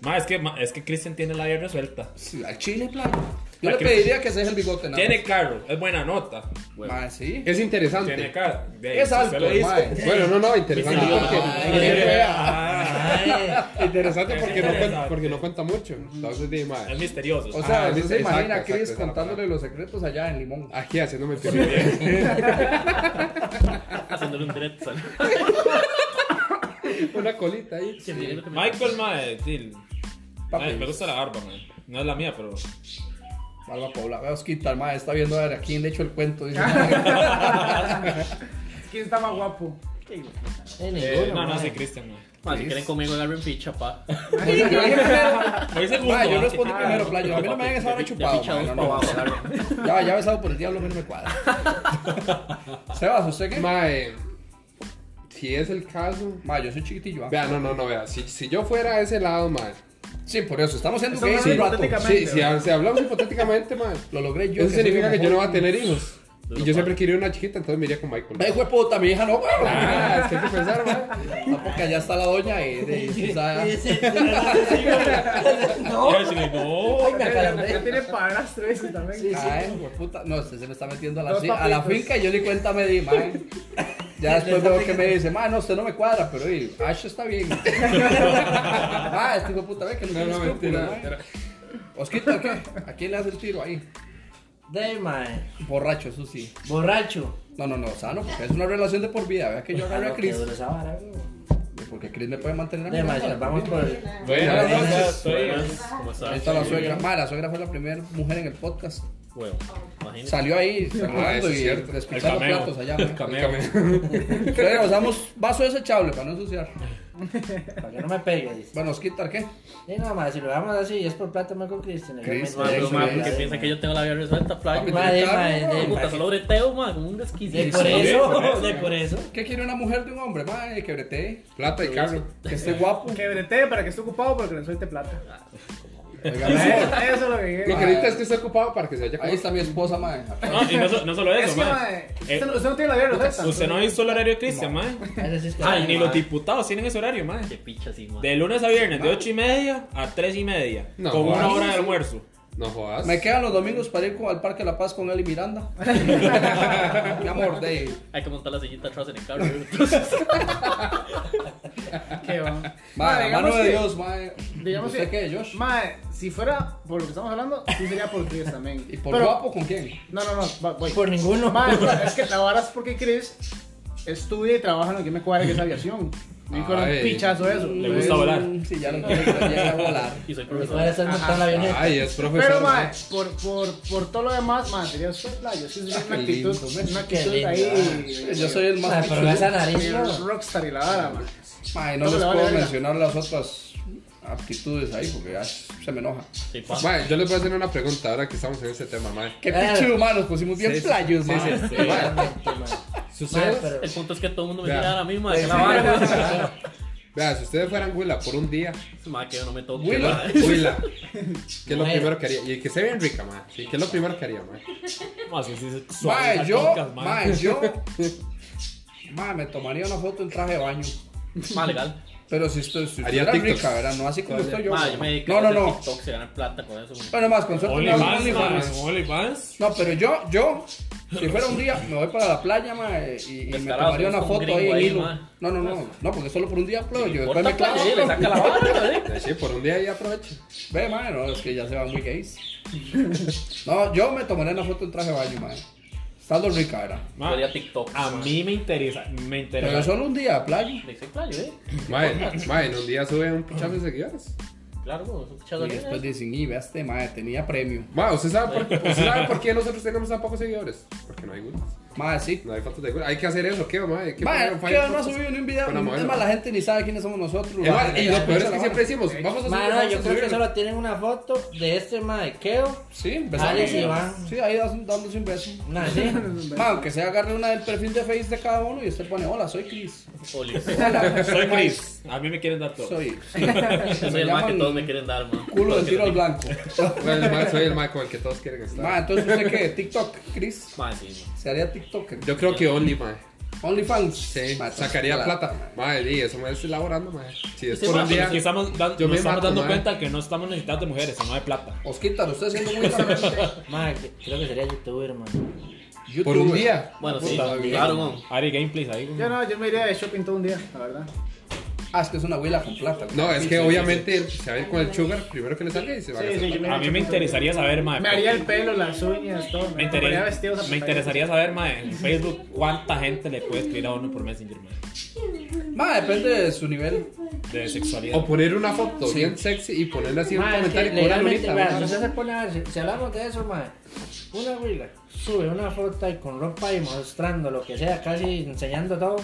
S2: ma, es que, ma, es que Christian tiene la vida resuelta.
S4: Sí, Al chile, plano. Yo
S2: Ma,
S4: le
S2: que-
S4: pediría que se deje el bigote, nada
S2: Tiene carro, es buena nota.
S4: más. Ma, sí.
S5: Es
S2: Tiene
S5: interesante.
S2: carro.
S4: Es alto, mae.
S5: Bueno, no, no, interesante
S3: Sí, sí,
S5: porque,
S4: Ay,
S5: porque-
S4: qué fea.
S2: Ah,
S6: Ay,
S5: interesante porque no, cuenta,
S2: Interesante.
S5: porque no cuenta mucho. Entonces, di,
S2: Es
S5: mae,
S2: misterioso.
S4: O sea,
S5: Ah,
S4: usted
S5: sí,
S4: se imagina a
S5: exacto,
S4: Chris
S5: exacto, esa
S4: contándole los secretos allá en Limón.
S5: aquí haciéndome feliz.
S3: Haciéndole un directo. ¿sale?
S5: Una colita ahí.
S3: Que mire lo que me-
S2: Michael, mae, sí.
S4: Papi.
S2: Mae, me gusta la barba, mae. No es la mía, pero.
S4: Barba Paula, veos quitar, ma, está viendo a ver a quién le echo el cuento. Dice, ma.
S7: ¿Quién está más guapo?
S6: de
S2: Eh,
S6: ninguno,
S2: no, no,
S6: mae.
S2: sí, Christian, mae.
S3: Mae, si quieren conmigo, agarren ficha, pa.
S2: Voy segundo.
S4: Ma, yo
S2: ah.
S4: respondí primero, playo. A mí no me hagan esa hora
S3: De
S4: chupado.
S3: ficha dos
S4: ma,
S3: pa'
S4: no, no.
S3: abajo, agarren.
S4: Ya, ya besado por el diablo, a mí no me cuadra. Sebas, ¿usted qué?
S5: Mae, si es el caso.
S4: Ma, yo soy chiquitillo. ah.
S5: Vea, no, no, no, vea. Si, si yo fuera a ese lado, mae.
S4: Sí, por eso, estamos siendo
S7: Estamos
S4: gays
S7: hablando
S4: un rato.
S7: hipotéticamente.
S5: Si, si, ha- si hablamos hipotéticamente, mae.
S4: Lo logré yo.
S5: Eso
S4: soy
S5: significa
S4: lo
S5: que yo no
S4: mejor.
S5: voy a tener hijos. Y yo siempre quería una chiquita, entonces me iría con
S4: Ve,
S5: Michael.
S4: hijo de puta, mi hija no, güey.
S5: Ah, es que hay que pensar, mae.
S4: No, porque allá está la doña y de, o sea,
S6: No,
S2: Yo sí, no.
S6: ay, me
S7: Ya
S6: acaloré.
S7: tiene padrastro ese también.
S4: cae, hijo de puta. No, usted se me está metiendo a la,
S7: Dos
S4: ci- a la
S7: papitos.
S4: finca y yo ni cuenta me di, man. Ya después veo que me dice, man, no, usted no me cuadra, pero oye, Ash está bien. Ah, este hijo de puta, ve que no
S5: No,
S4: tiene
S5: no,
S4: escrúpulos,
S5: mentira.
S4: man. Osquita, Pues ¿qué? ¿A quién le hace el tiro ahí?
S6: De mae.
S4: Borracho, eso sí.
S6: Borracho.
S4: No, no, no, sano, porque es una relación de por vida. Vea que yo agarré a
S6: Lo que
S4: Chris.
S6: dura esa vara, güey.
S4: Porque Chris me puede mantener a mí.
S6: De mae, si nos vamos por.
S2: Buenas
S4: Buenas
S2: noches.
S4: noches.
S2: Soy-
S3: ¿Cómo estás?
S4: Ahí está la suegra. Ma, la suegra fue la primera mujer en el podcast.
S3: Huevo, imagínate.
S4: Salió ahí saludando
S5: eso es
S4: y
S5: cierto.
S4: despichando
S2: El cameo.
S4: platos allá.
S2: El cameo.
S4: Pero usamos vaso desechable para no ensuciar.
S6: Para que no me pegue, dice.
S4: Bueno, Osquitar, ¿qué?
S6: Y no, mae, si lo vamos así, es por plata, me con Cristian.
S4: Cristian,
S3: Mae, pero,
S4: Eso
S3: mae,
S4: es.
S3: porque piensa que yo tengo la vida resuelta, playa.
S4: Papi,
S3: Mae,
S6: Mae,
S4: tiene carro,
S6: mae,
S4: bro.
S6: de-
S3: puta, solo breteo, mae, como un
S6: De
S3: desquiciado.
S6: por eso,
S2: sí.
S6: de por eso.
S4: ¿Qué quiere una mujer de un hombre? Ma, que bretee,
S5: Plata y carro.
S4: que esté guapo.
S7: Que bretee para que esté ocupado para que le suelte plata.
S4: Oiga, mae,
S7: Eso eso es lo que dije.
S5: Lo que necesita es que esté ocupado para que se vaya con
S4: Ahí está mi esposa, ma.
S2: No, y no, so- no solo eso,
S7: Es que,
S2: mae.
S7: mae, usted,
S2: Eh,
S7: no- usted no tiene la vida resuelta.
S2: Usted no hizo el horario de Cristian, mae.
S6: Ese sí es que-
S2: Ay, ni
S6: mae.
S2: los diputados tienen ese horario, mae.
S3: Que picha así, mae.
S2: De lunes a viernes, de 8 y media a 3 y media.
S5: No,
S2: con una
S5: ah,
S2: hora de
S5: sí.
S2: almuerzo.
S5: No jodas.
S4: Me quedan los domingos para ir con- al Parque La Paz con él y Miranda. mi amor, de
S3: Hay que montar la sillita atrás en el carro. entonces.
S7: Ah, Qué va.
S4: Ma, la
S7: digamos
S4: mano de
S7: que-
S4: Dios, ma.
S7: Digamos
S4: ¿Usted
S7: que-
S4: qué, Josh?
S7: Mae, si fuera por lo que estamos hablando, sí sería por Chris también.
S4: ¿Y por
S7: Pero-
S4: guapo con quién?
S7: No, no, no, va- voy.
S6: Por ninguno.
S7: Mae, es que la vara es porque Chris estudia y trabaja en lo que me cuadra que es aviación. Me dijo un
S5: Ay.
S7: pichazo eso.
S2: Le gusta volar.
S4: Mm, Sí, ya lo entiendo, ya a volar.
S3: Y soy
S6: Porque puede
S3: profesor.
S6: estar montando la avioneta.
S5: Ay, es profesor.
S7: Pero, mae,
S5: mae.
S7: por, por, por todo lo demás, mae, sería usted playo. Sí, sería una
S4: qué
S7: actitud,
S4: lindo, mae.
S7: una
S6: Qué
S7: actitud
S6: lindo,
S7: ahí.
S4: Yo soy el
S6: Mae,
S4: más
S6: pero esa nariz,
S7: Mira,
S6: ¿no?
S7: rockstar y la vara, mae.
S4: Mae, no
S7: No
S4: les
S7: le vale
S4: puedo
S7: verga.
S4: mencionar las otras aptitudes ahí porque ya se me enoja.
S3: Sí, pa.
S5: Mae, yo les voy a hacer una pregunta ahora que estamos en ese tema, mae.
S4: Qué
S6: Ah.
S4: pinche pues, humanos, pusimos bien playos, mae.
S6: Realmente, mae.
S5: Si
S6: Mae,
S5: ustedes,
S6: pero-
S3: El punto es que todo el mundo me
S5: Vea.
S3: tiene ahora mismo. Que la vara,
S5: vea, si ustedes fueran Huila por un día,
S3: mae. Mae, que yo no me toco.
S5: Huila,
S3: mae.
S5: Huila, ¿qué es lo
S6: Mae.
S5: primero que haría? Y que se vean rica, mae. Sí, ¿qué es lo primero que haría, mae?
S2: Mae, sí, sí, sí, suave,
S4: Mae, yo,
S2: tocas, mae.
S4: mae, yo. Mae, me tomaría una foto en traje de baño.
S3: Más legal.
S4: Pero si estoy, si
S5: Haría
S4: estuviera
S5: TikToks.
S4: rica, ¿verdad? No así como estoy yo.
S3: Ma, yo me dedico
S4: no,
S3: a
S4: no,
S3: hacer
S4: no.
S3: TikToks y ganar plata con eso. ma.
S4: Bueno, más con suerte me hago un OnlyFans.
S2: OnlyFans.
S4: No, pero yo, yo, si fuera un día, me voy para la playa, ma, y, y me
S3: Descarado,
S4: tomaría una
S3: sos un
S4: foto ahí
S3: gringo
S4: en
S3: ahí,
S4: hilo.
S3: ma.
S4: No, no, no, no, porque solo por un día playa, yo después me
S3: Corta
S4: clavo.
S3: plata, eh, le saca la barra, eh.
S5: Sí, por un día ya aprovecho.
S4: Ve, ma, no, es que ya se van muy gays. No, yo me tomaría una foto en traje de baño, ma. Estando rica, ¿verdad?
S3: Yo haría TikTok.
S2: A mí me interesa. Me
S4: Pero
S2: interesa.
S4: solo un día de playa.
S3: Le hice playo, eh.
S5: Mae, mae, en un día sube un pichazo de seguidores.
S3: Claro, bueno, es un
S4: Y después
S3: eh.
S4: dicen, y vea este, ma, tenía premio.
S5: Mae, ¿usted sabe, por, ¿usted sabe por qué nosotros tenemos tan pocos seguidores? Porque no hay gurús.
S4: Ma, sí.
S5: No hay fotos de gurús. Hay que hacer eso, ¿qué, mae? ¿Qué
S4: Ma,
S5: poner-
S4: que
S5: poner
S4: no ha
S5: fotos?
S4: subido ni un video.
S5: Con la
S4: Es
S5: modelo.
S4: más, la gente ni sabe quiénes somos nosotros.
S5: Es
S4: ma.
S5: más, y lo peor es que
S4: La
S5: siempre
S4: vara.
S5: decimos, vamos a subir.
S6: Mae, no,
S5: vamos a
S6: yo creo que
S5: subir.
S6: solo tienen una foto de este mae Keo.
S4: Sí, empezamos.
S6: Alex y Iván.
S4: Sí, ahí das- dándose un beso.
S6: Mae, sí.
S4: Ma, aunque sea agarre una del perfil de Face de cada uno y usted pone, hola, soy Chris.
S2: Soy Chris. A mí me quieren dar todo.
S4: Soy
S3: Soy el más que todos me quieren dar, man.
S4: culo del tiro al blanco.
S5: Soy el mae- Soy el mae con el que todos quieren
S4: Ma,
S5: estar.
S4: entonces usted qué, TikTok, Chris.
S3: Ma, sí, ma.
S4: Se haría TikToker.
S5: Yo creo que Only, mae.
S4: OnlyFans.
S5: Sí,
S4: Ma, entonces,
S5: sacaría
S4: hola.
S5: plata. Mae, di, eso me está elaborando, mae. Si es
S3: Sí,
S5: por
S3: ma,
S5: un
S2: Pero
S5: día.
S2: es que estamos, dan-
S5: Yo
S2: nos
S5: me
S2: estamos
S5: mato,
S2: dando
S5: ma.
S2: cuenta que no estamos necesitando de mujeres, sino de plata.
S4: Osquitar, usted siendo muy transparente.
S6: Mae, que- creo que sería youtuber, man.
S5: Por un día.
S3: Bueno, sí,
S4: Puta, bien.
S3: claro, man.
S2: Ari Gameplays ahí. güey.
S7: Yo no, yo me iría de shopping todo un día, la verdad.
S4: Ah, es que es una huila con plata.
S5: No, es que obviamente se va a ir con el sugar primero que le salga y se va a
S7: Sí,
S5: gastar.
S7: sí, yo me iría
S2: A
S7: de
S2: mí me
S7: shopping todo el día.
S2: interesaría saber, mae.
S7: Me haría el pelo, las uñas, todo.
S2: Me,
S7: compraría
S2: interesa-
S7: vestidos a
S2: me interesaría saber, mae, en Facebook cuánta gente le puede escribir a uno por Messenger, mae.
S4: Ma, depende de su nivel.
S2: De sexualidad.
S5: O poner una foto bien sexy y ponerla así en un
S6: Mae, es que
S5: comentario con una
S6: legalmente,
S5: lunita.
S6: vea,
S5: ¿no?
S6: si usted se pone a ver, si, si hablamos de eso, mae, una huila sube una foto ahí con ropa y mostrando lo que sea, casi enseñando todo,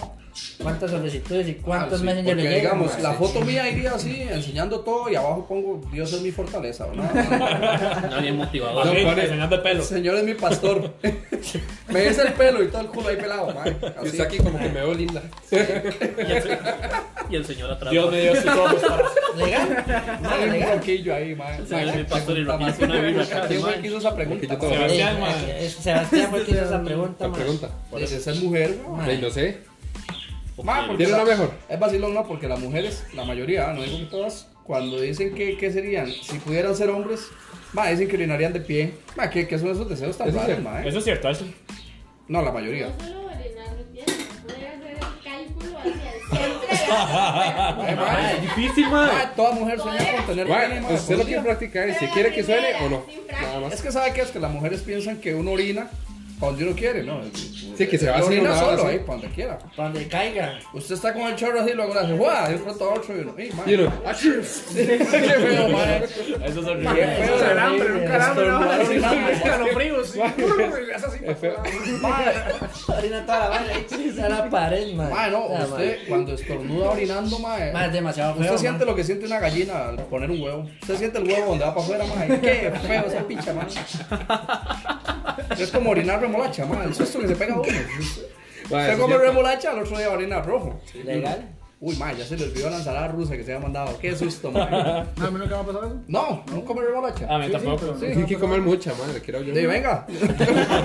S6: cuántas solicitudes y cuántos
S4: Ah, Sí,
S6: meses
S4: porque,
S6: le llegan,
S4: digamos,
S6: mae.
S4: la foto mía iría así, enseñando todo y abajo pongo, Dios es mi fortaleza. ¿o no?
S3: No, bien
S2: A
S3: motivador.
S2: mí,
S5: pone-
S2: enseñando el pelo.
S4: Señor es mi pastor. me dice el pelo y todo el culo ahí pelado, mae.
S5: Y
S4: Así.
S5: está aquí como que me veo linda.
S3: Y el, se- y el señor atrás.
S2: Dios me dio sus ojos para
S6: Legal, mae,
S4: Hay un
S6: legal.
S4: roquillo ahí, mae.
S3: Se ve mi pastor y
S4: Puta,
S3: Rocky
S4: mae.
S3: hace una birra acá,
S4: ¿Quién fue
S3: mae.
S4: el que hizo esa pregunta?
S5: Roquillo
S4: mae?
S5: todo.
S2: Sebastián,
S6: Eh,
S2: mae.
S6: eh, Sebastián fue quien hizo esa pregunta,
S5: La
S6: mae.
S5: pregunta.
S4: Dice, ser mujer, güey.
S6: Mae.
S5: Ey, no sé.
S3: Ok.
S4: Ma, porque
S5: ¿Tiene
S4: la-
S5: una mejor?
S4: Es vacilón, no, porque las mujeres, la mayoría, ah, no digo que todas, cuando dicen que, que serían, si pudieran ser hombres, ma, dicen que orinarían de pie. Ma, que, que son esos deseos tan
S5: Eso es
S4: raros,
S5: cierto.
S4: ma, eh.
S2: Eso es cierto, Ashley.
S4: No, la mayoría.
S10: No solo orinar de pie, sino poder hacer el cálculo hacia el centro de la
S4: Ay, ma,
S5: Ah,
S3: Mae, es difícil, mae.
S4: ma, Ah, toda mujer sueña con tener pene, ma,
S5: Bueno, usted lo
S4: por día.
S5: quiere practicar y
S10: Pero
S5: si
S10: la
S5: quiere que suene
S10: primera,
S5: o no.
S10: sin práctica.
S5: Nada más.
S4: Es que sabe que es que las mujeres piensan que uno orina cuando uno quiere, ¿no?
S5: Sí, que se va a hacer
S4: orina
S5: una hora
S4: solo,
S5: así.
S4: ahí, para donde quiera.
S6: Pa' donde caiga.
S4: Usted está con el chorro así, luego le hace, ¡guau! Y pronto otro y uno, ¡ey, ma!
S5: Y uno, ah, sí.
S4: ¡Qué feo, ma! eh.
S2: Eso es horrible.
S4: Qué feo,
S7: Un calambre,
S4: horrible.
S7: un calambre, no,
S4: Estornudar
S7: sí,
S4: orinando.
S7: escalofríos, sí.
S5: Es feo.
S6: Orina toda la vaina, ahí a la pared, mae.
S4: Ma, no,
S6: O sea, mae.
S4: usted cuando estornuda orinando, ma, eh,
S6: Mae, es demasiado feo,
S4: Usted siente
S6: mae.
S4: lo que siente una gallina al poner un huevo. Usted siente el huevo donde va para afuera, ma. y Qué feo esa picha, ma. Es como orinar remolacha, ma. El susto que se pega a uno. Usted
S5: Mae, eso
S4: come
S5: es cierto.
S4: remolacha, al otro día va a orinar rojo.
S6: Legal.
S4: Uy, ma, ya se le olvidó la ensalada rusa que se había mandado. Qué susto, ma.
S7: No, a mí nunca me ha pasado eso.
S4: No, no come
S2: A
S4: remolacha.
S2: mí
S7: Sí, sí,
S2: tampoco.
S7: pero
S4: Sí.
S7: no.
S5: Hay que comer mucha, madre. Quiero yo.
S4: Sí, venga.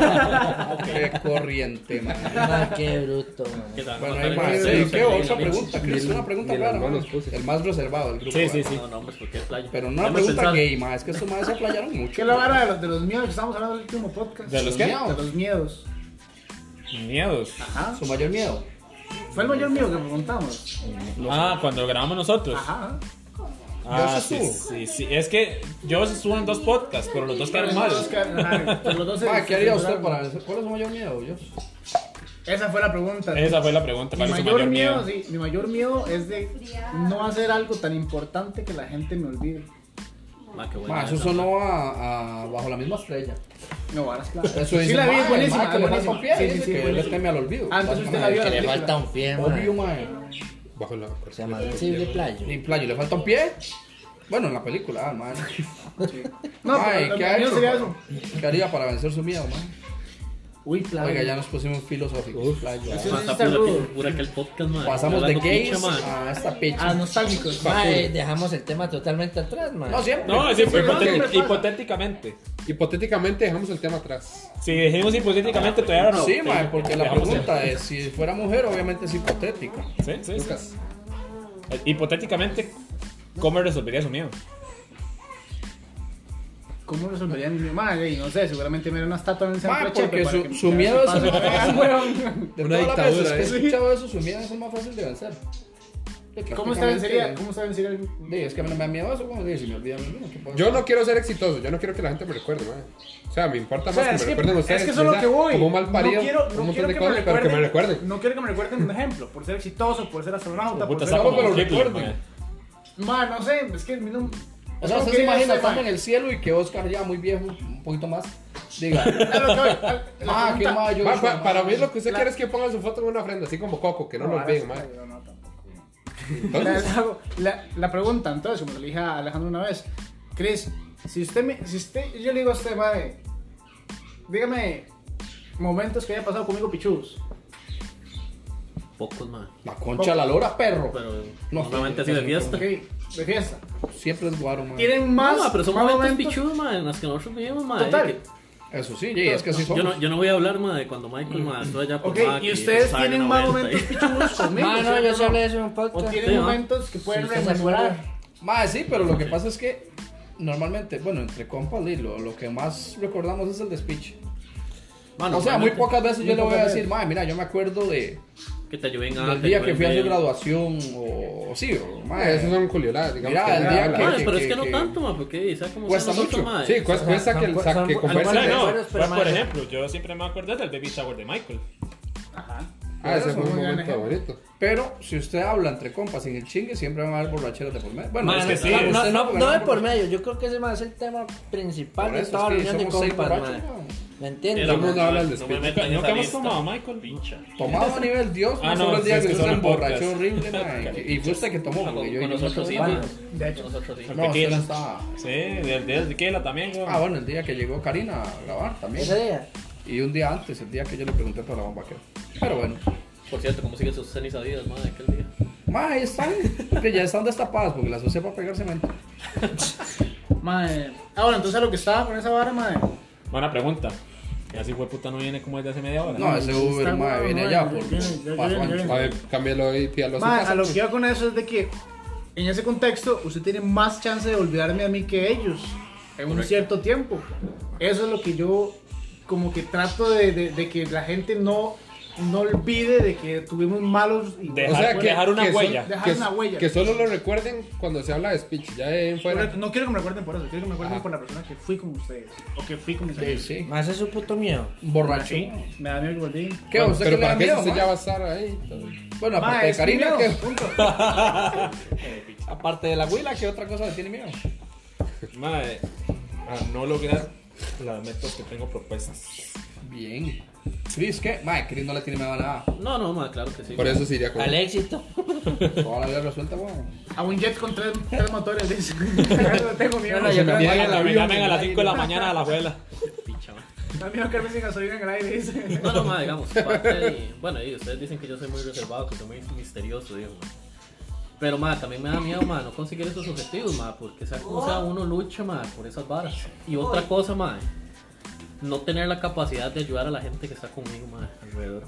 S4: Qué corriente, ma.
S6: Mae, qué bruto, mae.
S3: Que se van a
S4: Bueno,
S3: matar
S4: hay
S3: en
S4: más.
S3: el cero, se
S4: ¿Qué
S3: ríen la bicha.
S4: otra pregunta? Chris, una pregunta
S5: ni las
S4: rara.
S5: manos
S4: ma.
S5: puse.
S4: El más reservado del grupo.
S2: Sí, sí,
S4: ma.
S2: sí.
S3: No, no, pues porque es playa.
S4: Pero no
S3: Ya
S4: una
S3: me
S4: pregunta
S3: pensaba-
S4: gay, ma. Es que estos madres se aplayaron mucho.
S7: ¿Qué es la vara de los, de los miedos que estábamos hablando en el último podcast?
S2: ¿De los qué?
S7: De los miedos.
S2: Miedos.
S7: Ajá.
S4: Su mayor miedo.
S7: Fue el mayor miedo que preguntamos.
S2: Ah, cuando grabamos nosotros.
S7: Ajá.
S2: Ah,
S4: Yo sí
S2: sí, sí, sí. Es que yo se subo en dos podcasts, pero los dos quedaron mal.
S7: Ajá, pero los dos se-
S4: Ma, Ah, ¿qué haría
S7: se
S4: usted
S7: censuraron.
S4: para eso? ¿Cuál es su mayor miedo, Dios?
S7: Esa fue la pregunta.
S2: Esa fue la pregunta.
S7: Mi
S2: ¿Cuál es su
S7: mayor,
S2: mayor
S7: miedo,
S2: miedo?
S7: sí, mi mayor miedo es de no hacer algo tan importante que la gente me olvide.
S3: Ma, qué
S4: Ma,
S3: buena
S4: eso
S3: esa.
S4: sonó a, a Bajo la misma estrella.
S7: No, varas claras.
S4: Eso
S7: sí, la vi, es buenísima.
S4: ma, que le falta
S7: buenísima.
S4: un pie.
S7: Sí,
S4: dice
S7: sí, sí,
S4: que él le
S7: buenísima.
S4: teme al olvido.
S7: Ah, entonces usted la
S4: Ma,
S7: vio.
S6: Que le falta un pie,
S4: Obvio,
S6: mae.
S4: ma.
S5: Bajo la.
S6: Se llama sensible playo.
S4: Ni playo, ¿le falta un pie? Bueno, en la película, ah, ma.
S7: No,
S4: Ay,
S7: pero
S4: ¿qué
S7: ¿qué
S4: ha hecho?
S7: sería eso.
S4: ¿Qué haría para vencer su miedo, ma?
S7: Uy, playo.
S4: Oiga, ya nos pusimos filosóficos. playo, ah.
S7: sí,
S3: Ma,
S7: sí,
S3: está
S7: está
S3: pura-
S7: rudo.
S3: pura que el podcast, ma.
S4: Pasamos de
S3: Hablando
S4: gays
S3: picha, ma.
S4: a esta picha.
S7: Ah, nostálgicos.
S6: Mae, dejamos el tema totalmente atrás, mae.
S4: No, siempre.
S2: No, sí,
S7: sí,
S2: hipotéti-
S7: siempre pasa.
S2: hipotéticamente.
S5: Hipotéticamente dejamos el tema atrás.
S2: Si dijimos hipotéticamente, todavía no.
S4: Sí, mae, porque la
S2: Dejamos el-
S4: pregunta es, si fuera mujer, obviamente es hipotética.
S2: Sí, sí, sí.
S5: Lucas,
S2: Eh, Hipotéticamente, ¿cómo resolvería su miedo?
S7: ¿Cómo resolverían mi madre? Y no sé, seguramente me era una estatua en el centro
S4: Mae,
S7: de
S4: porque
S7: Chepe para
S4: su,
S7: que-
S4: su miedo es
S7: para que
S4: el
S7: pase.
S4: más, weón. De
S5: Una
S4: todas las veces
S5: dictadura,
S4: que he
S5: eh.
S4: escuchado eso, su miedo es el más fácil de vencer.
S7: ¿Cómo está vencería? ¿Cómo está vencería? el-
S4: Sí, es que a mí no me da miedo eso, como si me olvidan los niños, ¿qué pasa?
S5: Yo no quiero ser exitoso, yo no quiero que la gente me recuerde, mae. O sea, me importa
S7: O
S5: más
S7: sea,
S5: que,
S7: es,
S5: me
S7: que,
S5: recuerden
S7: es
S5: ustedes.
S7: que eso es lo
S5: ¿verdad?
S7: que voy.
S5: Como un mal parido,
S7: no quiero,
S5: un
S7: no
S5: montón
S7: quiero
S5: de
S7: que me
S5: cosas,
S7: recuerden,
S5: pero que me recuerden.
S7: No quiero que me recuerden, un ejemplo, por ser exitoso, por ser
S2: Puta,
S7: astronauta, por
S2: está
S7: ser...
S2: como
S4: pero
S2: Hitler,
S4: recuerden.
S2: mae.
S7: Ma, no sé, es que a mí no...
S4: O sea,
S7: no
S4: usted se
S7: quería
S4: imagina
S7: ser, ma.
S4: estando en el cielo y que Oscar ya muy viejo, un poquito más, diga,
S7: A lo que voy, a- la
S4: ah, qué
S7: pregunta-
S4: mayo.
S5: Mae, pa- para mí lo que usted quiere es que pongan su foto en una ofrenda, así como Coco, que no, lo
S7: ahora sí,
S5: olviden, mae.
S7: yo no, tampoco.
S5: Entonces,
S7: La- La, la pregunta, entonces, como le dije a Alejandro una vez, Chris, si usted me, si usted, yo le digo a usted, madre, dígame momentos que haya pasado conmigo pichus.
S3: Pocos, más.
S4: La concha de la lora, perro.
S3: Pero
S4: No,
S3: normalmente así de fiesta.
S7: Ok, de fiesta.
S4: Siempre es guaro, man.
S7: Tienen
S3: No,
S7: más.
S3: ma, pero son
S7: más
S3: momentos pichudos, ma, en las que nosotros vivimos, ma.
S7: Total.
S3: eh,
S4: Eso sí, y es que así
S3: que- yo,
S4: somos.
S3: no, yo no voy a hablar, ma, de cuando Michael, ma, estuvo allá por
S7: Ok,
S3: ma,
S7: y
S3: que
S7: ustedes
S3: estaba en
S7: tienen más
S3: 90
S7: momentos
S3: y-
S7: pichudos conmigo.
S6: Ah,
S7: ¿sí o
S6: no, yo sí
S7: no?
S6: hablé de eso en un
S7: O
S6: podcast.
S7: tienen
S3: Sí, ¿no?
S7: momentos que pueden
S6: Sí, se
S7: rememorar.
S6: acuerda.
S4: Mae, sí, pero lo que pasa es que normalmente, bueno, entre compas, di, lo, lo que más recordamos es el despiche.
S3: Ma,
S4: O sea, muy
S3: normalmente
S4: pocas veces yo le voy a
S7: pocas
S4: decir, mae, mira, yo me acuerdo de,
S3: Que Ah, te ayuden a.
S4: del día que fui a su graduación, o, o sí, o,
S5: mae,
S4: mae,
S5: esas son culioladas, digamos.
S4: Mira,
S5: que
S4: el
S5: no
S4: día
S5: hablan.
S3: Ma,
S4: que-
S3: pero es que no
S4: que-
S3: tanto, ma, porque, ¿sabes cómo
S5: Cuesta
S3: somos nosotros,
S5: mucho.
S3: ma?
S5: Sí, cuesta, cuesta que, el- sa- que
S2: O
S5: conversen.
S2: sea, no, pues,
S6: Recuerdos, pero,
S2: por- por
S6: ma,
S2: ejemplo, yo siempre me acuerdo del baby shower de Michael.
S5: Ah, ese
S7: Eso
S5: fue un
S7: fue un gran
S5: momento
S7: ejemplo.
S5: bonito.
S4: Pero si usted habla entre compas en el chingue, siempre van a haber borracheras de por medio. Bueno,
S2: Ma, es que sí.
S4: claro,
S6: No,
S4: usted
S6: no,
S4: porque
S6: no de
S4: son
S6: por medio, yo creo que ese más es el tema principal
S4: Por
S6: de
S4: eso
S6: toda
S4: es que
S6: reunión de
S4: somos seis
S6: compas,
S4: borrachos,
S6: madre.
S4: no.
S6: ¿Me
S5: Todo
S6: entiendes?
S5: el mundo habla del despiche.
S2: Nunca hemos tomado a Michael. Pincha.
S4: Tomado a nivel Dios,
S2: Ah,
S4: no
S2: no,
S4: solo el
S2: sí,
S4: día
S2: es
S4: que
S2: que
S4: usted se
S2: son pocas.
S4: emborrachó horrible, ma, y que- y fue usted que tomó,
S3: Ah, Con
S4: porque yo
S3: con
S4: yo-
S3: nosotros sí,
S4: yo-
S3: ma.
S7: De hecho.
S3: Con nosotros sí.
S4: No, usted
S2: Tequila.
S4: no estaba.
S2: Sí, del día de Kela también, güey.
S4: Ah, bueno, el día que llegó Karina a grabar también.
S6: Ese día.
S4: Y un día antes, el día que yo le pregunté por la bomba que. Pero bueno.
S3: Por cierto, ¿cómo siguen sus cenis adidas, ma, de aquel día?
S4: Ma, ahí están, que ya están destapadas porque las usé para pegar cemento.
S7: Madre. Ah, bueno, entonces a lo que estaba con esa vara, madre.
S2: Buena pregunta. Y así fue puta no viene como desde hace media hora.
S4: No, ese Uber,
S7: Está
S4: ma,
S7: bueno,
S4: viene
S7: ma,
S4: allá
S7: yo
S4: por
S7: quiero- yo
S4: Paso
S7: quiero- yo
S4: Ancho.
S5: A ver, cámbialo y pídalo. a su
S7: Ma,
S5: casa.
S7: a lo que iba con eso es de que en ese contexto usted tiene más chance de olvidarme a mí que ellos en un cierto tiempo. Eso es lo que yo como que trato de, de- de que la gente no, no olvide de que tuvimos malos y
S2: Dejar,
S5: O sea, que-
S2: dejar una
S5: que son-
S2: huella.
S7: dejar
S5: que,
S7: una huella.
S5: que solo lo recuerden cuando se habla de speech. Ya de ahí en fuera.
S7: No quiero que me recuerden por eso, quiero que me recuerden
S5: Ajá.
S7: por la persona que fui con ustedes o que fui con mis
S4: Sí,
S7: amigos.
S4: sí.
S6: Más es su puto miedo.
S4: Borracho.
S7: Me da miedo que volví.
S4: ¿Qué?
S5: Bueno,
S4: ¿Usted
S5: pero
S4: qué le da
S5: para qué
S4: miedo,
S5: eso se
S4: ma?
S5: ya va a estar ahí. Entonces,
S4: Bueno,
S7: Ma,
S4: aparte de
S7: es mi
S4: Karina,
S7: miedo,
S4: que.
S7: punto.
S4: Aparte de la huila, ¿qué otra cosa le tiene miedo?
S2: Madre, a no lograr las metas que tengo propuestas.
S4: Bien. Chris, ¿qué? Mae, Chris no le tiene miedo a nada.
S3: No, no, ma, claro que sí.
S5: Por eso se iría con.
S6: Al éxito.
S4: Toda la vida resuelta, weón.
S7: A un jet con tres, tres motores, dice. No tengo miedo.
S6: No, no, yo creo
S7: me da
S6: que-
S2: Vengan
S5: el avión,
S2: vengan a las 5 de la mañana a la abuela.
S3: Picha, ma.
S7: miedo quedarme sin gasolina en el aire, dice.
S3: No, no, ma, digamos, parte de- Bueno, y ustedes dicen que yo soy muy reservado, que soy muy misterioso, digo, ma. Pero, ma, también me da miedo, ma, no conseguir esos objetivos, ma, porque sea como sea, uno lucha, ma, por esas varas. Y otra cosa, ma, no tener la capacidad de ayudar a la gente que está conmigo, ma, alrededor.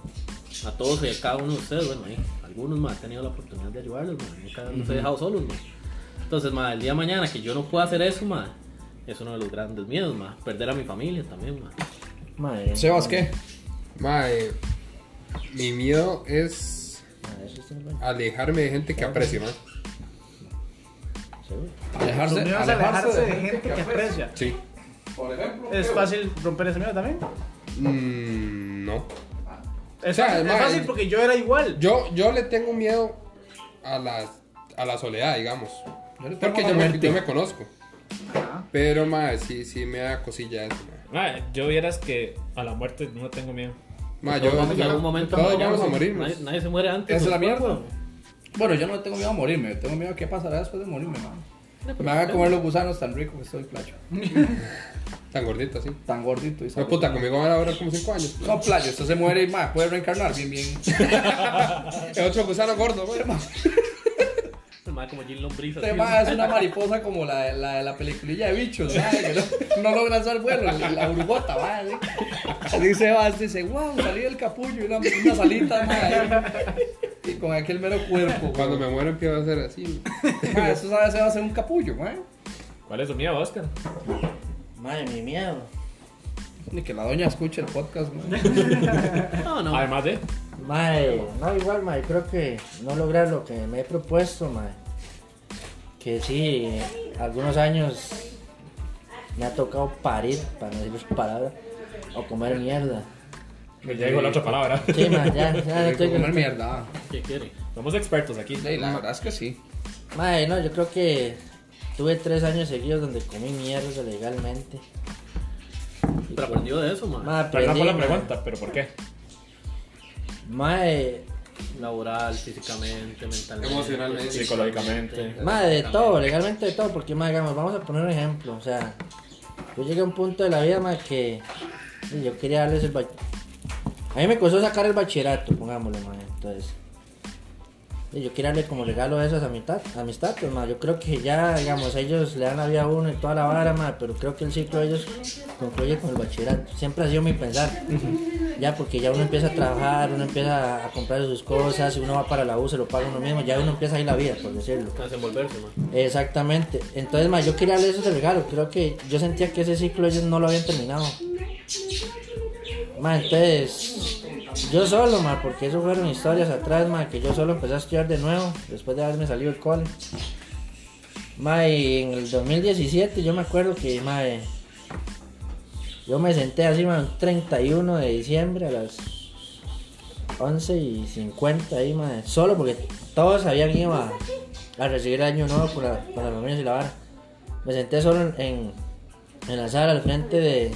S3: A todos y a cada uno de ustedes, bueno, ahí, algunos, ma, han tenido la oportunidad de ayudarlos, ma, nunca los he dejado solos, ma. Entonces, ma, el día de mañana que yo no pueda hacer eso, ma, es uno de los grandes miedos, ma. Perder a mi familia también, ma.
S6: Madre.
S4: Sebas, ¿qué?
S5: Mae, eh, mi miedo es alejarme de gente que aprecio, mae.
S4: Alejarse,
S7: Los miedos
S4: alejarse,
S7: a alejarse
S4: de-
S7: de gente que aprecia.
S5: Sí.
S4: Por ejemplo,
S7: ¿Es fácil romper ese miedo también?
S5: Mm, no.
S7: Es,
S5: sea,
S7: fácil, es
S5: mae,
S7: fácil porque yo era igual.
S5: Yo, yo le tengo miedo a la, a la soledad, digamos.
S4: Yo le tengo
S5: Porque
S4: la
S5: yo me,
S4: muerte.
S5: yo me conozco. Pero, mae, sí, sí me da cosilla eso, mae.
S2: Madre, yo vieras que a la muerte no tengo miedo.
S5: Ma,
S4: Ah,
S5: yo,
S3: Todos vamos en
S5: yo-
S3: algún momento
S5: todos
S3: nos
S5: vamos a
S3: vamos.
S5: morirnos.
S3: Nadie, nadie se muere antes.
S4: pues. Esa es la
S3: ¿no?
S4: mierda. Bueno, yo no le tengo miedo a morirme, tengo miedo a qué pasará después de morirme, mano. Que me haga comer los gusanos tan rico que estoy, playo.
S5: Tan gordito, así.
S4: Tan gordito y
S5: No,
S4: sabroso.
S5: puta, conmigo van a durar como 5 años.
S4: No, playo, usted se muere y más, puede reencarnar, bien, bien.
S5: Es otro gusano gordo, güey.
S3: El mae como Jim Lombriz.
S4: Este
S3: así,
S4: mae es
S3: mae.
S4: una mariposa como la, de- la de la peliculilla de bichos, mae, que no, no logra ser bueno, la urbota, mae. Así, así se va, así dice, wow, salí del capullo, y una, una salita, mae. Y con aquel mero cuerpo,
S5: Cuando me muero empiezo a hacer así.
S4: mae, eso sabe, se va a hacer un capullo, mae.
S2: ¿Cuál es tu miedo, Oscar?
S6: Madre, mi miedo.
S4: Ni que la doña escuche el podcast, mae.
S3: No, no.
S2: Además de.
S6: Mae, no, igual, mae, creo que no lograr lo que me he propuesto, mae. Que sí, eh, algunos años me ha tocado parir, para no decir palabras, o comer mierda.
S2: Ya digo la otra palabra.
S6: Sí, mae, ya, ya
S4: Hay
S6: Ah, estoy
S4: que comer mierda.
S3: ¿Qué quiere?
S2: Somos expertos aquí.
S4: Sí, la verdad es que sí.
S6: Mae, no, yo creo que tuve tres años seguidos donde comí mierda legalmente.
S3: Pero aprendió de eso, mae.
S6: Mae,
S2: Pero no
S6: aprendí,
S2: fue la
S6: mae.
S2: pregunta, pero ¿por qué?
S6: Mae,
S3: Laboral, físicamente, mentalmente.
S5: Emocionalmente.
S2: Psicológicamente.
S6: Madre, de todo, legalmente de todo, porque más digamos, vamos a poner un ejemplo, o sea, yo llegué a un punto de la vida más que y yo quería darles el bach- A mí me costó sacar el bachillerato, pongámosle, más, entonces. y yo quería darle como regalo a esas amistad, amistades, más. Yo creo que ya, digamos, ellos le dan la vida a uno y toda la vara, más, pero creo que el ciclo de ellos concluye con el bachillerato. Siempre ha sido mi pensar. Ya, porque ya uno empieza a trabajar, uno empieza a comprar sus cosas, uno va para la U, se lo paga uno mismo, ya uno empieza a ir la vida, por decirlo.
S3: A desenvolverse, mae.
S6: Exactamente. Entonces, ma, yo quería darle eso de regalo. Creo que yo sentía que ese ciclo ellos no lo habían terminado. Ma, entonces, yo solo, ma, porque eso fueron historias atrás, ma, que yo solo empecé a estudiar de nuevo después de haberme salido del cole. Ma, y en el 2017 yo me acuerdo que, ma, eh, yo me senté así, ma, un 31 de diciembre a las 11 y 50 ahí, ma, solo porque todos habían ido a, a recibir el año nuevo con, la- con las familias y la vara. Me senté solo en- en, en la sala al frente de,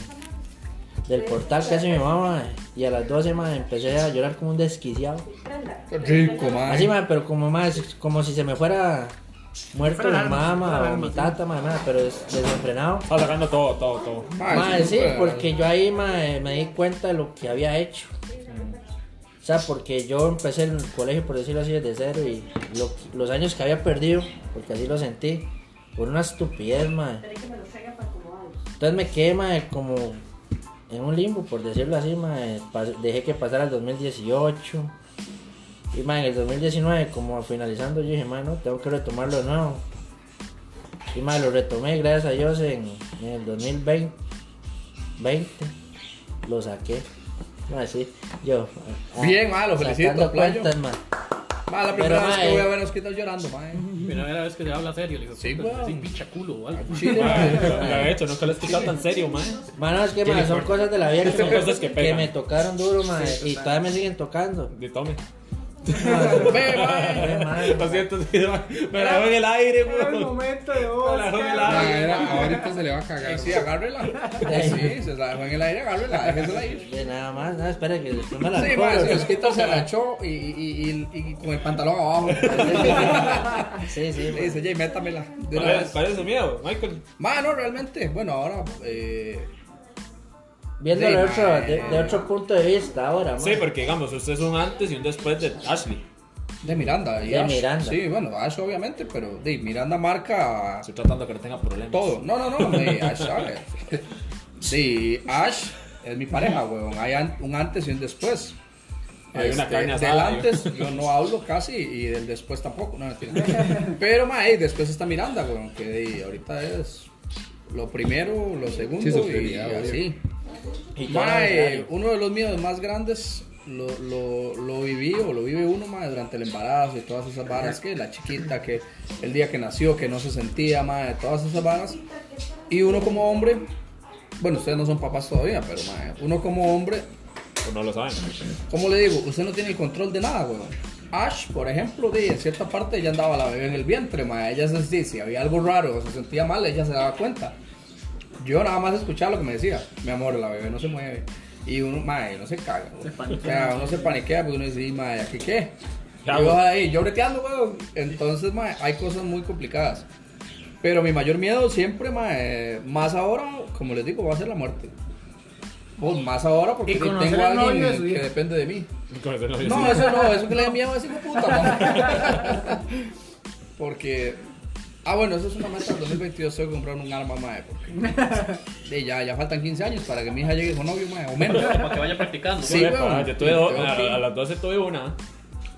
S6: del portal que hace mi mamá mae, y a las 12 mae, empecé a llorar como un desquiciado.
S4: Rico, mae.
S6: Así, mae, pero como más, como si se me fuera muerto
S7: Fuera
S6: la
S7: el alma, fuera el
S6: mamá o
S7: alma,
S6: mi
S7: sí.
S6: tata, mae, mae, pero es desenfrenado.
S2: Estaba sacando todo, todo, todo.
S4: Mae,
S6: Mae, sí,
S4: súper.
S6: porque yo ahí mae, me di cuenta de lo que había hecho. O sea, porque yo empecé en el colegio, por decirlo así, desde cero y lo- los años que había perdido, porque así lo sentí, por una estupidez, mae. Entonces me quedé, mae, como en un limbo, por decirlo así, mae. Pas- Dejé que pasara el 2018. Y, mae, en el 2019, como finalizando, yo dije, mae, no, tengo que retomarlo de nuevo. Y, mae, lo retomé, gracias a Dios, en, en el 2020. 20, lo saqué. Mae, sí, yo. ah,
S4: Bien, mae, lo
S6: sacando
S4: felicito, playo.
S6: cuentas, mae.
S4: Mae, Ah, la primera
S6: Pero,
S4: vez que
S6: mae.
S4: voy a ver los quitas llorando, mae.
S3: Primera vez que se habla serio, le digo,
S4: Sí,
S3: sí,
S4: weón.
S3: picha culo o algo.
S4: Chile.
S2: De hecho, nunca lo he escuchado tan serio, man.
S6: Mano, es que mae, son cosas de la vida que,
S2: Son
S6: me-
S2: cosas que
S6: que
S2: pegan.
S6: me tocaron duro, mae, y todavía me siguen tocando.
S2: De tome.
S4: Ve, mae.
S6: Ay, mae.
S2: Lo siento, sí, mae. me la dejo en el aire,
S7: Era el
S2: weón.
S7: momento de
S2: Me la dejo en el
S7: Oscar.
S5: Ah,
S2: aire.
S5: era- ahorita se le va a cagar.
S4: Eh, Sí, agárrela.
S6: Ey.
S4: Eh, Sí, se la dejó en el aire, agárrela, déjesela ir.
S6: De nada más, nada, espera que después me la
S4: Sí,
S6: cobro.
S4: mae, si los quitas se agachó y, y, y, y con el pantalón abajo.
S6: Sí, sí,
S4: Le dice, Jay, métamela. De
S2: ¿Cuál
S4: una
S2: es-
S4: vez.
S2: ¿Cuál es su miedo, Michael?
S4: Mae, no, realmente. Bueno, ahora. Eh,
S6: Viendo
S4: Sí,
S6: de, otro,
S4: mae.
S6: de, de otro punto de vista ahora,
S2: Sí,
S6: mae.
S2: porque digamos, usted es un antes y un después de Ashley.
S4: de Miranda. y
S6: De
S4: Ash.
S6: Miranda.
S4: Sí, bueno, Ash obviamente, pero de Miranda marca
S2: Estoy tratando que no tenga problemas.
S4: todo. No, no, no. eh, Ash, a ver. Sí, Ash es mi pareja, weón. Hay an- un antes y un después. Este,
S2: Hay una carne
S4: del
S2: asada,
S4: antes yo no hablo casi y del después tampoco. No, mentira. Pero, mae, después está Miranda, weón, que de- ahorita es lo primero, lo segundo
S5: Sí, su
S4: y
S5: prioridad, obvio.
S4: así.
S6: Y todo lo
S4: Mae,
S6: contrario.
S4: uno de los miedos más grandes lo, lo, lo viví o lo vive uno mae, durante el embarazo y todas esas varas que la chiquita que el día que nació que no se sentía mae, todas esas varas y uno como hombre bueno ustedes no son papás todavía pero mae, uno como hombre
S2: Pues No lo saben.
S4: ¿Cómo le digo? Usted no tiene el control de nada, weón. Ash, por ejemplo, de, en cierta parte ella andaba la bebé en el vientre, ma. Ella se sí, si había algo raro o se sentía mal, ella se daba cuenta. Yo nada más escuchaba lo que me decía. Mi amor, la bebé no se mueve. Y uno, mae, no se caga. weón. o sea, uno se paniquea porque uno dice, "Y, mae, ¿aquí qué?
S2: Ya,
S4: yo,
S2: weón.
S4: ahí, yo breteando, weón. Entonces, mae, hay cosas muy complicadas. Pero mi mayor miedo siempre, mae, más ahora, como les digo, va a ser la muerte. Pues más ahora porque
S7: Y
S4: tengo
S7: conocer
S4: a
S7: al novio de
S4: alguien
S7: su
S4: que
S7: hija.
S4: depende de mí.
S2: Con ese novio,
S4: No,
S2: sí.
S4: eso no, eso que le da miedo a ese hijo de puta, ¿no? Porque. Ah, bueno, eso es una meta del 2022. Tengo que comprar un arma, mae. Porque. Sí, ya, ya faltan 15 años para que mi hija llegue con novio, mae. O menos.
S3: Para que vaya practicando.
S4: Sí,
S2: Epa,
S4: weón.
S2: yo tuve dos-
S4: Tengo que-
S2: a, a las 12 tuve una.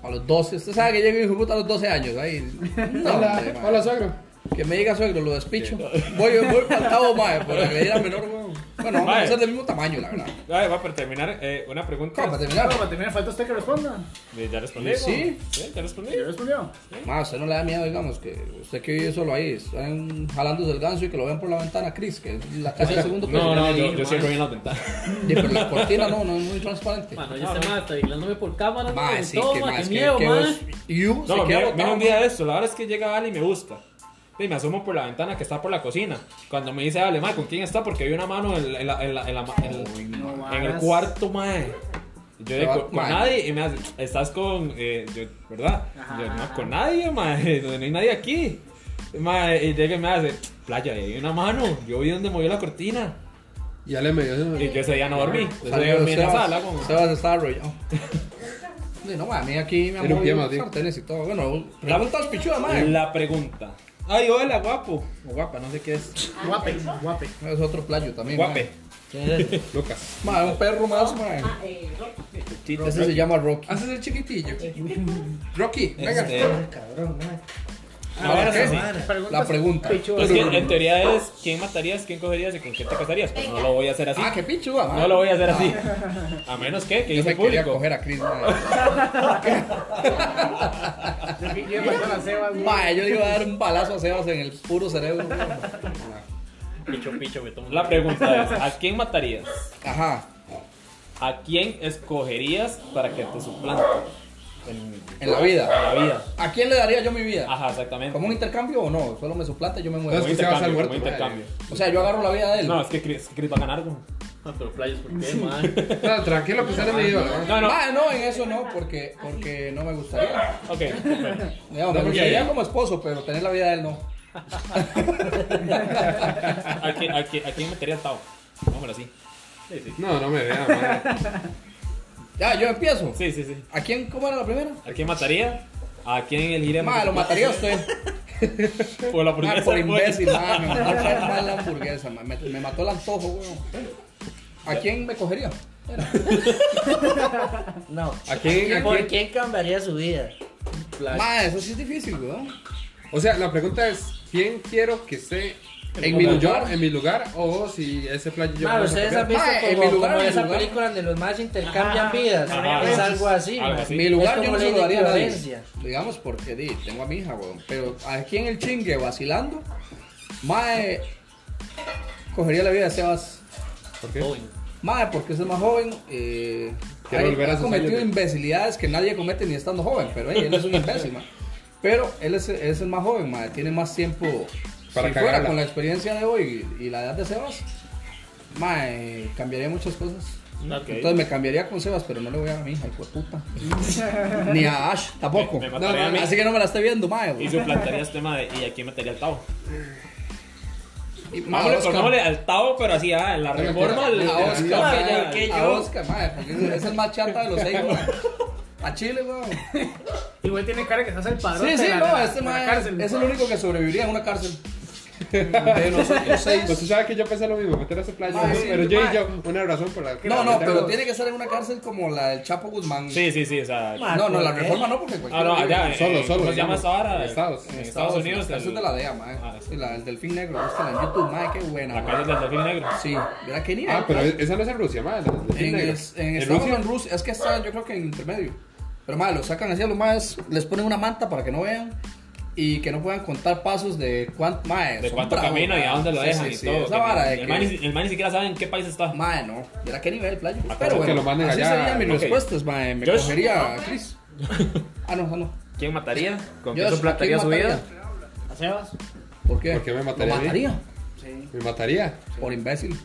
S4: A los 12. Usted sabe que llega mi hijo de puta a los 12 años. Ahí. No, hombre, mae.
S5: Hola, suegro.
S4: Que me diga suegro, lo despicho. Voy, voy faltado, mae. Porque me diera menor, weón. Bueno, vamos
S2: Mae.
S4: a ser del mismo tamaño, la verdad.
S2: Ay, va, para terminar, eh, una pregunta.
S4: ¿Cómo? Para terminar.
S7: Para terminar, falta usted que responda.
S2: Eh, Ya respondí.
S4: Sí.
S2: ¿no? Sí, ya respondí.
S7: ¿Ya respondió?
S4: Ma, usted no le da miedo, digamos, que usted que vive solo ahí, están jalándose el ganso y que lo ven por la ventana, Chris, que es la casa del segundo piso.
S2: No, no, yo,
S3: dije,
S2: yo cierro
S3: man.
S2: bien las ventanas.
S4: Sí, pero la cortina no, no es muy transparente.
S3: Mano, yo este mae está vigilándome por cámara.
S4: Ma,
S3: con
S4: sí,
S3: todo,
S4: que
S3: ma,
S4: más,
S3: qué
S4: que,
S3: miedo,
S4: que
S3: ma.
S4: vos- y uno
S2: No,
S4: se queda
S2: mira,
S4: botado,
S2: mira un
S4: ma.
S2: día de esto. La verdad es que llega Ale y me busca. Y me asomo por la ventana que está por la cocina. Cuando me dice Ale, mae, ¿con quién está? Porque vi una mano en, la- en la- en la- en la- en- en el cuarto, mae. Y Yo
S4: Se
S2: de,
S4: va,
S2: con, con
S4: mae.
S2: nadie. Y me hace, estás con. eh, yo, ¿Verdad? Yo, no, con nadie, mae. donde No hay nadie aquí. Mae, y llega y me hace, playa, ahí hay una mano. Yo vi donde movió la cortina.
S5: Ya le me dio.
S2: Y yo ese día no dormí. Entonces
S4: Salió
S2: yo dormí en la
S4: Sebas.
S2: sala con.
S4: Sebas está arrollado. Sí, no, ma, a mí aquí me
S5: Era un pie
S4: han
S5: más bien.
S4: sartenes y todo. Bueno, preguntas pichuda, ma.
S2: La pregunta. Ay, hola, guapo.
S4: O Guapa, no sé qué es.
S7: Guape, guape.
S4: Es otro playo también.
S2: Guape.
S5: Lucas.
S4: Ma, Ma, un perro más,
S3: Ah,
S4: ma.
S3: eh,
S4: Ese se llama Rocky. Haces el chiquitillo. Rocky, venga.
S2: Este,
S6: Cabrón, madre.
S2: ahora
S4: Ah, ¿qué?
S2: sí.
S4: La pregunta.
S2: Es Pues que en teoría es quién matarías, quién cogerías y con quién te casarías. Pero no lo voy a hacer así.
S4: Ah, qué pichuda, ma.
S2: No lo voy a hacer así. A menos que, que
S4: Yo
S2: dice
S4: me
S2: el
S4: quería
S2: público.
S4: coger a Chris, ma.
S7: Yo que- yo que con las cebas,
S4: Ma, yo le iba a dar un balazo a Sebas en el puro cerebro. ma.
S3: Picho, picho, me tomo.
S2: La pregunta es, ¿a quién matarías?
S4: Ajá.
S2: ¿A quién escogerías para que te suplante en
S4: En la vida.
S2: la vida?
S4: ¿A quién le daría yo mi vida?
S2: Ajá, exactamente.
S4: ¿Como un intercambio o no? Solo me suplanta y yo me muero.
S5: Entonces,
S2: Como
S5: que se va a
S2: intercambio,
S5: hacer muerto,
S2: como intercambio.
S4: O sea, yo agarro la vida de él.
S2: No, es que Chris, Chris va a ganar. güey.
S3: Ah, pero playas, ¿por qué, man?
S5: No, tranquilo, que usted no me dio. ¿no?
S2: No, no.
S4: Ah, no, en eso no, porque, porque no me gustaría.
S2: Ok, perfecto.
S4: Digamos,
S5: No,
S4: me
S5: porque-
S4: gustaría como esposo, pero tener la vida de él no.
S2: ¿A quién, a quién- a quién meterías Tao? Vámonos así.
S5: No, no me vea, madre.
S4: Ya, yo empiezo.
S2: Sí, sí, sí.
S4: ¿A quién? ¿Cómo era la primera?
S2: ¿A quién mataría? ¿A quién elegiría
S4: Ma, Ah, lo mataría a usted.
S2: Por la pues.
S4: Ma,
S2: hamburguesa,
S4: por
S2: güey.
S4: imbécil, ma, me mató tan mal la hamburguesa, ma, me, me mató el antojo, weón. ¿A quién me cogería?
S6: No.
S5: ¿A quién, a
S6: ¿Por
S5: quién?
S6: quién cambiaría su vida?
S4: Ma, eso sí es difícil, weón.
S5: O sea, la pregunta es: ¿quién quiero que esté en mi lugar, en mi lugar o si ese playo yo
S6: Claro,
S5: no
S6: ustedes
S5: me
S6: han visto
S4: Mae, en
S6: como,
S4: mi lugar,
S6: como
S4: en mi
S6: esa
S4: lugar.
S6: película donde los más intercambian vidas.
S2: Ajá.
S6: es algo así.
S2: Algo
S6: mae.
S2: así.
S4: Mi lugar yo
S6: Es como
S4: no se
S6: la
S4: lo daría a nadie.
S6: incoherencia.
S4: Digamos porque di, tengo a mi hija, weón. Pero aquí en el chingue vacilando, mae cogería la vida de Sebas.
S5: ¿Por qué?
S4: Mae, porque usted es más joven, eh,
S5: Quiero
S4: ha-
S5: volver a
S4: ha
S5: sus
S4: cometido
S5: años de-
S4: imbecilidades que nadie comete ni estando joven, pero ey, él es un imbécil, mae. Pero él es, es el más joven, mae, tiene más tiempo.
S5: Para
S4: si fuera
S5: cagarla.
S4: con la experiencia de hoy y, y la edad de Sebas, mae, cambiaría muchas cosas.
S3: Ok.
S4: Entonces me cambiaría con Sebas, pero no le voy a mi hija, hijo de puta. Ni a Ash tampoco.
S2: Me- me mataría a mí.
S4: así que no me la esté viendo, mae.
S2: Y
S4: güey.
S2: suplantarías tema de. ¿Y a quién metería el Tao?
S4: Y- mae,
S2: Vámonos,
S4: Oscar.
S2: pongámosle al Tao, pero así, ah, en la reforma. al-
S4: A Oscar,
S2: al-
S4: mae,
S2: al- que
S4: a
S2: yo-
S4: Oscar, mae, porque esa es el más chata de los seis, mae. A Chile, weón.
S7: Igual tiene cara que se hace el padrón.
S4: Sí, sí, no, este
S7: la
S4: mae
S7: cárcel.
S4: es el único que sobreviviría en una cárcel. De nosotros
S5: Pues tú
S4: seis.
S5: sabes que yo pensé lo mismo, meter a ese playo.
S4: Mae, sí,
S5: pero yo
S4: mae.
S5: y yo, una razón por la que.
S4: No, no, pero tiene que ser en una cárcel como la del Chapo Guzmán.
S2: Sí, sí, sí, o sea.
S6: Ma,
S4: No, no, la
S6: ¿por qué?
S4: reforma no, porque
S2: Ah,
S4: cualquier.
S2: no, allá.
S5: Solo,
S2: eh, ¿Cómo
S5: solo,
S2: se llama
S5: digamos,
S2: esta vara?
S5: en Estados-
S2: En Estados Unidos.
S4: La cárcel
S2: el-
S4: de la DEA, mae.
S2: Ah, sí.
S4: Y la del Delfín Negro, búscala en YouTube, mae, qué buena.
S2: La
S4: mae.
S2: cárcel del delfín negro.
S4: Sí, mira qué nivel.
S5: Ah, pero esa no es en Rusia, madre.
S4: En, es- en Estados Unidos, en Rusia, es que está, yo creo que en intermedio. Pero más, lo sacan así a los más, les ponen una manta para que no vean y que no puedan contar pasos de cuánto más.
S2: De cuánto camina y a dónde lo dejan y todo.
S4: Esa vara de
S2: El man
S4: que.
S2: ni- el man ni siquiera sabe en qué país está.
S4: Mae, no. Mira qué nivel, playa.
S2: Acaso
S4: Pero
S5: que
S4: bueno,
S5: lo manden
S4: así
S5: allá,
S4: serían mis
S2: ok.
S4: respuestas, mae. Me
S2: Josh.
S4: cogería a Chris. Ah, no, ah, no.
S2: ¿Quién mataría? ¿Con
S4: Josh,
S2: quién
S4: ¿a
S2: suplantaría
S4: quién
S2: su vida?
S4: mataría?
S6: ¿A Sebas?
S4: ¿Por qué?
S5: ¿Por qué me mataría a
S4: Lo
S5: mí?
S4: mataría.
S7: Sí.
S5: Me mataría.
S4: Por imbécil.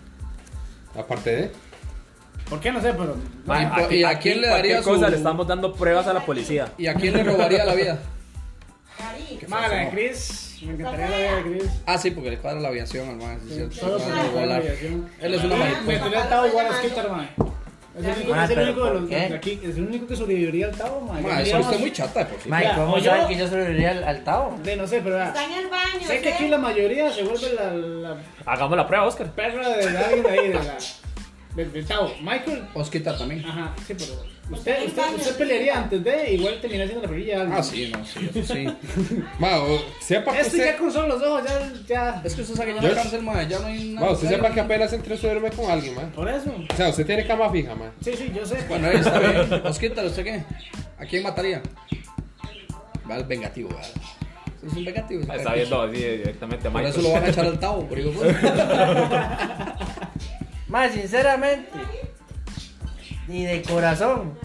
S5: Aparte de.
S7: ¿Por qué? No sé, pero.
S4: ¿Y por- ¿Y a quién le daría
S2: cosa le
S4: su.?
S2: estamos dando pruebas a la policía.
S4: ¿Y a quién le robaría la vida?
S10: Ari,
S7: Mala de Chris. Me encantaría la vida de Chris.
S4: Ah, sí, porque le cuadra la aviación al mae. sí, es cierto.
S7: Solo por
S4: Volar.
S7: la obligación.
S4: Él es una
S7: Me
S4: mariposa.
S7: tuviera estado igual a Skitter, mae. Es el único,
S6: Ma,
S7: es el
S6: pero
S7: único de
S6: ¿por
S7: los
S6: qué?
S7: de aquí, es el único que sobreviviría al Tao, ma.
S4: Ma,
S7: Ya
S4: eso está
S7: diríamos-
S4: muy chata, de por sí.
S6: Mae,
S2: Vea,
S6: ¿cómo
S2: o yo-
S6: saben que yo sobreviviría al, al Tao?
S7: De no sé, pero vea,
S10: Está en el baño.
S7: sé que
S10: ¿sí?
S7: aquí la mayoría se vuelve la, la
S2: Hagamos la prueba, Oscar.
S7: perra de alguien ahí, de la, del del Tao. Michael,
S4: Osquita también.
S7: ajá, sí, pero usted, usted, usted pelearía antes de, igual termina siendo la perrilla de alguien.
S4: Ah, sí, no, sí, eso sí.
S5: Ma, o- sepa que
S7: Este
S5: usted,
S7: ya cruzó los ojos, ya, ya.
S4: Es que usted sabe que ya
S5: Yo-
S4: en la cárcel, mae, ya no hay nada.
S5: ma, usted sepa que apenas entre usted duerme con alguien, ma.
S7: Por eso.
S5: O sea, usted tiene cama fija, ma.
S7: Sí, sí, yo sé.
S4: Bueno, ahí está bien. Osquita, ¿usted qué? ¿A quién mataría? Va el vengativo, va. Es un vengativo. ese
S2: Está
S4: cartucho.
S2: viendo así directamente a
S4: Eh, pues,
S2: Michael.
S4: Por eso lo van a echar al tabo, por hijo de puta.
S6: Mae, sinceramente. Y de corazón.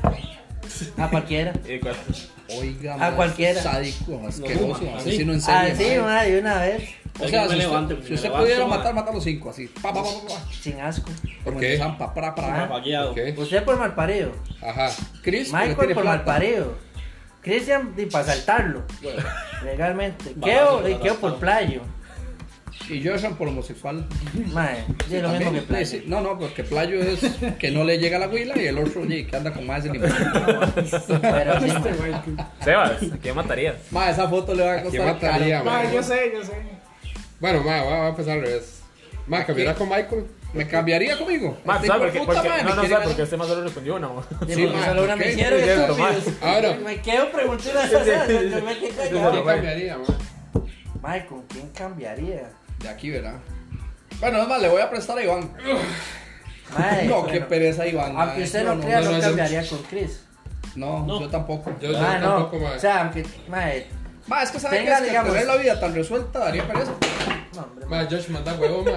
S6: A cualquiera.
S2: Y cuál-
S4: Oiga,
S6: A
S4: mae,
S6: cualquiera.
S4: Sádico, asqueroso, asesino en serie.
S6: Así,
S4: mae.
S6: mae, de una vez.
S4: O sea,
S3: Yo me
S4: si
S3: levanto,
S4: usted,
S3: me
S4: si usted
S3: levanto,
S4: pudiera
S3: mae.
S4: matar, matar a los cinco, así. Pa, pa, pa, pa, pa.
S6: Sin asco.
S4: Como
S5: ¿Por qué?
S4: en zampa, pra, pra. pra.
S3: Pagueado.
S5: Ok.
S6: Usted por mal parido.
S5: Ajá.
S4: Chris, porque
S6: Michael
S4: tiene
S6: por mal
S4: plata.
S6: parido. Christian, y para saltarlo. Legalmente.
S3: Balazo,
S6: Keo, y Keo
S3: balazo.
S6: por playo.
S4: Y Gerson por homosexual.
S6: Mae, de lo mismo que
S4: También, sí,
S6: playo.
S4: No, no, porque Playo es que no le llega la huila y el otro oye, que anda con más de nivel.
S6: Pero sí, mae.
S2: Sebas, ¿a quién matarías?
S4: Ma, esa foto le va a
S5: ¿Qué
S4: costar
S5: mataría,
S4: caro.
S5: ma?
S7: Ma, yo sé, yo sé.
S5: Bueno, ma, va va a empezar al revés. Ma, cambiará con Michael.
S4: ¿Me cambiaría conmigo?
S2: Más,
S4: Este
S2: ¿sabes
S4: hijo
S2: por qué?
S4: de puta,
S2: Porque-
S4: ma, me
S2: No, no
S4: quiere
S2: sé,
S4: ganar.
S2: porque este más solo respondió una. ma.
S6: Sí,
S4: Sí,
S6: porque
S4: mae,
S6: solo una
S4: ¿por qué?
S6: misiero y
S2: Es cierto,
S6: estúpidos.
S5: Ahora,
S6: Me quedo preguntando esas cosas. me quedé callado.
S5: ¿qué cambiaría, ma?
S6: Mae, ¿con quién cambiaría?
S4: De aquí, ¿verdad? Bueno, es más, le voy a prestar a Iván.
S6: Mae,
S4: no, qué
S6: bueno,
S4: pereza, Iván.
S6: Aunque
S4: ma.
S6: usted no,
S4: no,
S6: crea,
S5: no,
S6: no,
S5: no, yo-
S6: cambiaría con Chris.
S4: No, no, yo tampoco.
S5: Yo, yo
S6: Ah, no.
S5: tampoco, ma.
S6: O sea, aunque, mae,
S4: Ma, es que saben que
S6: Tenga,
S4: es que
S6: digamos-
S4: tener la vida tan resuelta daría pereza.
S6: no, hombre.
S5: Ma, Josh, manda huevo, ma.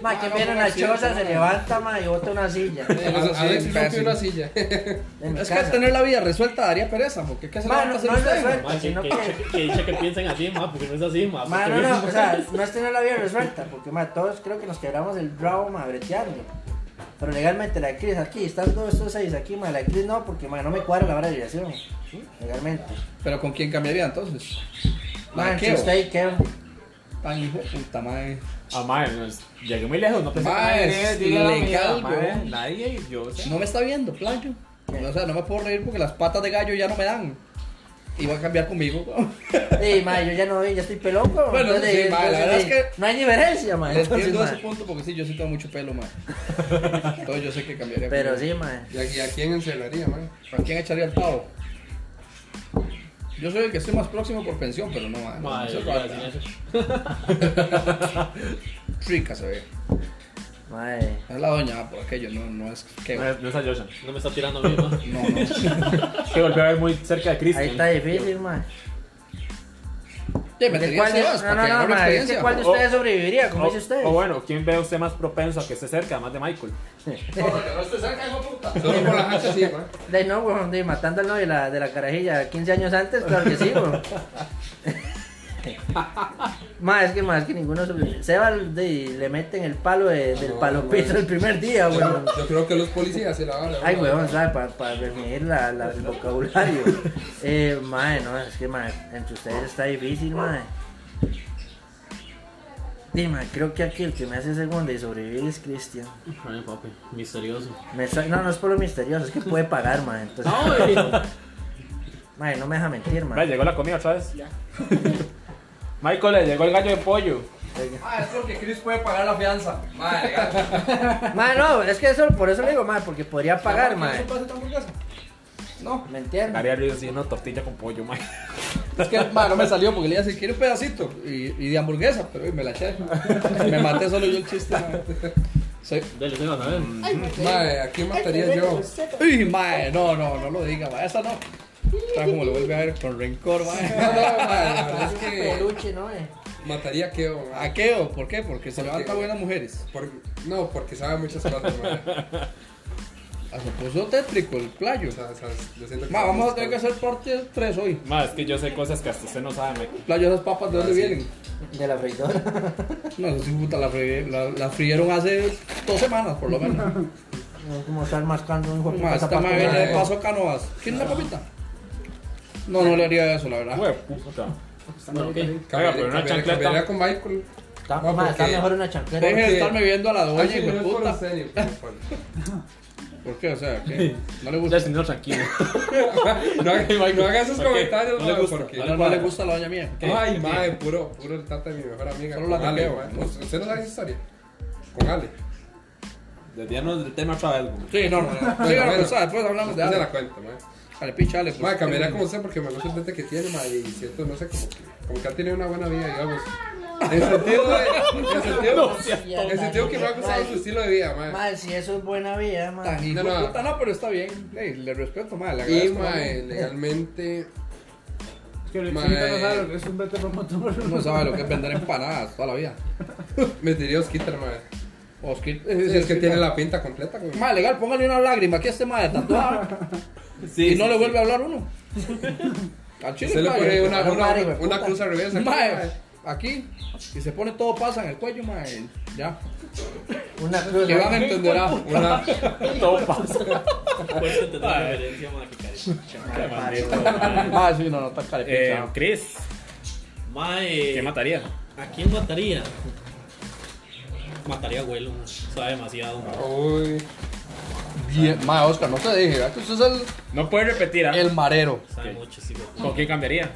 S6: Mae, que
S4: no,
S6: viene
S4: no,
S6: una
S4: no, cierto,
S6: choza, se
S4: no.
S6: levanta, mae, y bota una silla. De
S4: Eso sí,
S5: Alex no
S4: imbécil.
S5: tiene una silla.
S6: mi
S4: Es que
S6: casa.
S4: tener la vida resuelta daría pereza, porque ¿qué se
S6: Ma,
S4: levanta
S6: no,
S4: a hacer
S6: no es
S4: usted?
S6: resuelta.
S3: Ma, que,
S6: Sino
S3: que,
S6: que-
S3: que- que dicha que piensen así, ma, porque no es así, ma.
S6: Ma, no,
S3: porque-
S6: no, o sea, no es tener la vida resuelta, porque ma, todos creo que nos quebramos el bravo ma, breteando. Pero legalmente la Cris aquí, están todos estos seis aquí, ma, la Cris no, porque ma, no me cuadra la hora de violación. Legalmente.
S4: Pero ¿con quién cambiaría entonces? Ma,
S6: Man,
S4: ¿qué,
S6: si
S4: o?
S6: usted y qué.
S4: Tan hijo de puta madre.
S2: Ah, mae, pues, llegué muy lejos, no pensé
S4: Ma,
S2: nadie
S4: es
S2: diera la mía,
S4: legal,
S2: ma,
S4: weón.
S2: Nadie, yo, o sea,
S4: No me está viendo, playo. O sea, no me puedo reír porque las patas de gallo ya no me dan. Y va a cambiar conmigo.
S6: Sí, ma, yo ya no vi, ya estoy pelón, bro.
S4: Bueno, sí, ma, la verdad
S6: sí,
S4: es que-
S6: No hay diferencia, ma.
S4: Les
S6: entonces,
S4: pierdo
S6: ma,
S4: ese punto porque sí, yo sí tengo mucho pelo, man. Entonces yo sé que cambiaría.
S6: Pero
S4: conmigo.
S6: sí, ma.
S5: ¿Y a, y a quién encerraría, ma?
S4: ¿A quién echaría el pavo? Yo soy el que estoy más próximo por pensión, pero no, man.
S3: Ma,
S4: No se
S3: yo iba a decir
S4: falta.
S3: eso.
S4: Rica se ve.
S6: Ma,
S4: Es la doña, por aquello, no, no es que.
S2: no es- no es a Josh.
S3: No me está tirando bien, ma.
S4: No, no.
S2: Que volvió a ver muy cerca de Cristian.
S6: ahí está difícil, ma.
S4: Ya, me
S6: ¿De
S4: tenía
S6: cuál de,
S4: Sebas
S6: no,
S4: para que
S6: no, no,
S4: agarre
S6: ma, es que
S4: experiencia. Oh,
S6: cuál de
S2: O-
S6: ustedes sobreviviría, como
S2: O,
S6: dice usted.
S2: o bueno, ¿quién ve usted más propenso a que esté cerca, más de Michael?
S5: Solo por la hacha, sí, ma.
S6: De no, weón, de matando al novio de la, de la carajilla 15 años antes, claro que sí, weón. más es que más que ninguno sobrevive. Seba de, le meten el palo de- del palopito el primer día, weón.
S5: Yo creo que los policías se la van a
S6: Ay, weón, ¿sabes? Para pa reunir la, la- el vocabulario. Eh, mae, no, es que, mae, entre ustedes está difícil, mae. Sí, mae, creo que aquí el que me hace segundo y sobrevivir es Cristian.
S3: Ay, papi, misterioso.
S6: Me está- No, no es por lo misterioso, es que puede pagar, mae. Entonces, mae, no me deja mentir, mae.
S2: Vea, llegó la comida otra vez. Michael, le llegó el gallo de pollo.
S4: Ah, es porque Chris puede pagar la fianza. Madre,
S6: Ma, no, es que eso, por eso le digo, ma, porque podría pagar, ma.
S4: ¿Es un pedazo de hamburguesa? No.
S6: ¿Me entiendes?
S2: Daría Ríos haciendo tortilla con pollo, mae.
S4: Es que, ma, no me salió porque le iba a decir, quiero un pedacito y, y de hamburguesa, pero uy, me la eché. Me maté solo yo el chiste, ma. Soy-
S3: Dele, Sebas, a ver.
S5: Ma, ¿a quién mataría yo?
S4: Uy, ma, no, no, no lo diga, ma, esa no. Está como lo vuelve a ver con rencor, ma.
S5: No, ma, la verdad es que
S6: Peluche, ¿no? eh?
S5: mataría a Keo, ma.
S4: ¿A qué o por qué? Porque se levanta buenas mujeres.
S5: Por- no, porque sabe muchas cosas, ma.
S4: Ah, se puso tétrico el playo.
S5: O sea, o sea, yo siento que-
S4: Ma, vamos a tener que hacer parte 3 hoy.
S2: Mae, es que yo sé cosas que hasta usted no sabe, mae.
S4: Playo, esas papas, ¿de dónde
S5: Ah, sí.
S4: vienen?
S6: De la freidora.
S4: No, esas puta, las fri- la, las frieron hace dos semanas, por lo menos.
S6: No es como estar mascando un hijo
S4: Ma,
S6: de
S4: eh.
S6: puta
S4: esta
S6: zapato,
S4: madre viene
S6: ma.
S4: de paso Canovas. ¿Quién es la papita? No, no le haría eso, la verdad.
S2: Hue puta.
S3: Bueno, ok.
S5: Cambiaría-
S2: Oiga, pero una
S5: cambiaría-
S2: chancleta.
S5: cambiaría con Michael.
S6: Está,
S4: No,
S6: ma, está
S4: porque-
S6: mejor una chancleta.
S4: Deje de
S5: Porque-
S4: estarme viendo a la doña, hijo de
S5: por
S4: puta.
S5: serio,
S4: ¿Por qué? O sea, ¿qué? No le
S2: Ya,
S4: gusta.
S2: señor, tranquilo.
S5: No hagas no haga esos
S2: Ok,
S5: comentarios,
S2: no le
S5: mae,
S2: gusta.
S5: porque-
S4: No, no le gusta la doña mía.
S5: Ay, mae, puro, puro el tata de mi mejor amiga.
S4: Solo la
S5: con Ale,
S4: taqueo.
S5: mae. No, ¿Usted no sabe esa historia? Con Ale.
S2: Desviarnos del tema otra vez, güey.
S4: Sí, no, no. no. Sí,
S5: Bueno,
S4: no,
S5: bueno.
S4: o sea, después hablamos de
S5: Usted se
S4: algo.
S5: la cuenta, mae.
S4: Dale, pichale. pues.
S5: Mae, cambiará como usted porque me gusta el tete que tiene, mae, y siento, no sé, como que, como que ha tenido una buena vida, digamos. En sentido de... En sentido, en sentido que me ha gustado su estilo de vida, mae.
S6: Madre, si eso es buena vida,
S4: Tan
S6: madre.
S4: hijo
S5: No,
S4: de
S5: no.
S4: puta, no, pero está bien. Ey, Le respeto, madre. Le
S5: Y,
S4: agradezco.
S5: mae,
S4: mae.
S5: legalmente...
S7: Es que el
S5: Mae.
S7: eximita no sabe lo que es un vete promotor.
S4: No sabe lo que es vender empanadas toda la vida.
S5: Me diría Osquitar, mae.
S4: Oscar,
S5: Es que tiene la pinta completa, güey.
S4: Madre, legal, póngale una lágrima aquí a este madre tatuado.
S2: Sí,
S4: y no
S2: sí,
S4: le
S2: sí.
S4: vuelve a hablar uno. Al chile,
S5: Se le
S4: madre.
S5: pone una,
S6: no,
S5: una,
S6: madre, güey,
S5: una
S6: puta.
S5: cruz al revés aquí,
S4: Madre,
S5: mae.
S4: aquí. Y se pone todo pasa en el cuello, madre. Ya.
S6: Una cruz.
S4: Que
S6: ¿no?
S4: van a entender. ah,
S5: Una,
S2: Todo pasa.
S3: Puedes entender la referencia, ma, que cariño.
S4: Madre, Ah, sí, no, no, está
S2: Eh,
S4: carepicha.
S2: Chris,
S3: Mae,
S2: ¿qué mataría?
S3: ¿a quién mataría? Mataría a abuelo, ma. sabe demasiado. ma.
S5: Uy,
S4: Bien, madre, Oscar, no te dije. ¿verdad? Que Usted es el
S2: No puedes repetir, ¿ah?
S4: El marero.
S3: Sabe mucho, sí, güey.
S2: ¿Con quién cambiaría?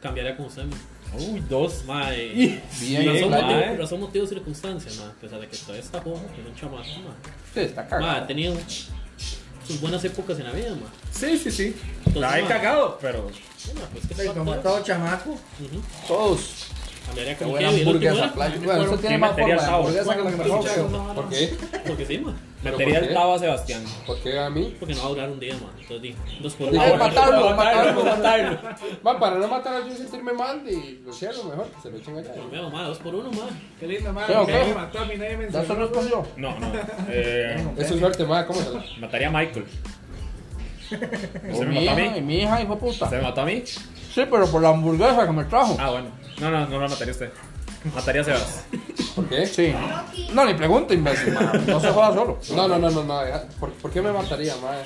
S3: Cambiaría con usted, ma.
S2: Uy, dos.
S3: Mae.
S4: Bien,
S3: razón,
S4: claro.
S3: motivo, razón, motivo, circunstancia, ma. A pesar de que todavía está joven, es un chamaco, ma.
S4: Sí, está
S3: Ma,
S4: cagado.
S3: ha tenido sus buenas épocas en la vida, ma.
S2: Sí, sí, sí.
S3: Entonces,
S2: La he
S3: ma,
S2: cagado, pero.
S3: sí, ma, pues, ¿qué
S6: Sí,
S3: pasa?
S6: Como todo chamaco.
S3: Ujú.
S4: Todos.
S3: Cambiaría
S4: Qué
S3: con
S4: buena
S3: Kevin, ¿no? ¿Te
S4: hamburguesa,
S3: acuerdas?
S4: playa. Bueno, usted tiene
S2: ¿Qué
S4: más forma
S2: material
S4: de
S2: sabor?
S4: hamburguesa que la que me
S3: Bueno,
S4: toca.
S5: ¿por qué?
S3: Porque sí, ma.
S5: ¿Pero
S2: Metería
S5: por
S2: el
S5: qué?
S2: tabo a Sebastián.
S5: ¿Por qué a mí?
S3: Porque no va a durar un día, ma. Entonces dije, dos por
S5: Sí,
S3: uno.
S5: bueno,
S4: Eh, matarlo, matarlo,
S5: Va, para no matar a yo y sentirme mal, y lo cierro mejor, que se lo echen allá.
S3: Por menos, ma, dos por uno, ma.
S7: Qué lindo,
S4: Sí,
S7: madre.
S4: ok.
S7: Nadie me mató a mí, nadie me
S4: ¿Ya se
S7: enseñó.
S4: respondió?
S2: No, no. Eh,
S5: Eso es suerte, madre, ¿cómo se la?
S2: mataría a Michael. ¿Se
S4: Oh,
S2: me
S4: mi
S2: mató a
S4: hija, y
S2: mí?
S4: mi hija, hijo de puta.
S2: ¿Se me mató a mí?
S4: Sí, pero por la hamburguesa que me trajo.
S2: Ah, bueno. No, no, no lo mataría usted. Mataría a Sebas.
S5: ¿Por qué?
S4: Sí. No, ni pregunta, imbécil. No se joda solo.
S5: No, no, no, no, no. deja- ¿Por, por qué me mataría, madre?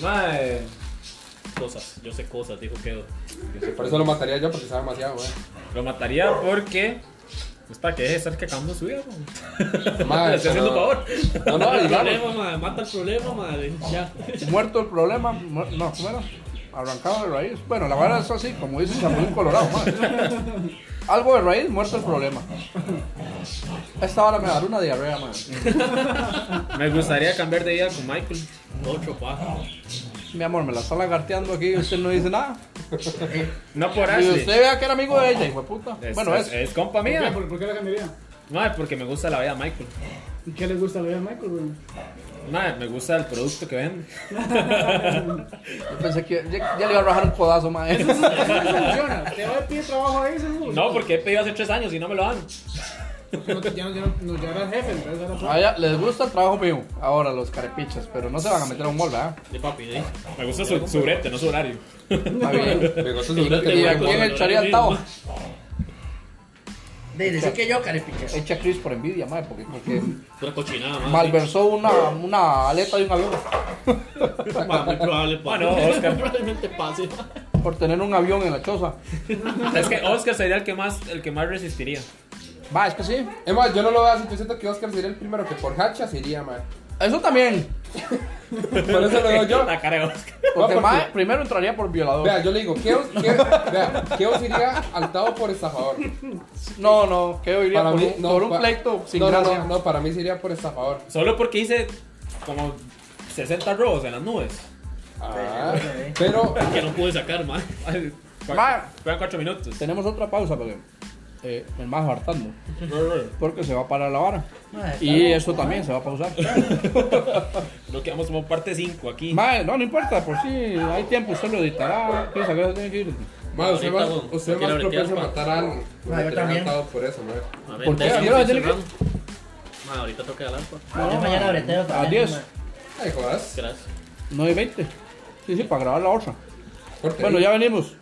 S2: Mae.
S3: Cosas, yo sé cosas, dijo que
S5: Por eso lo mataría yo, porque sabe demasiado, madre.
S2: Lo mataría porque. pues, Gusta que deje de estar cagando su vida,
S5: Mae,
S2: Le estoy haciendo
S5: pero-
S2: favor.
S5: No, no,
S3: el
S5: digamos.
S3: problema, ma, mata el problema, ma. de- Ya.
S4: Muerto el problema. muer- No, ¿cómo era? Arrancado de raíz. Bueno, la verdad es así, como dice Chapulín Colorado. man. Algo de raíz, muerto el problema. Esta hora me dará una diarrea, man.
S2: Me gustaría cambiar de vida con Michael.
S3: Otro paja.
S4: Mi amor, me la está lagarteando aquí y usted no dice nada.
S2: No por
S4: Y
S2: Ashley.
S4: usted vea que era amigo de ella, hijo de puta.
S2: Es,
S4: Bueno,
S2: es,
S4: es.
S2: es compa
S7: ¿Por qué?
S2: mía.
S7: ¿Por- ¿Por qué la cambiaría?
S2: Mae, porque me gusta la vida de Michael.
S7: ¿Y qué le gusta la vida a Michael, güey?
S2: Mae, me gusta el producto que vende.
S4: Yo pensé que ya, ya le iba a rajar un codazo, man.
S7: Funciona, te voy a pedir trabajo ahí, seguro.
S2: No, porque he pedido hace tres años y no me lo dan.
S7: No te- Ya no- ya no ya eras jefe, entonces ahora
S4: A ella les gusta el trabajo mío. Ahora los carepichas, pero no se van a meter a un mall, ¿verdad?
S3: De papi, de.
S2: Me gusta su, su brete, no su horario.
S4: Está bien.
S5: Me gusta su
S4: ¿Y
S5: brete,
S4: a
S5: madre.
S4: quién echaría el tabo?
S6: De decir que yo, carepicha.
S4: Echa a Chris por envidia, madre, porque, porque
S3: Pura cochinada, ma.
S4: Ah, malversó una, una aleta de un avión.
S3: Ma, muy probable, pa.
S2: Ah, no, Oscar.
S3: Probablemente pase, ma.
S4: Por tener un avión en la choza.
S2: Es que Oscar sería el que más, el que más resistiría.
S4: Va, es que sí.
S5: Es más, yo no lo veo así. Yo siento que Oscar sería el primero que por hachas iría, madre.
S4: Eso también.
S5: Por eso lo veo yo.
S2: La cara de Oscar.
S4: Porque
S5: No, porque-
S4: mae, primero entraría por violador.
S5: Vea, yo le digo, ¿qué os, qué, vea, ¿qué os iría al tabo por estafador?
S4: No, no, que yo iría
S5: Para
S4: por,
S5: mí,
S4: un,
S5: no,
S4: por un
S5: pa-
S4: pleito sin
S5: no, no,
S4: gracia.
S5: no, no, para mí sería por estafador.
S2: Solo porque hice como 60 robos en las nubes.
S5: Ah, pero
S3: Que no pude sacar, ma.
S2: Ay, cua-
S4: Mae.
S2: Fueron 4 minutos.
S4: Tenemos otra pausa porque eh, me más hartando. Porque se va a parar la vara.
S6: Madre,
S4: Y eso también se va a pausar.
S2: Lo que vamos como parte 5 aquí.
S4: Mae, no, no importa, por si hay tiempo, usted lo editará. ¿Qué sabe? Tiene que ir.
S5: Ma, usted
S3: Ahorita,
S5: más,
S3: don,
S5: usted
S3: no
S5: más
S3: quiero bretear,
S5: propenso a
S3: pa.
S5: matar a alguien.
S6: Ma, Ah, yo
S5: Me
S6: también.
S5: encantado por eso, madre.
S3: A ver,
S4: ¿Por qué?
S3: entonces,
S4: ¿Quiero decirle que-
S3: cerramos. Ma, ahorita toca pues. hablar, pa.
S6: Yo mañana breteo también.
S4: Adiós.
S6: madre.
S5: Ay, jodas.
S3: Gracias.
S4: 9 y 20. Sí, sí, para grabar la otra.
S5: Corte.
S4: Bueno, ya venimos.